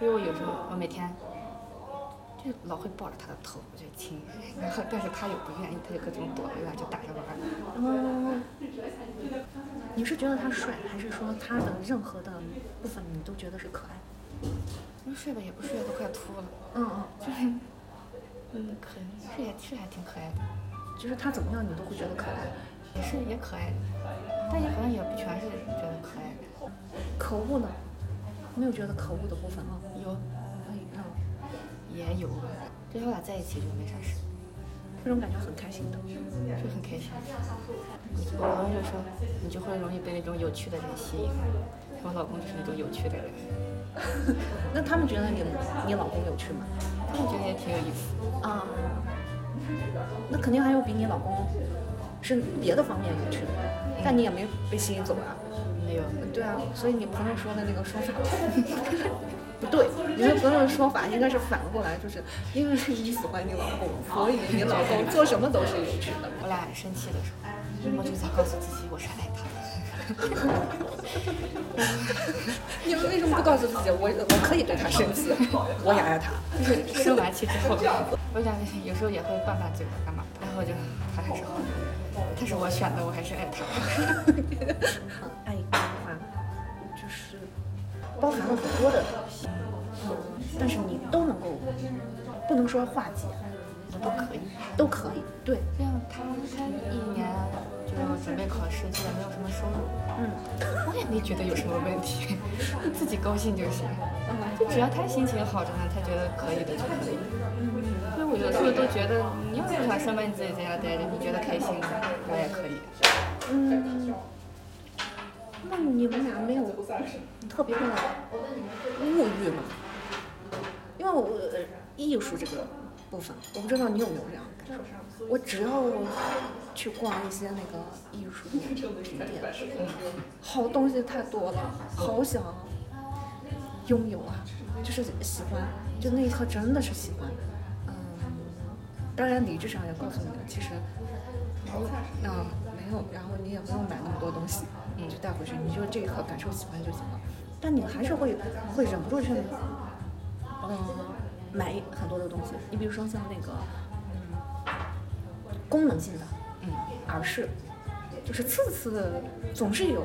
Speaker 3: 因为我有时候我每天就老会抱着他的头，我就亲，然后但是他又不愿意，他就各种躲着，就打着玩儿。
Speaker 2: 嗯，你是觉得他帅，还是说他的任何的部分你都觉得是可爱？
Speaker 3: 你说睡吧也不睡，都快秃了。
Speaker 2: 嗯嗯，
Speaker 3: 嗯，可是也是还挺可爱的，
Speaker 2: 就是他怎么样你都会觉得可爱。
Speaker 3: 也是也可爱的，但也好像也不全是觉得可爱的。
Speaker 2: 可恶呢？没有觉得可恶的部分啊？
Speaker 3: 有
Speaker 2: 嗯，
Speaker 3: 也有，就是我俩在一起就没啥事，
Speaker 2: 这种感觉很开心 [laughs] 的。
Speaker 3: 就很开心。我朋友就说你就会容易被那种有趣的人吸引，我老公就是那种有趣的人，
Speaker 2: 那他们觉得你你老公有趣吗？
Speaker 3: 他们觉得也挺有意思。
Speaker 2: 啊、那肯定还有比你老公是别的方面有趣的，但你也没被吸引走啊。
Speaker 3: 没有，
Speaker 2: 对啊，所以你朋友说的那个说法 [laughs] 不对，你的朋友的说法应该是反过来，就是因为你喜欢你老公，所以你老公做什么都是有趣的。
Speaker 3: 我俩生气的时候，我就在告诉自己我是爱他的。
Speaker 2: 你们为什么不告诉自己，我我可以对他生气，我也爱他？
Speaker 3: 就是生完气之后，我俩有时候也会拌拌嘴干嘛的，然后我就他还是好的，他是我选的，我还是爱他。
Speaker 2: 爱一个人的话，就是包含了很多的，嗯，但是你都能够，不能说化解，
Speaker 3: 都可以。
Speaker 2: 都可以。对，
Speaker 3: 这样他他一年就准备考试，就也没有什么收入。嗯，我也没觉得有什么问题， [laughs] 自己高兴就行。就只啊要他心情好着呢，他觉得可以的就可以。因为我有时候都觉得，你要是不想上班，你自己在家待着，你觉得开心，我也可以。
Speaker 2: [laughs] 那你们俩没有特别的物欲吗？因为我呃艺术这个部分，我不知道你有没有这样的感受。我只要去逛一些那个艺术品店，好东西太多了，好想拥有啊，就是喜欢，就那一刻真的是喜欢。嗯，当然理智上也告诉你，其实没有，啊没有，然后你也不用买那么多东西，你就带回去，你就这一刻感受喜欢就行了。嗯但你还是会会忍不住去，嗯，买很多的东西。你比如说像那个，嗯，功能性的，嗯，耳饰，就是次次总是有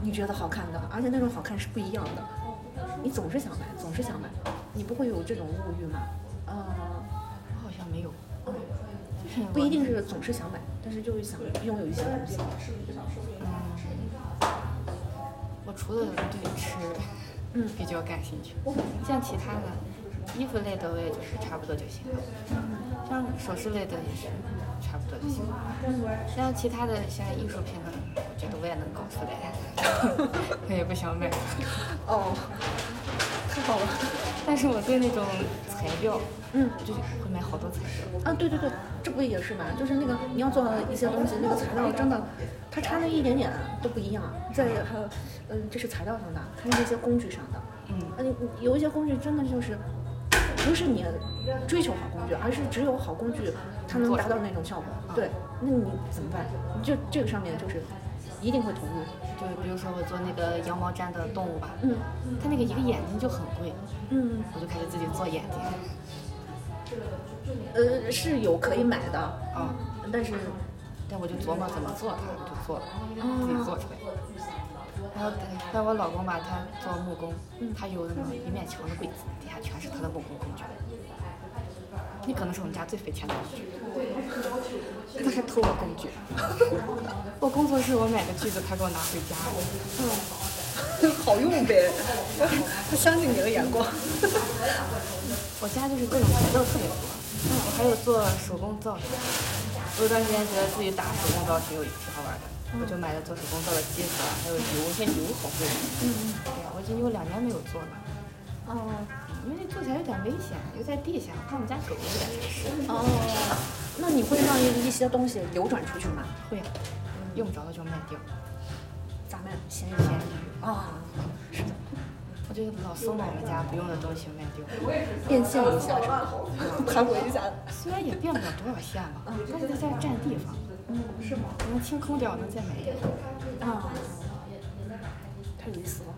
Speaker 2: 你觉得好看的，而且那种好看是不一样的。你总是想买，总是想买，你不会有这种物欲吗？嗯、
Speaker 3: 我好像没有，哎就是
Speaker 2: 不
Speaker 3: 我
Speaker 2: 一定是总是想买，但是就是想拥有一些东西。
Speaker 3: 我除了对吃，嗯，比较感兴趣，像其他的衣服类的，我也就是差不多就行了。像首饰类的也是差不多就行了。像其他的像艺术品呢，我觉得我也能搞出来， [laughs] 我也不想买。
Speaker 2: 哦，太好了。
Speaker 3: 但是我对那种材料，嗯，就是会买好多材料。
Speaker 2: 啊，对对对，这不也是吗？就是那个你要做一些东西，那个材料真的，它差那一点点都不一样。在还有，嗯，这是材料上的，还有那些工具上的。
Speaker 3: 嗯
Speaker 2: 嗯，有一些工具真的就是，不是你追求好工具，而是只有好工具它能达到那种效果。对，那你怎么办？就这个上面就是一定会投入。
Speaker 3: 就是比如说我做那个羊毛毡的动物吧，
Speaker 2: 嗯
Speaker 3: 它那个一个眼睛就很贵，
Speaker 2: 嗯，
Speaker 3: 我就开始自己做眼睛。
Speaker 2: 呃，是有可以买的，
Speaker 3: 啊、
Speaker 2: 但是
Speaker 3: 但我就琢磨怎么做它，我就做了，自己做出来。然后等，但我老公吧，他做木工，他有那么一面墙的柜子，底下全是他的木工工具。那可能是我们家最费钱的工具，他还偷我工具。 [laughs] 我工作室我买的锯子，他给我拿回家。
Speaker 2: 好用呗。他相信你的眼光。
Speaker 3: 我家就是各种材料特别多，嗯我还有做手工皂的。我有段时间觉得自己打手工皂挺有挺好玩的，我就买了做手工皂的机子，还有油，现在油好贵。嗯，对呀，我已经有两年没有做了。哦，因为做起来有点危险，又在地下，我怕我们家狗有点湿。
Speaker 2: 哦，那你会让一些东西流转出去吗？
Speaker 3: 会啊，用不着的就卖掉，
Speaker 2: 咱们闲
Speaker 3: 便宜。
Speaker 2: 啊，
Speaker 3: 我就老搜买我们家不用的东西卖掉，
Speaker 2: 变现一下是吧？盘活一下。
Speaker 3: 虽然也变不了多少线了，但是在这儿占地方。嗯，是吗？能清空掉，能再买一个。
Speaker 2: 啊，太有意思了。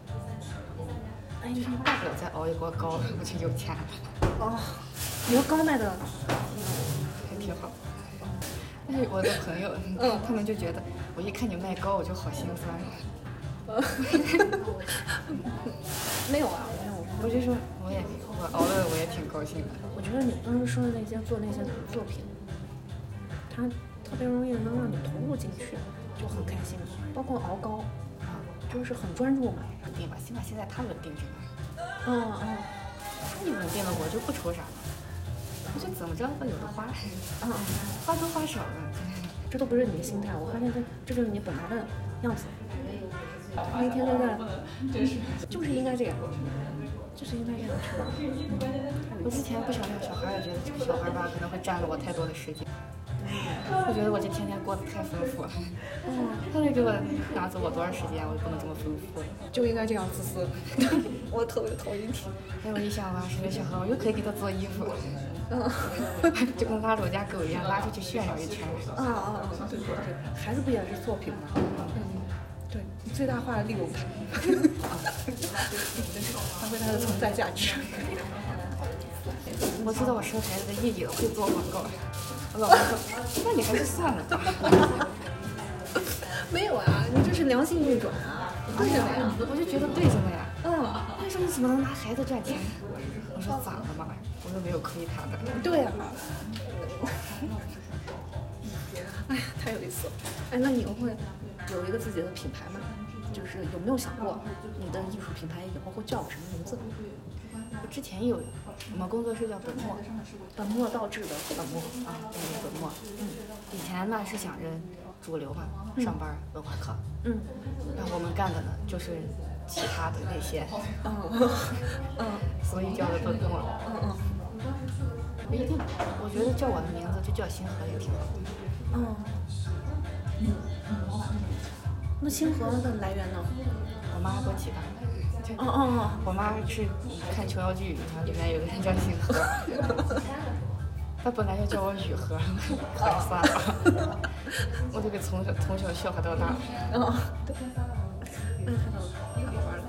Speaker 3: 哎，你大不了再熬一锅糕，我就有钱了。
Speaker 2: 哦，你说高卖的，
Speaker 3: 还挺好。嗯但哎是我的朋友，他们就觉得我一看你卖高，我就好心酸。
Speaker 2: 没有啊，没有。
Speaker 3: 我就说我也我熬了，我也挺高兴的。
Speaker 2: 我觉得你刚刚说的那些做那些作品，它特别容易能让你投入进去，就很开心。包括熬高，就是很专注嘛。
Speaker 3: 稳定吧，起码现在他稳定着呢。
Speaker 2: 嗯嗯
Speaker 3: 他一稳定了，我就不愁啥了。我就怎么着都有的花，
Speaker 2: 嗯，
Speaker 3: 花多花少的。
Speaker 2: 这都不是你的心态，我发现这这就是你本来的样子。那天就 [laughs] 在，就是应该这样，就是应该这样去玩。
Speaker 3: 我之前不想要小孩儿，也觉得这个小孩儿吧可能会占了我太多的时间。我觉得我这天天过得太丰富了，他得给我拿走我多少时间，我就不能这么丰富了。
Speaker 2: [laughs] 就应该这样自私。 [laughs] 我特别讨厌你。
Speaker 3: 哎，我一想哇，是个小孩，我又可以给他做衣服，
Speaker 2: 嗯
Speaker 3: [laughs] 就跟拉着我家狗一样，拉出去炫耀一圈。
Speaker 2: 啊啊啊！对对对，孩子不也是作品吗？嗯，对，你最大化利用 [laughs] 他，发挥他的存在价值。嗯
Speaker 3: 我知道我生孩子的意义了，会做广告。我老公说，那你还是算了吧。
Speaker 2: [laughs] [laughs] 没有啊，你这是良性运转啊，为什么呀？
Speaker 3: 我就觉得对什么呀？
Speaker 2: 嗯，
Speaker 3: 他说你怎么能拿孩子赚钱？我说咋了嘛？我又没有亏他的。
Speaker 2: 对啊。哎呀，太有意思了。哎，那你会有一个自己的品牌吗？就是有没有想过你的艺术品牌以后会叫什么名字？
Speaker 3: 我之前有，我们工作室叫本末，
Speaker 2: 本末倒置的本末啊，
Speaker 3: 对，本末。嗯，以前呢是想着主流嘛，上班儿文化课。
Speaker 2: 嗯
Speaker 3: 然后我们干的呢就是其他的那些，嗯，所以叫的本末，嗯嗯。我一定，我觉得叫我的名字就叫星河也挺好。
Speaker 2: 嗯。那星河的来源呢？
Speaker 3: 我妈给我起的，就
Speaker 2: 哦哦
Speaker 3: 我妈是看琼瑶剧，然后里面有个人叫星河，她本来要叫我雨禾， [laughs] 可算 [laughs] 了，我这个从小从小笑话到大。
Speaker 2: 哦哦，对。那太好了，太好玩了。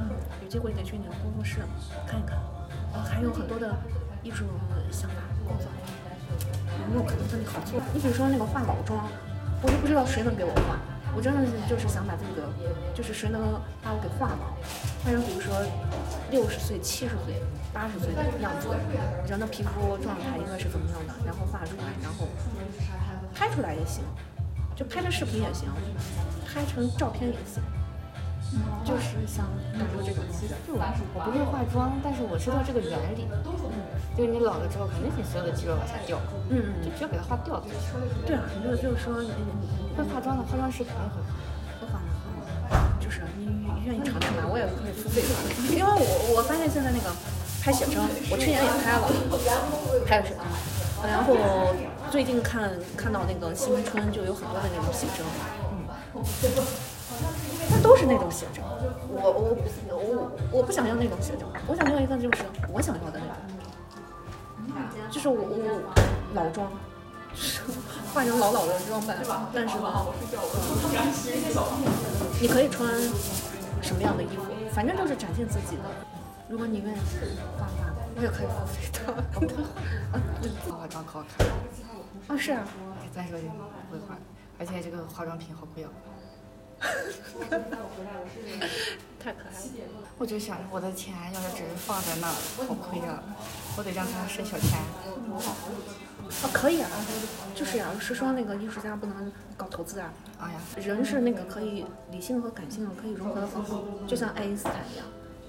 Speaker 2: 嗯，有机会得去你的工作室看一看，呃还有很多的艺术想法构造，有没有可能跟你合作？你比如说那个画老妆，我就不知道谁能给我画。我真的是就是想把自己的，就是谁能把我给画到，换成比如说六十岁、七十岁、八十岁的样子，人的皮肤状态应该是怎么样的，然后画出来，然后拍出来也行，就拍成视频也行，拍成照片也行，就是想感受这种东西。
Speaker 3: 我不会化妆，但是我知道这个原理。就是你老了之后，肯定你所有的肌肉往下掉，
Speaker 2: 嗯
Speaker 3: 就
Speaker 2: 嗯
Speaker 3: 只要给它化掉就行。
Speaker 2: 对啊，你就就是说你
Speaker 3: 会化妆的化妆师肯定会化。
Speaker 2: 就是你愿意尝试嘛，我也可以付费的，因为我我发现现在那个拍写真，我去年也拍了，拍了写真，然后最近看看到那个新春就有很多的那种写真，嗯，那都是那种写真，我我我我不想要那种写真，我想要一个就是我想要的那种，就是我我老妆。化成老老的装扮，但是吧，你可以穿什么样的衣服，反正就是展现自己的。如果你愿意画画，我也可以付费的。我 [laughs] 不会画
Speaker 3: 化化妆可好看，
Speaker 2: 啊，是啊，
Speaker 3: 哎咱说句话我会化，而且这个化妆品好贵啊。
Speaker 2: 太可爱了。
Speaker 3: 我就想，我的钱啊要是只是放在那儿，好亏啊！我得让它生小钱。
Speaker 2: 啊，可以啊，就是啊，谁说那个艺术家不能搞投资啊？
Speaker 3: 哎呀，
Speaker 2: 人是那个可以理性和感性可以融合的很好，就像爱因斯坦一样，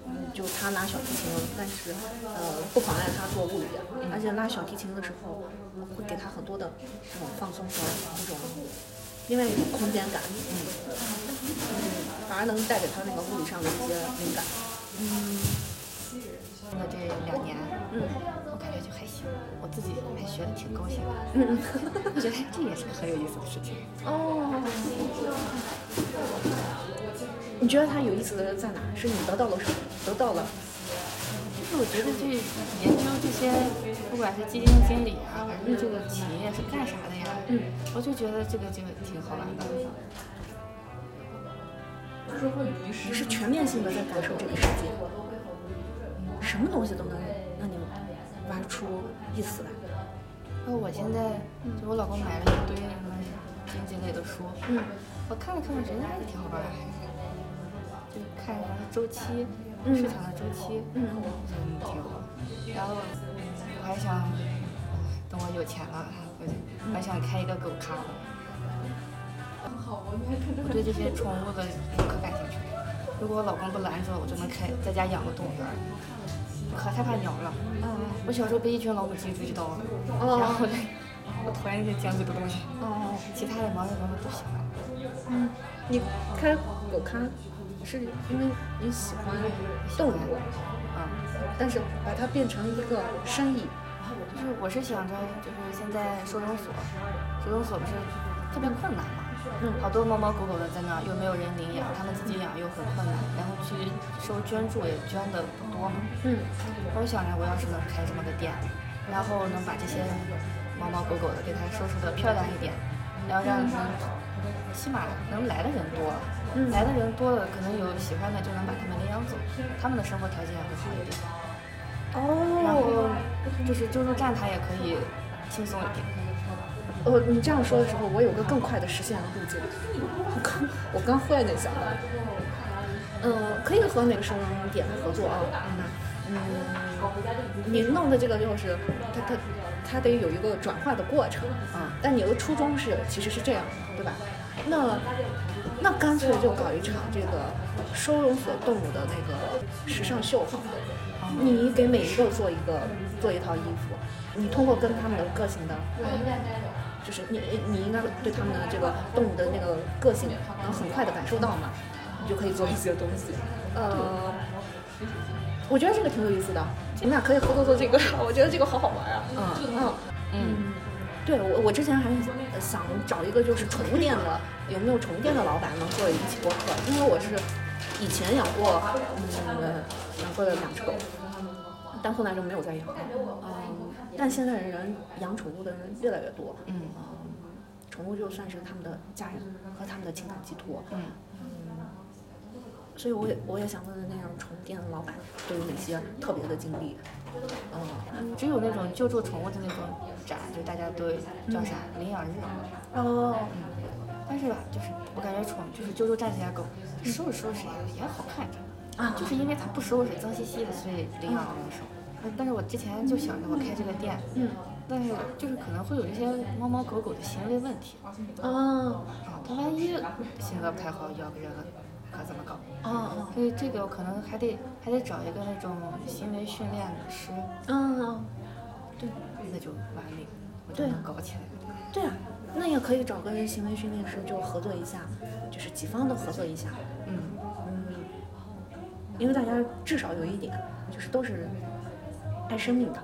Speaker 2: 嗯就他拉小提琴，但是呃不妨碍他做物理，啊而且拉小提琴的时候会给他很多的这种放松和这种另外一种空间感，嗯，反而能带给他那个物理上的一些灵感。
Speaker 3: 那这两年，嗯，我感觉就还行，我自己还学的挺高兴的。嗯，
Speaker 2: [laughs]
Speaker 3: 我觉得这也是个很有意思的事情。
Speaker 2: 哦你觉得它有意思的在哪？是你得到了什么？得到了
Speaker 3: 就是我觉得这研究这些，不管是基金经理啊，还是这个企业是干啥的呀，嗯，我就觉得这个这个挺好玩的。
Speaker 2: 你是全面性的在感受这个世界，什么东西都能让你玩出意思来。
Speaker 3: 然后我现在就我老公买了一堆啊什么经济类的书，嗯，我看了看，我觉得还挺好玩的，就看啥周期，市场的周期，嗯，嗯挺好。然后我还想，哎等我有钱了，我就我还想开一个狗咖。我对这些宠物的我可感兴趣。如果我老公不拦着我，我就能开在家养个动物园儿。可害怕鸟了。我小时候被一群老母鸡追到了，然后嘞， [laughs] 我讨厌那些尖嘴的东西。其他的毛茸茸的不喜欢。
Speaker 2: 你开狗咖是因为你喜欢动物，
Speaker 3: 啊，
Speaker 2: 但是把它变成一个生意，
Speaker 3: 就是我是想着，就是现在收容所，收容所不是特别困难嘛，好多猫猫狗狗的在那儿，又没有人领养，他们自己养又很困难，然后去收捐助也捐的不多嘛。
Speaker 2: 嗯，
Speaker 3: 我就想着我要是能开这么个店，然后能把这些猫猫狗狗的给它收拾的漂亮一点，然后让能起码能来的人多，来的人多了，可能有喜欢的就能把他们领养走，他们的生活条件也会好一点。
Speaker 2: 哦
Speaker 3: 然后就是救助站它也可以轻松一点。
Speaker 2: 呃，你这样说的时候，我有个更快的实现的路径。我刚我刚忽然间想到，嗯、可以和哪个收容点合作啊？嗯，你弄的这个就是它它它得有一个转化的过程啊。但你的初衷是其实是这样的，对吧？那那干脆就搞一场这个收容所动物的那个时尚秀好了。你给每一个做一个做一套衣服，你通过跟他们的个性的就是你你应该对他们的这个动物的那个个性能很快的感受到嘛，你就可以做一些东西。呃，我觉得这个挺有意思的，你们俩可以合作做这个， [laughs] 我觉得这个好好玩啊。嗯嗯嗯，对我我之前还想找一个就是宠物店的，有没有宠物店的老板能做一期播客，因为我是以前养过嗯养过两只狗，但后来就没有再养了。嗯，但现在人养宠物的人越来越多。嗯，宠物就算是他们的家人和他们的情感寄托。嗯。所以我也我也想问问那样宠物店的老板都有哪些特别的经历，嗯，
Speaker 3: 只有那种救助宠物的那种展，就大家都叫啥领养日，
Speaker 2: 哦，
Speaker 3: 但是是吧？就是我感觉宠就是啾啾站这家狗，收拾收拾也也好看着啊，就是因为它不收拾，脏兮兮的，所以领养了我收。呃但是我之前就想着我开这个店，嗯，但是就是可能会有这些猫猫狗狗的行为问题
Speaker 2: 啊
Speaker 3: 啊，它万一性格不太好咬个人了，可怎么搞？
Speaker 2: 啊啊
Speaker 3: 所以这个可能还得还得找一个那种行为训练师，
Speaker 2: 啊！
Speaker 3: 对，那就完美，我就能搞起来。
Speaker 2: 对啊，那也可以找个行为训练师就合作一下，就是几方都合作一下。
Speaker 3: 嗯
Speaker 2: 嗯，因为大家至少有一点，就是都是爱生命的。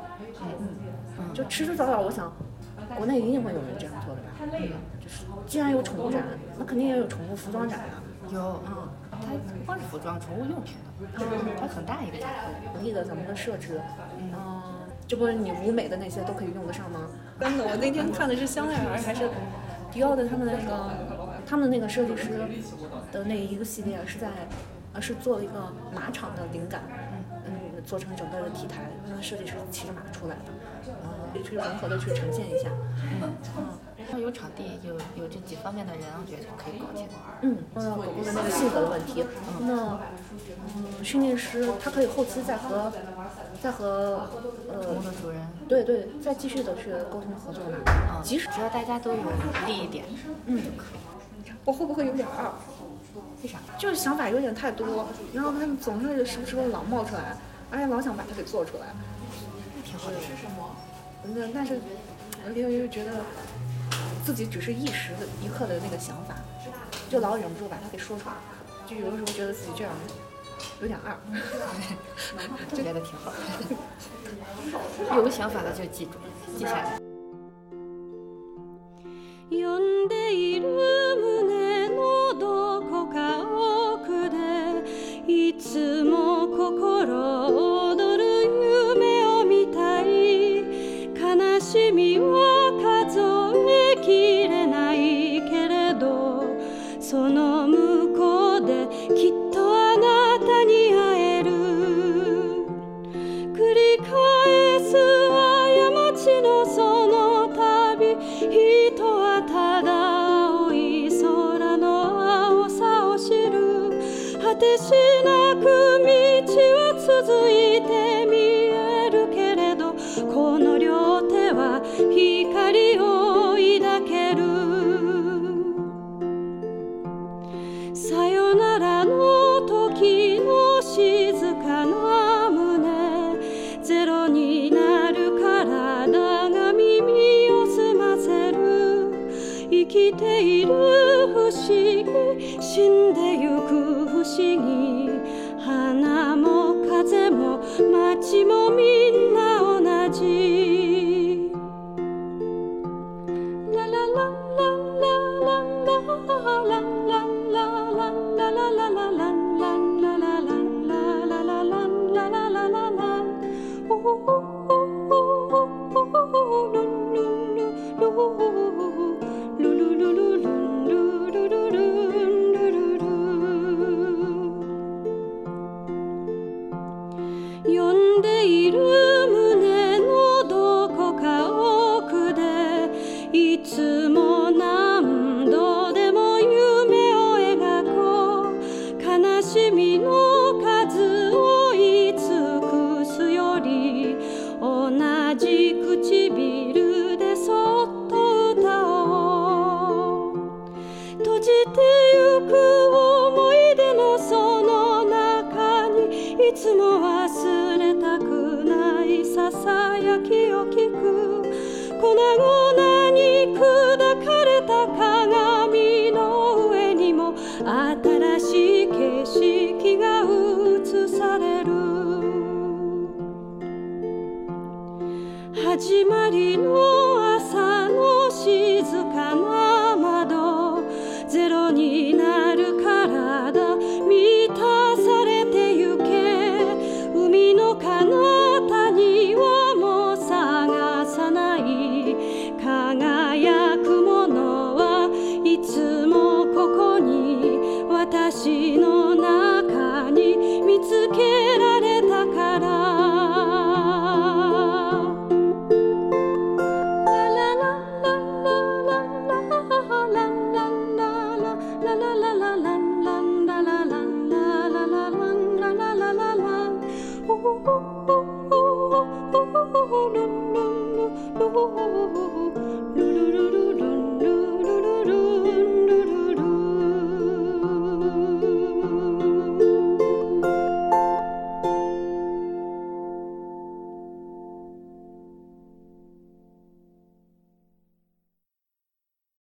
Speaker 2: 嗯，就迟迟早早，我想国内一定会有人这样做的吧。嗯，就是既然有宠物展，那肯定也有宠物服装展啊。
Speaker 3: 有，嗯，它不光是服装，宠物用品的，它很大一个展区。
Speaker 2: 能力的咱们的设置，嗯、这不是你舞美的那些都可以用得上吗？
Speaker 6: 真的，我那天看的是香奈儿还是
Speaker 2: 迪奥的他们那个，他们那个设计师的那一个系列是在，呃，是做了一个马场的灵感，嗯，做成整个的 T 台，他们设计师骑着马出来的，呃，去融合的去呈现一下，
Speaker 3: 要有场地，有有这几方面的人，我觉得就可以搞起来。
Speaker 2: 嗯，说到狗狗的那个性格的问题，嗯那嗯，训练师他可以后期再和再和
Speaker 3: 宠物
Speaker 2: 呃，
Speaker 3: 的主人，
Speaker 2: 对对，再继续的去沟通合作嘛，
Speaker 3: 嗯，
Speaker 2: 即使
Speaker 3: 只要大家都有利益点，
Speaker 6: 我会不会有点二？
Speaker 3: 为啥？
Speaker 6: 就是想法有点太多，然后他们总是时不时的老冒出来，而且老想把它给做出来。
Speaker 3: 挺好的。
Speaker 6: 那但是，因为又觉得自己只是一时的一刻的那个想法，就老忍不住把它给说出来，就有的时候觉得自己这样有点二。
Speaker 3: 我觉得挺好。 [laughs] 有个想法的就记住，记下来。
Speaker 7: 呼んでいる胸のどこか奥でいつも心躍る夢を見たい悲しみは数えきれないけれどその向こうできっとあなたに会える繰り返す過ちのその旅人はただ青い空の青さを知る果てしなく道は続いて見えるけれどこの両手は光を抱けるさよならの時の静かな胸ゼロになる体が耳を澄ませる生きている不思議死んでゆく不思議花も風も街もみんな同じ呼んでいる胸のどこか奥でいつも何度でも夢を描こう悲しみの数をい尽くすより同じ唇でそっと歌おう閉じてゆく思い出のその中にいつも忘れたくないささやきを聞く粉々に砕かれた鏡の上にも新しい景色が映される始まりの朝の静かな窓ゼロになる体満たされてゆけ海の彼方にはもう探さない輝くものはいつもここに私の